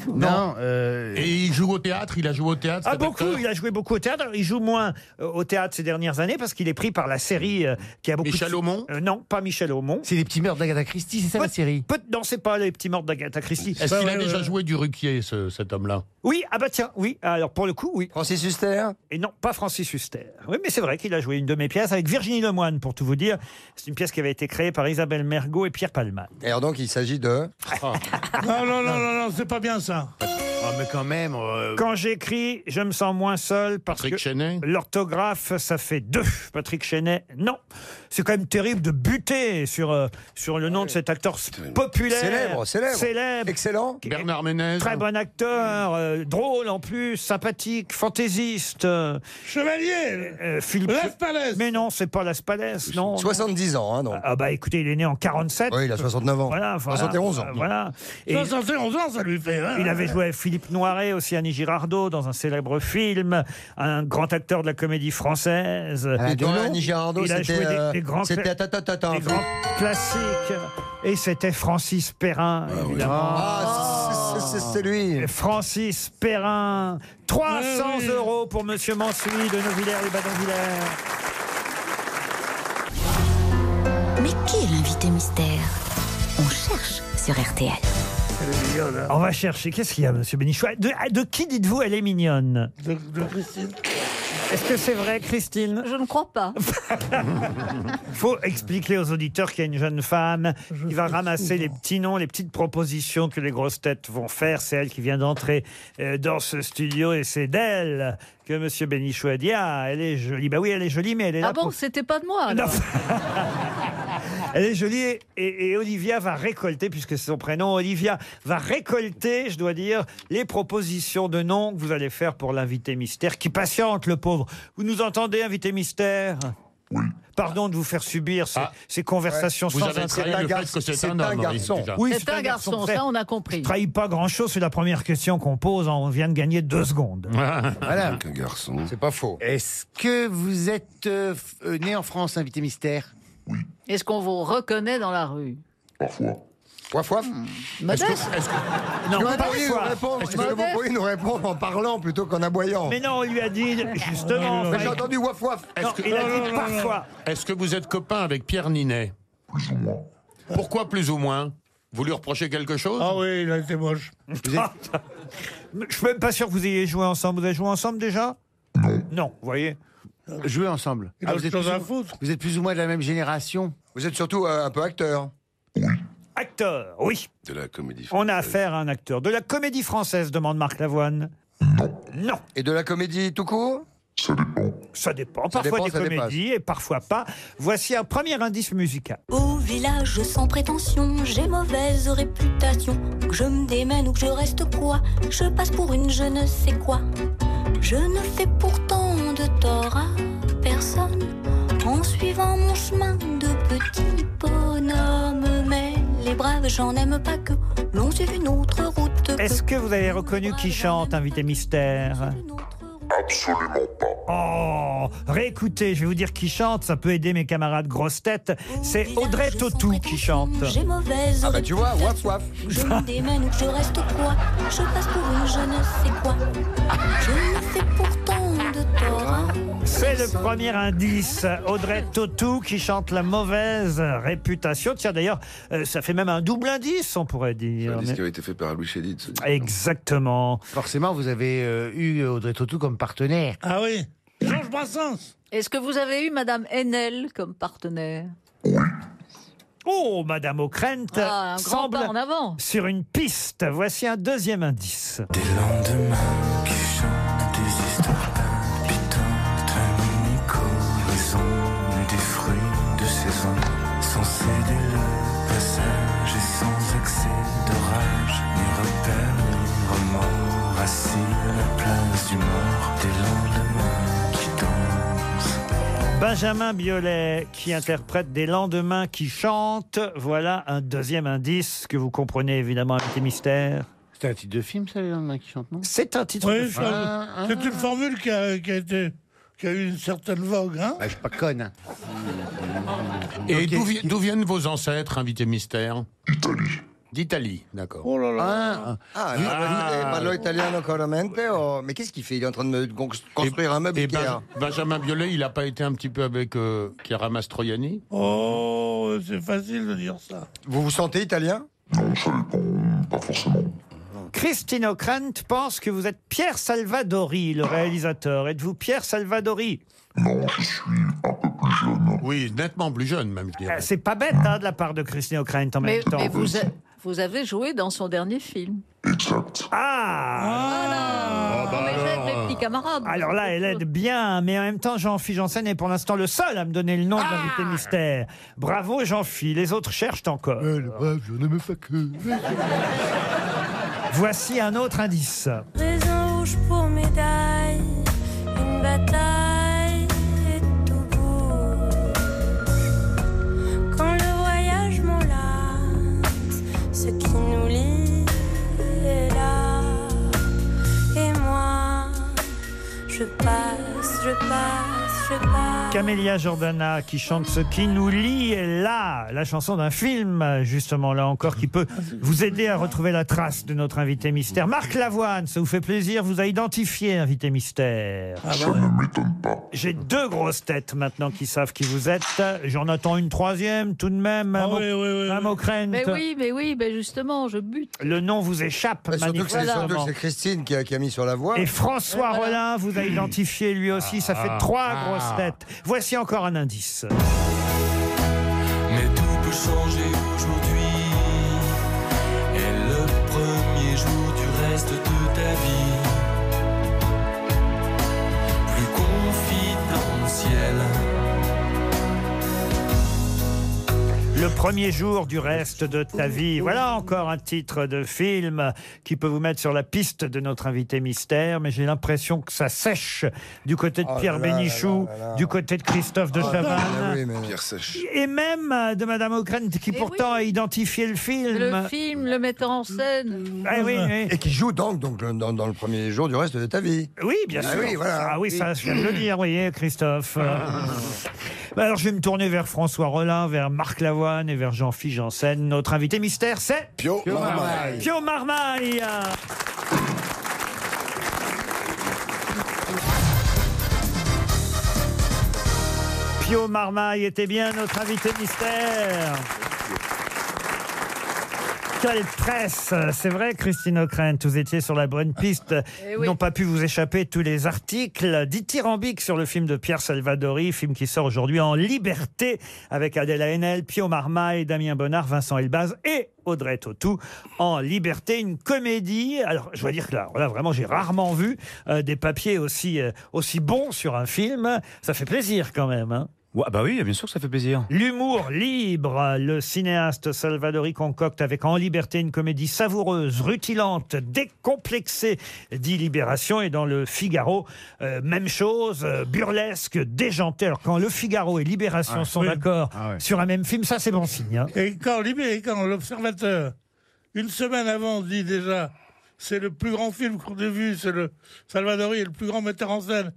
Speaker 4: Non.
Speaker 5: euh,
Speaker 10: Et il joue au théâtre, il a joué au théâtre.
Speaker 4: Ah
Speaker 10: cet
Speaker 4: beaucoup,
Speaker 10: acteur
Speaker 4: il a joué beaucoup au théâtre. Il joue moins euh, au théâtre ces dernières années parce qu'il est pris par la série euh, qui a beaucoup.
Speaker 10: Michel
Speaker 4: Aumont. non, pas Michel Aumont.
Speaker 8: C'est les petits meurtres d'Agatha Christie, c'est ça la série
Speaker 4: Peut, non, c'est pas les petits morts d'Agatha Christie.
Speaker 10: Est-ce qu'il
Speaker 5: euh,
Speaker 10: a déjà joué du Ruquier, ce- cet homme-là
Speaker 4: Oui, ah bah tiens, oui. Alors pour le coup, oui.
Speaker 6: Francis Huster
Speaker 4: Et non, pas Francis Huster. Oui, mais c'est vrai qu'il a joué une de mes pièces avec Virginie Lemoine, pour tout vous dire. C'est une pièce qui avait été créée par Isabelle Mergot et Pierre Palman.
Speaker 6: Et alors donc il s'agit de.
Speaker 4: Ah.
Speaker 6: [LAUGHS] Ah,
Speaker 5: Non, non, non, non, non, c'est pas bien ça.
Speaker 8: Ah, mais quand même... euh,
Speaker 4: Quand j'écris, je me sens moins seul parce que l'orthographe, ça fait deux. Patrick Chenet, non. C'est quand même terrible de buter sur, euh, sur le nom de cet acteur s- populaire.
Speaker 6: Ah Célèbre, célèbre.
Speaker 4: Célèbre.
Speaker 6: Excellent.
Speaker 4: Bernard Ménez. Très bon acteur, euh, drôle en plus, sympathique, fantaisiste. Euh,
Speaker 5: Chevalier
Speaker 4: Philippe
Speaker 5: Las Palais
Speaker 4: Mais non, c'est pas Las Palais, non.
Speaker 6: 70 ans, hein, non
Speaker 4: Ah bah écoutez, il est né en 47.
Speaker 6: Oui, il a 69 ans.
Speaker 4: Voilà, voilà.
Speaker 6: 71 ans.
Speaker 4: Voilà. Et-
Speaker 5: 71 ans, ça lui fait. hein.
Speaker 4: il avait joué avec Philippe Noiret, aussi Annie Girardot, dans un célèbre film, un grand acteur de la comédie française.
Speaker 6: Et dans Annie Girardot,
Speaker 4: Il a
Speaker 6: c'était,
Speaker 4: joué des-
Speaker 6: euh,
Speaker 4: des grands
Speaker 6: c'était
Speaker 4: cla-
Speaker 6: attends, attends, attends,
Speaker 4: des
Speaker 6: attends.
Speaker 4: grands classiques. Et c'était Francis Perrin, évidemment.
Speaker 6: Ah, c'est- c'est- c'est- c'est lui.
Speaker 4: Francis Perrin. 300 euros pour Monsieur Mansoui de Novillers et Badonvillers.
Speaker 11: Mais qui est l'invité mystère On cherche sur RTL.
Speaker 4: On va chercher. Qu'est-ce qu'il y a, Monsieur Bénichou de, ah, de qui dites-vous elle est mignonne
Speaker 5: De, de Christine.
Speaker 4: Est-ce que c'est vrai, Christine
Speaker 7: Je ne crois
Speaker 4: [LAUGHS]
Speaker 7: pas.
Speaker 4: faut expliquer aux auditeurs qu'il y a une jeune femme qui va ramasser les petits noms, les petites propositions que les grosses têtes vont faire. C'est elle qui vient d'entrer euh, dans ce studio et c'est d'elle que Monsieur Bénichou a dit Ah, elle est jolie. Bah oui, elle est jolie, mais elle est là.
Speaker 7: Ah bon,
Speaker 4: pour-
Speaker 7: c'était pas de moi
Speaker 4: [LAUGHS]
Speaker 7: alors.
Speaker 4: Elle est jolie et, et- et Olivia va récolter, puisque c'est son prénom, Olivia va récolter, je dois dire, les propositions de noms que vous allez faire pour l'invité mystère qui patiente, le pauvre. Vous nous entendez, invité mystère Pardon de vous faire subir ces, ces conversations
Speaker 10: Ah. Vous
Speaker 4: sans
Speaker 10: avez
Speaker 4: intérêt.
Speaker 10: trahi le fait que c'est un homme, oui, déjà.
Speaker 4: Oui,
Speaker 7: c'est un garçon, ça on a compris.
Speaker 4: trahit pas grand-chose, c'est la première question qu'on pose, on vient de gagner deux secondes.
Speaker 8: Voilà.
Speaker 9: Un garçon.
Speaker 6: C'est pas faux.
Speaker 8: Est-ce que vous êtes euh, f- euh, né en France, invité mystère
Speaker 7: Est-ce qu'on vous reconnaît dans la rue Hmm.
Speaker 6: Waf waf.
Speaker 7: Modeste
Speaker 4: Non,
Speaker 6: Est-ce
Speaker 4: pas
Speaker 6: que vous pourriez nous
Speaker 4: waf.
Speaker 6: répondre- Est-ce que vous
Speaker 7: Modeste.
Speaker 6: pourriez nous répondre en parlant plutôt qu'en
Speaker 5: Oh.
Speaker 6: aboyant
Speaker 4: Mais non, on lui a dit, justement,
Speaker 6: Mais J'ai
Speaker 4: enfin,
Speaker 6: entendu waf waf.
Speaker 4: non, il a dit parfois.
Speaker 10: Est-ce que vous êtes copain avec Pierre Ninet Pourquoi plus ou moins Vous lui reprochez quelque chose
Speaker 5: Ah oui, il a été moche. [LAUGHS]
Speaker 4: Je suis même pas sûr que vous ayez joué ensemble. Vous avez joué ensemble déjà Non, vous voyez.
Speaker 8: Jouer ensemble.
Speaker 5: Il a autre
Speaker 8: Ah, vous, êtes
Speaker 5: chose
Speaker 8: plus
Speaker 5: à
Speaker 8: ou-
Speaker 5: foutre.
Speaker 8: vous êtes plus ou moins de la même génération
Speaker 6: Vous êtes surtout euh, un peu acteur.
Speaker 4: Acteur, oui.
Speaker 9: De la comédie.
Speaker 4: On a affaire à un acteur. De la comédie française, demande Marc Lavoine. Non.
Speaker 6: Et de la comédie tout court
Speaker 4: Ça dépend. Ça dépend.
Speaker 15: Ça
Speaker 4: Parfois
Speaker 15: dépend, ça
Speaker 4: des comédies et parfois pas. Voici un premier indice musical.
Speaker 3: Au village sans prétention, j'ai mauvaise réputation. Que je me démène ou que je reste quoi, je passe pour une je ne sais quoi. Je ne fais pourtant de tort à personne en suivant mon chemin de petit bonhomme. Mais les braves, j'en aime pas que l'on suive une autre route.
Speaker 4: Est-ce que vous avez reconnu qui chante, invité mystère
Speaker 13: Absolument pas.
Speaker 4: Oh, réécoutez, je vais vous dire qui chante, ça peut aider mes camarades grosses têtes. C'est Audrey Tautou qui chante.
Speaker 3: J'ai mauvaise
Speaker 4: Ah bah tu vois,
Speaker 3: réputation. Je
Speaker 4: [LAUGHS]
Speaker 3: me démène ou que je reste quoi Je passe pour une je ne sais quoi. Je ne fais pourtant de tort à
Speaker 4: C'est le premier indice. Audrey Tautou qui chante la mauvaise réputation. Tiens, d'ailleurs, euh, ça fait même un double indice, on pourrait dire.
Speaker 9: Ce qui avait été fait par Louis Chédid. ce-
Speaker 4: Exactement.
Speaker 8: Forcément, vous avez euh, eu Audrey Tautou comme partenaire.
Speaker 7: Ah oui
Speaker 5: Georges Brassens
Speaker 7: Est-ce que vous avez eu Madame Henel comme partenaire
Speaker 4: Oh, Madame O'Krent
Speaker 7: Ah, un grand
Speaker 4: semble
Speaker 7: pas en avant.
Speaker 4: sur une piste. Voici un deuxième indice.
Speaker 13: Des histoires palpitantes, unicornes, des fruits de saison, sans céder le passage et sans excès d'orage, ni repères, ni remords, assis à la place du mort, des lendemains qui dansent.
Speaker 4: Benjamin Biolay qui interprète des lendemains qui chantent. Voilà un deuxième indice que vous comprenez évidemment avec les mystères.
Speaker 8: C'est un titre de film, ça, les lendemains qui chantent, non
Speaker 4: C'est un titre de
Speaker 5: Oui,
Speaker 4: film.
Speaker 5: ça- c'est une formule qui a, qui a été- qui a eu une certaine vogue. Hein
Speaker 8: je suis pas conne.
Speaker 10: Et d'où vi- d'où viennent vos ancêtres, invité mystère D'Italie. D'Italie, d'accord.
Speaker 6: Oh là
Speaker 8: là.
Speaker 6: Ah,
Speaker 10: Oui.
Speaker 6: ah,
Speaker 10: Ah.
Speaker 6: parlo italiano coramente, oh. Mais qu'est-ce qu'il fait Il est en train de me con- construire un meuble
Speaker 10: Et
Speaker 6: Ikea.
Speaker 10: Ben- Benjamin Biolay, il n'a pas été un petit peu avec euh, Chiara Mastroianni
Speaker 5: Oh, c'est facile de dire
Speaker 4: [LAUGHS]
Speaker 5: ça.
Speaker 6: Vous vous sentez italien
Speaker 4: Christine O'Krent pense que vous êtes Pierre Salvadori, le réalisateur. Êtes-vous Pierre Salvadori
Speaker 10: Oui, nettement plus jeune, même, je dirais.
Speaker 4: Euh, C'est pas bête hein, de la part de Christine O'Krent en
Speaker 7: mais,
Speaker 4: même temps.
Speaker 7: mais vous, a- vous avez joué dans son dernier film.
Speaker 4: Ah
Speaker 7: Mais j'aide mes petits camarades.
Speaker 4: Alors là, elle aide bien, mais en même temps, Jean-Philippe Janssen est pour l'instant le seul à me donner le nom de l'invité mystère. Bravo, Jean-Philippe. Les autres cherchent encore. Voici un autre indice.
Speaker 13: Raisin rouge pour médaille, une bataille est tout bout. Quand le voyage m'enlace, ce qui nous lie est là. Et moi, je passe, je passe, je passe.
Speaker 4: Camélia Jordana qui chante ce qui nous lie est là, la chanson d'un film, justement là encore, qui peut vous aider à retrouver la trace de notre invité mystère. Marc Lavoine, ça vous fait plaisir, vous a identifié, invité mystère.
Speaker 6: Ah
Speaker 4: J'ai deux grosses têtes maintenant qui savent qui vous êtes. J'en attends une troisième tout de même. Mme O- Mme O'Krent.
Speaker 7: Mais oui, mais oui, mais justement, je bute.
Speaker 4: Le nom vous échappe,
Speaker 6: Ouais, Surtout que c'est
Speaker 4: manifestement.
Speaker 6: surtout que c'est Christine qui a, qui a mis sur la voie.
Speaker 4: Et François
Speaker 6: Ouais, voilà.
Speaker 4: Rollin vous a identifié lui aussi, ça fait
Speaker 6: Ah.
Speaker 4: trois
Speaker 6: Ah.
Speaker 4: grosses têtes. Voici encore un indice.
Speaker 13: Mais tout peut changer aujourd'hui. Et le premier jour du reste de ta vie. Plus confidentiel.
Speaker 4: Le premier jour du reste de ta vie. Voilà encore un titre de film qui peut vous mettre sur la piste de notre invité mystère, mais j'ai l'impression que ça sèche du côté de
Speaker 6: Oh là
Speaker 4: Pierre
Speaker 6: là là
Speaker 4: Bénichou,
Speaker 6: là là.
Speaker 4: du côté de Christophe de
Speaker 6: Ah,
Speaker 4: Chavannes.
Speaker 6: mais oui, mais-
Speaker 4: Et même euh, de Madame O'Krent, qui pourtant a identifié le film.
Speaker 7: Le film, le metteur en scène.
Speaker 4: Eh
Speaker 6: Ah. Et qui joue donc, donc le- dans, dans le premier jour du reste de ta vie.
Speaker 4: Oui, bien
Speaker 6: Ah
Speaker 4: sûr.
Speaker 6: oui, voilà.
Speaker 4: Ah oui, ça, je viens de le dire, vous voyez, Christophe. Euh, bah alors, je vais me tourner vers François Rollin, vers Marc Lavoine et vers Jean-Philippe Janssen. Notre invité mystère, c'est
Speaker 9: Pio, Marmaille.
Speaker 4: Pio Marmaille. Pio Marmaille était bien notre invité mystère. Quelle presse Euh, C'est vrai, Christine O'Krent, vous étiez sur la bonne piste.
Speaker 7: Eh
Speaker 4: Ils
Speaker 7: oui.
Speaker 4: N'ont pas pu vous échapper tous les articles dithyrambiques sur le film de Pierre Salvadori, film qui sort aujourd'hui en liberté avec Adèle Haenel, Pio Marmaille, Damien Bonnard, Vincent Elbaz et Audrey Tautou en liberté, une comédie. Alors, je dois dire que là, là, vraiment, j'ai rarement vu euh, des papiers aussi, euh, aussi bons sur un film. Ça fait plaisir quand même. hein.
Speaker 16: bah oui, bien sûr que ça fait plaisir.
Speaker 4: L'humour libre, le cinéaste Salvadori concocte avec En Liberté une comédie savoureuse, rutilante, décomplexée, dit Libération. Et dans le Figaro, euh, même chose, euh, burlesque, déjanté. Alors quand le Figaro et Libération
Speaker 5: Ah,
Speaker 4: sont
Speaker 5: oui.
Speaker 4: d'accord
Speaker 5: Ah ouais.
Speaker 4: sur un même film, ça c'est bon signe. hein.
Speaker 5: Et quand Libé, quand l'observateur, une semaine avant, dit déjà, c'est le plus grand film qu'on ait vu, c'est le Salvadori est le plus grand metteur en scène,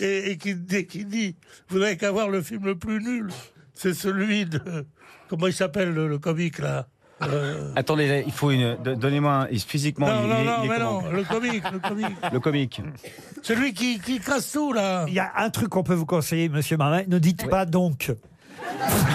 Speaker 5: et, et qui, dès qu'il dit, vous n'avez qu'à voir le film le plus nul, c'est celui de, comment il s'appelle le, le comique là Euh,
Speaker 16: Attendez, là, il faut une. do- Donnez-moi un. il- Physiquement,
Speaker 5: Non,
Speaker 16: il,
Speaker 5: non,
Speaker 16: il est-
Speaker 5: non,
Speaker 16: il est
Speaker 5: mais
Speaker 16: comment
Speaker 5: non, le comique, le comique.
Speaker 16: Le comique.
Speaker 5: Celui qui, qui casse tout, là.
Speaker 4: Il y a un truc qu'on peut vous conseiller, monsieur Martin, ne dites pas donc.
Speaker 5: [LAUGHS]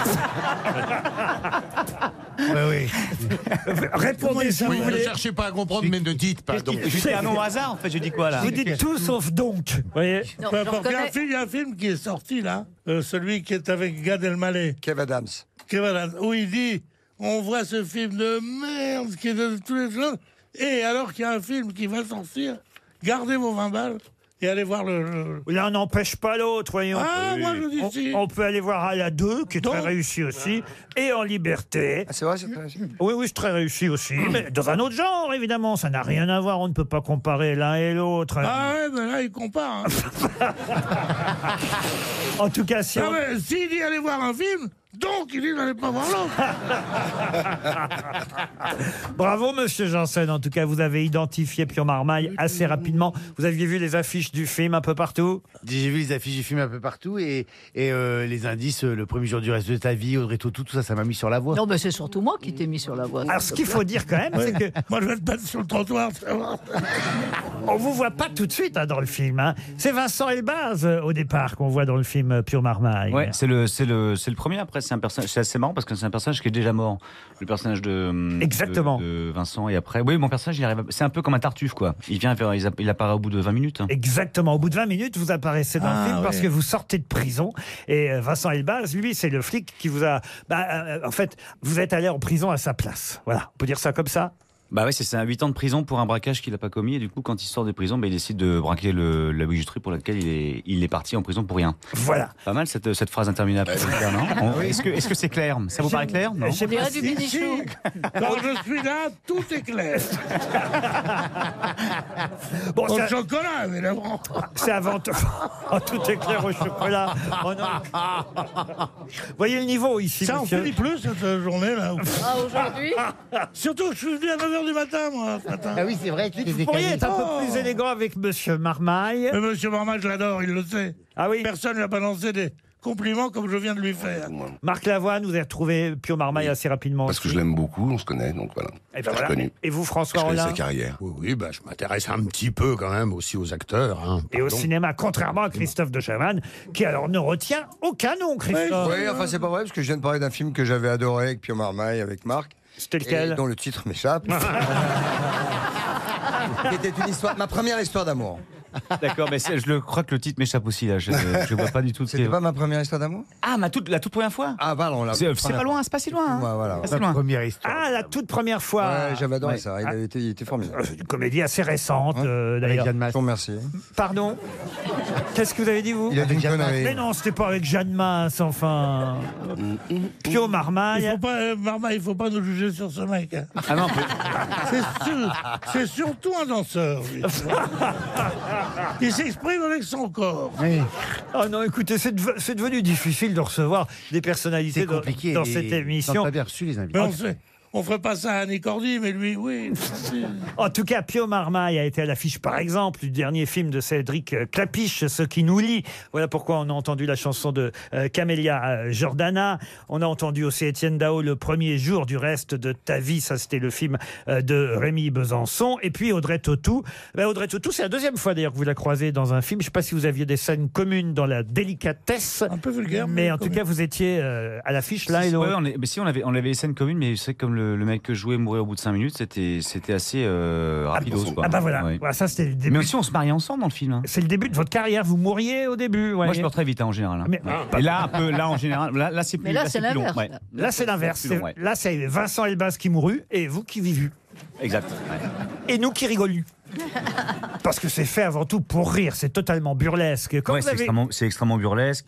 Speaker 4: Répondez si
Speaker 10: Oui,
Speaker 4: vous
Speaker 10: ne
Speaker 4: voulez.
Speaker 10: cherchez pas à comprendre, mais ne dites pas. Donc.
Speaker 16: Je dis un nom au hasard, en
Speaker 10: [LAUGHS]
Speaker 16: fait, je dis quoi là
Speaker 4: Vous dites tout sauf donc. Vous voyez
Speaker 5: Peu importe. Il y a un film- il y a un film qui est sorti là, euh, celui qui est avec Gad Elmaleh.
Speaker 6: Kev Adams.
Speaker 5: Kev Adams, où il dit on voit ce film de merde qui est de tous les gens, et alors qu'il y a un film qui va sortir, gardez vos 20 balles et allez voir le. le-
Speaker 4: L'un n'empêche pas l'autre, voyons.
Speaker 5: Ah, moi, je dis
Speaker 4: on,
Speaker 5: si.
Speaker 4: on peut aller voir à la 2, qui est très réussi aussi, et en liberté.
Speaker 8: Ah,
Speaker 6: c'est vrai, c'est très réussi.
Speaker 4: Oui, oui, c'est très réussi
Speaker 5: [COUGHS]
Speaker 4: aussi, mais dans un autre genre, évidemment. Ça n'a rien à voir, on ne peut pas comparer l'un et l'autre.
Speaker 5: Ah ouais, mais là, il
Speaker 4: [LAUGHS]
Speaker 5: compare. hein.
Speaker 4: En tout cas, si
Speaker 5: Ah
Speaker 4: on-
Speaker 5: ouais, S'il dit allez voir un film, donc il dit n'allez pas voir
Speaker 4: [LAUGHS]
Speaker 5: l'autre.
Speaker 4: Bravo, monsieur Janssen. En tout cas, vous avez identifié Pio Marmaille assez rapidement. Vous aviez vu les affiches du film un peu partout
Speaker 8: J'ai vu les affiches du film un peu partout et, et euh, les indices, euh, le premier jour du reste de ta vie, Audrey Tautou, tout ça, ça m'a mis sur la voie.
Speaker 7: Non, mais c'est surtout moi qui t'ai mis sur la voie.
Speaker 4: Alors, ce qu'il faut dire quand même, c'est que.
Speaker 5: Moi, je vais te battre sur le trottoir, tu vas voir.
Speaker 4: On vous voit pas tout de suite hein, dans le film. hein. C'est Vincent Elbaz euh, au départ qu'on voit dans le film euh, Pure Marmaille.
Speaker 16: Ouais, c'est le, c'est le, c'est le premier. Après, c'est un personnage, c'est assez marrant parce que c'est un personnage qui est déjà mort. Le personnage de hum,
Speaker 4: Exactement.
Speaker 16: de, de Vincent et après. Oui, mon personnage, il arrive. à- C'est un peu comme un Tartuffe, quoi. Il vient, vers- il app- il apparaît au bout de 20 minutes.
Speaker 4: Exactement. Au bout de 20 minutes, vous apparaissez dans le
Speaker 16: Ah,
Speaker 4: film parce
Speaker 16: ouais.
Speaker 4: que vous sortez de prison. Et euh, Vincent Elbaz, lui, c'est le flic qui vous a. bah, euh, en fait, vous êtes allé en prison à sa place. Voilà. On peut dire ça comme ça
Speaker 16: Bah ouais, c'est ça. 8 ans de prison pour un braquage qu'il n'a pas commis. Et du coup, quand il sort de prison, bah, il décide de braquer le, la bijouterie pour laquelle il est, il est parti en prison pour rien.
Speaker 4: Voilà.
Speaker 16: Pas mal cette, cette phrase interminable. C'est clair,
Speaker 6: [LAUGHS] Ah
Speaker 16: non On- Est-ce que est-ce que c'est clair Ça vous paraît clair non
Speaker 5: On dirait du Bénichou. Quand je suis là, tout est clair.
Speaker 4: [LAUGHS] Bon,
Speaker 5: Au
Speaker 4: ça-
Speaker 5: chocolat, évidemment.
Speaker 4: [LAUGHS] C'est avant tout. Oh, tout est clair au chocolat. Oh
Speaker 5: [LAUGHS]
Speaker 4: non. Voyez le niveau ici.
Speaker 5: Ça, on
Speaker 4: monsieur.
Speaker 5: finit plus cette euh, journée-là.
Speaker 4: Ah,
Speaker 5: aujourd'hui Surtout que je suis venu à 9h du matin, moi, ce matin.
Speaker 8: Ah oui, c'est vrai, tu
Speaker 4: Vous pourriez être un peu plus élégant avec Monsieur Marmaille.
Speaker 5: Mais monsieur Marmaille, je l'adore, il le sait.
Speaker 4: Ah oui
Speaker 5: Personne ne lui a balancé des compliments comme je viens de lui faire.
Speaker 4: Marc Lavoine, vous avez retrouvé Pio Marmaille assez rapidement.
Speaker 9: Parce que je l'aime beaucoup, on se connaît, donc voilà.
Speaker 4: Eh ben
Speaker 9: Je
Speaker 4: voilà.
Speaker 9: connais.
Speaker 4: Et vous, François
Speaker 9: Je connais
Speaker 4: Hollande
Speaker 9: sa carrière.
Speaker 10: Oui, oui, bah, je m'intéresse un petit peu quand même aussi aux acteurs. hein.
Speaker 4: Et au
Speaker 10: Pardon.
Speaker 4: cinéma, contrairement à Christophe de Chavannes, qui alors ne retient aucun nom, Christophe.
Speaker 6: Oui, enfin, c'est pas vrai, parce que je viens de parler d'un film que j'avais adoré avec Pio Marmaille, avec Marc.
Speaker 4: C'était lequel
Speaker 6: et Dont le titre
Speaker 4: [LAUGHS]
Speaker 6: m'échappe. C'était une histoire, ma première histoire d'amour.
Speaker 16: D'accord, mais c'est- je le, crois que le titre m'échappe aussi là. Je, je vois pas du tout.
Speaker 6: C'était pas ma première histoire d'amour
Speaker 16: Ah, ma toute, la toute première fois
Speaker 6: Ah, pardon, là.
Speaker 16: C'est c'est pas loin, c'est pas si loin. hein.
Speaker 6: Ouais, voilà.
Speaker 16: Pas si loin.
Speaker 8: première histoire.
Speaker 4: Ah, la toute première fois.
Speaker 6: Ouais, j'avais adoré
Speaker 4: Ouais.
Speaker 6: ça. Il,
Speaker 4: Ah,
Speaker 6: avait été- il était formidable.
Speaker 4: Une comédie assez récente, euh, d'ailleurs.
Speaker 6: Je vous remercie.
Speaker 4: Pardon Qu'est-ce que vous avez dit, vous
Speaker 6: Il a dit une connerie.
Speaker 4: Mais non, c'était pas avec Jeanne Masse, enfin. Mm, Pio Marmaille.
Speaker 5: Il faut pas, euh, Marmaille, il faut pas nous juger
Speaker 4: [LAUGHS]
Speaker 5: sur ce mec. hein.
Speaker 16: Ah non,
Speaker 5: [LAUGHS] C'est sûr- c'est surtout un danseur.
Speaker 4: [LAUGHS]
Speaker 5: lui. Il s'exprime avec son corps.
Speaker 4: Oh non, écoutez, c'est deve- c'est devenu difficile de recevoir des personnalités
Speaker 8: C'est
Speaker 4: dans,
Speaker 8: compliqué.
Speaker 4: dans
Speaker 8: les-
Speaker 4: cette
Speaker 8: Ils
Speaker 4: émission.
Speaker 8: ont pas bien reçu les invités.
Speaker 5: Mais on, sait- on ferait pas ça à Annie Cordy, mais lui,
Speaker 4: [LAUGHS]
Speaker 5: oui.
Speaker 4: En tout cas, Pio Marmaille a été à l'affiche, par exemple, du dernier film de Cédric euh, Clapiche, Ce qui nous lie. Voilà pourquoi on a entendu la chanson de euh, Camélia euh, Jordana. On a entendu aussi Étienne Dao, Le premier jour du reste de ta vie. Ça, c'était le film euh, de Rémi Besançon. Et puis Audrey Tautou. Ben, Audrey Tautou, c'est la deuxième fois d'ailleurs que vous la croisez dans un film. Je ne sais pas si vous aviez des scènes communes dans la délicatesse. Un
Speaker 5: peu vulgaire.
Speaker 4: Mais, en tout cas, vous étiez euh, à l'affiche l'un et
Speaker 16: Ouais,
Speaker 4: l'autre.
Speaker 16: on est- mais si on avait, on avait des scènes communes, mais c'est comme le, le mec que je jouais mourait au bout de 5 minutes, c'était c'était assez euh, rapidos. quoi.
Speaker 4: Ah bah voilà,
Speaker 16: Ouais.
Speaker 4: Voilà, ça c'était le début.
Speaker 16: Mais aussi, on se marie ensemble dans le film. hein.
Speaker 4: C'est le début de votre carrière, vous mourriez au début. ouais.
Speaker 16: Moi, je meurs très vite hein, en général. hein.
Speaker 4: Mais-
Speaker 16: Ouais.
Speaker 4: Ah.
Speaker 16: Et là, un peu, là en général, là, là, c'est plus,
Speaker 4: Mais là, c'est
Speaker 16: plus long.
Speaker 4: l'inverse,
Speaker 16: ouais.
Speaker 4: là. Là, c'est l'inverse.
Speaker 16: plus long, ouais.
Speaker 4: C'est- Là, c'est Vincent Elbaz qui mourut et vous qui vivu.
Speaker 16: Exact. ouais.
Speaker 4: Et nous qui rigolus. Parce que c'est fait avant tout pour rire, c'est totalement burlesque. [LAUGHS] Quand
Speaker 16: Ouais,
Speaker 4: vous
Speaker 16: c'est
Speaker 4: avez-
Speaker 16: extrêmement, c'est extrêmement burlesque.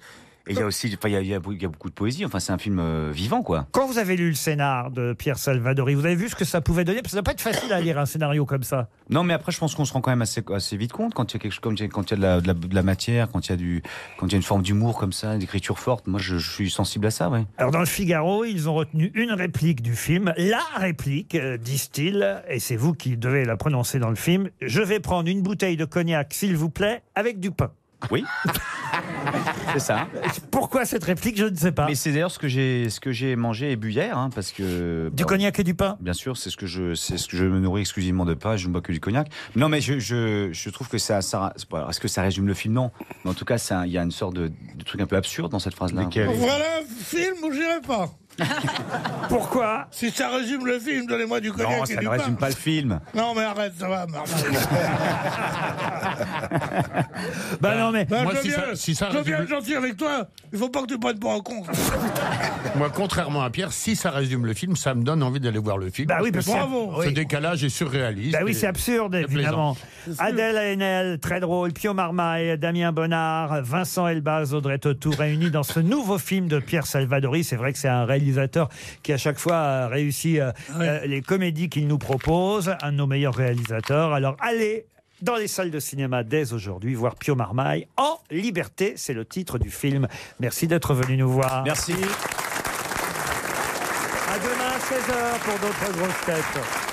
Speaker 16: Et il y a aussi, enfin, il y a, il y a beaucoup- il y a beaucoup de poésie. Enfin, c'est un film euh, vivant, quoi.
Speaker 4: Quand vous avez lu le scénar de Pierre Salvadori, vous avez vu ce que ça pouvait donner Parce que ça doit pas être facile à lire un scénario comme ça.
Speaker 16: Non, mais après, je pense qu'on se rend quand même assez, assez vite compte quand il y a quelque chose, comme il y a- quand il y a de la, de la- de la matière, quand il y a du, quand il y a une forme d'humour comme ça, une écriture forte. Moi, je, je suis sensible à ça, ouais.
Speaker 4: Alors dans le Figaro, ils ont retenu une réplique du film, la réplique, euh, disent-ils, et c'est vous qui devez la prononcer dans le film. Je vais prendre une bouteille de cognac, s'il vous plaît, avec du pain. [LAUGHS]
Speaker 16: Oui. C'est ça.
Speaker 4: Pourquoi cette réplique Je ne sais pas.
Speaker 16: Mais c'est d'ailleurs ce que j'ai, ce que j'ai mangé et bu hier, hein, parce que
Speaker 4: Du cognac et du pain.
Speaker 16: Bien sûr, c'est ce que je, c'est ce que je me nourris exclusivement de pain. Je ne bois que du cognac. Non, mais je, je, je trouve que ça, ça c'est pas- est-ce que ça résume le film Non. Mais en tout cas, ça- il y a une sorte de, de truc un peu absurde dans cette phrase-là.
Speaker 5: Voilà un film où j'irai pas.
Speaker 4: Pourquoi
Speaker 5: Si ça résume le film, donnez-moi du cognac
Speaker 16: Non,
Speaker 5: et
Speaker 16: ça
Speaker 5: du
Speaker 16: ne
Speaker 5: pain.
Speaker 16: résume pas le film.
Speaker 5: Non, mais arrête, ça va. Marc.
Speaker 4: [LAUGHS] Bah non, mais.
Speaker 5: Bah, je veux bien, je veux bien être gentil avec toi. Il faut pas que tu prennes pour un con.
Speaker 10: Moi, contrairement à Pierre, si ça résume le film, ça me donne envie d'aller voir le film.
Speaker 4: Bah oui, parce que-
Speaker 10: bravo.
Speaker 4: Bravo.
Speaker 10: Ce
Speaker 4: Oui.
Speaker 10: décalage est surréaliste.
Speaker 4: Bah oui,
Speaker 10: et-
Speaker 4: c'est absurde,
Speaker 10: et plaisant.
Speaker 4: évidemment. Adèle Haenel, très drôle, Pio Marmaille, Damien Bonnard, Vincent Elbaz, Audrey Tautou, réunis dans ce nouveau film de Pierre Salvadori. C'est vrai que c'est un réalisateur qui, à chaque fois, euh, réussit euh, euh, les comédies qu'il nous propose, un de nos meilleurs réalisateurs. Alors, allez dans les salles de cinéma dès aujourd'hui, voir Pio Marmaille en liberté, c'est le titre du film. Merci d'être venu nous voir.
Speaker 16: Merci.
Speaker 4: À demain, 16h, pour d'autres grosses têtes.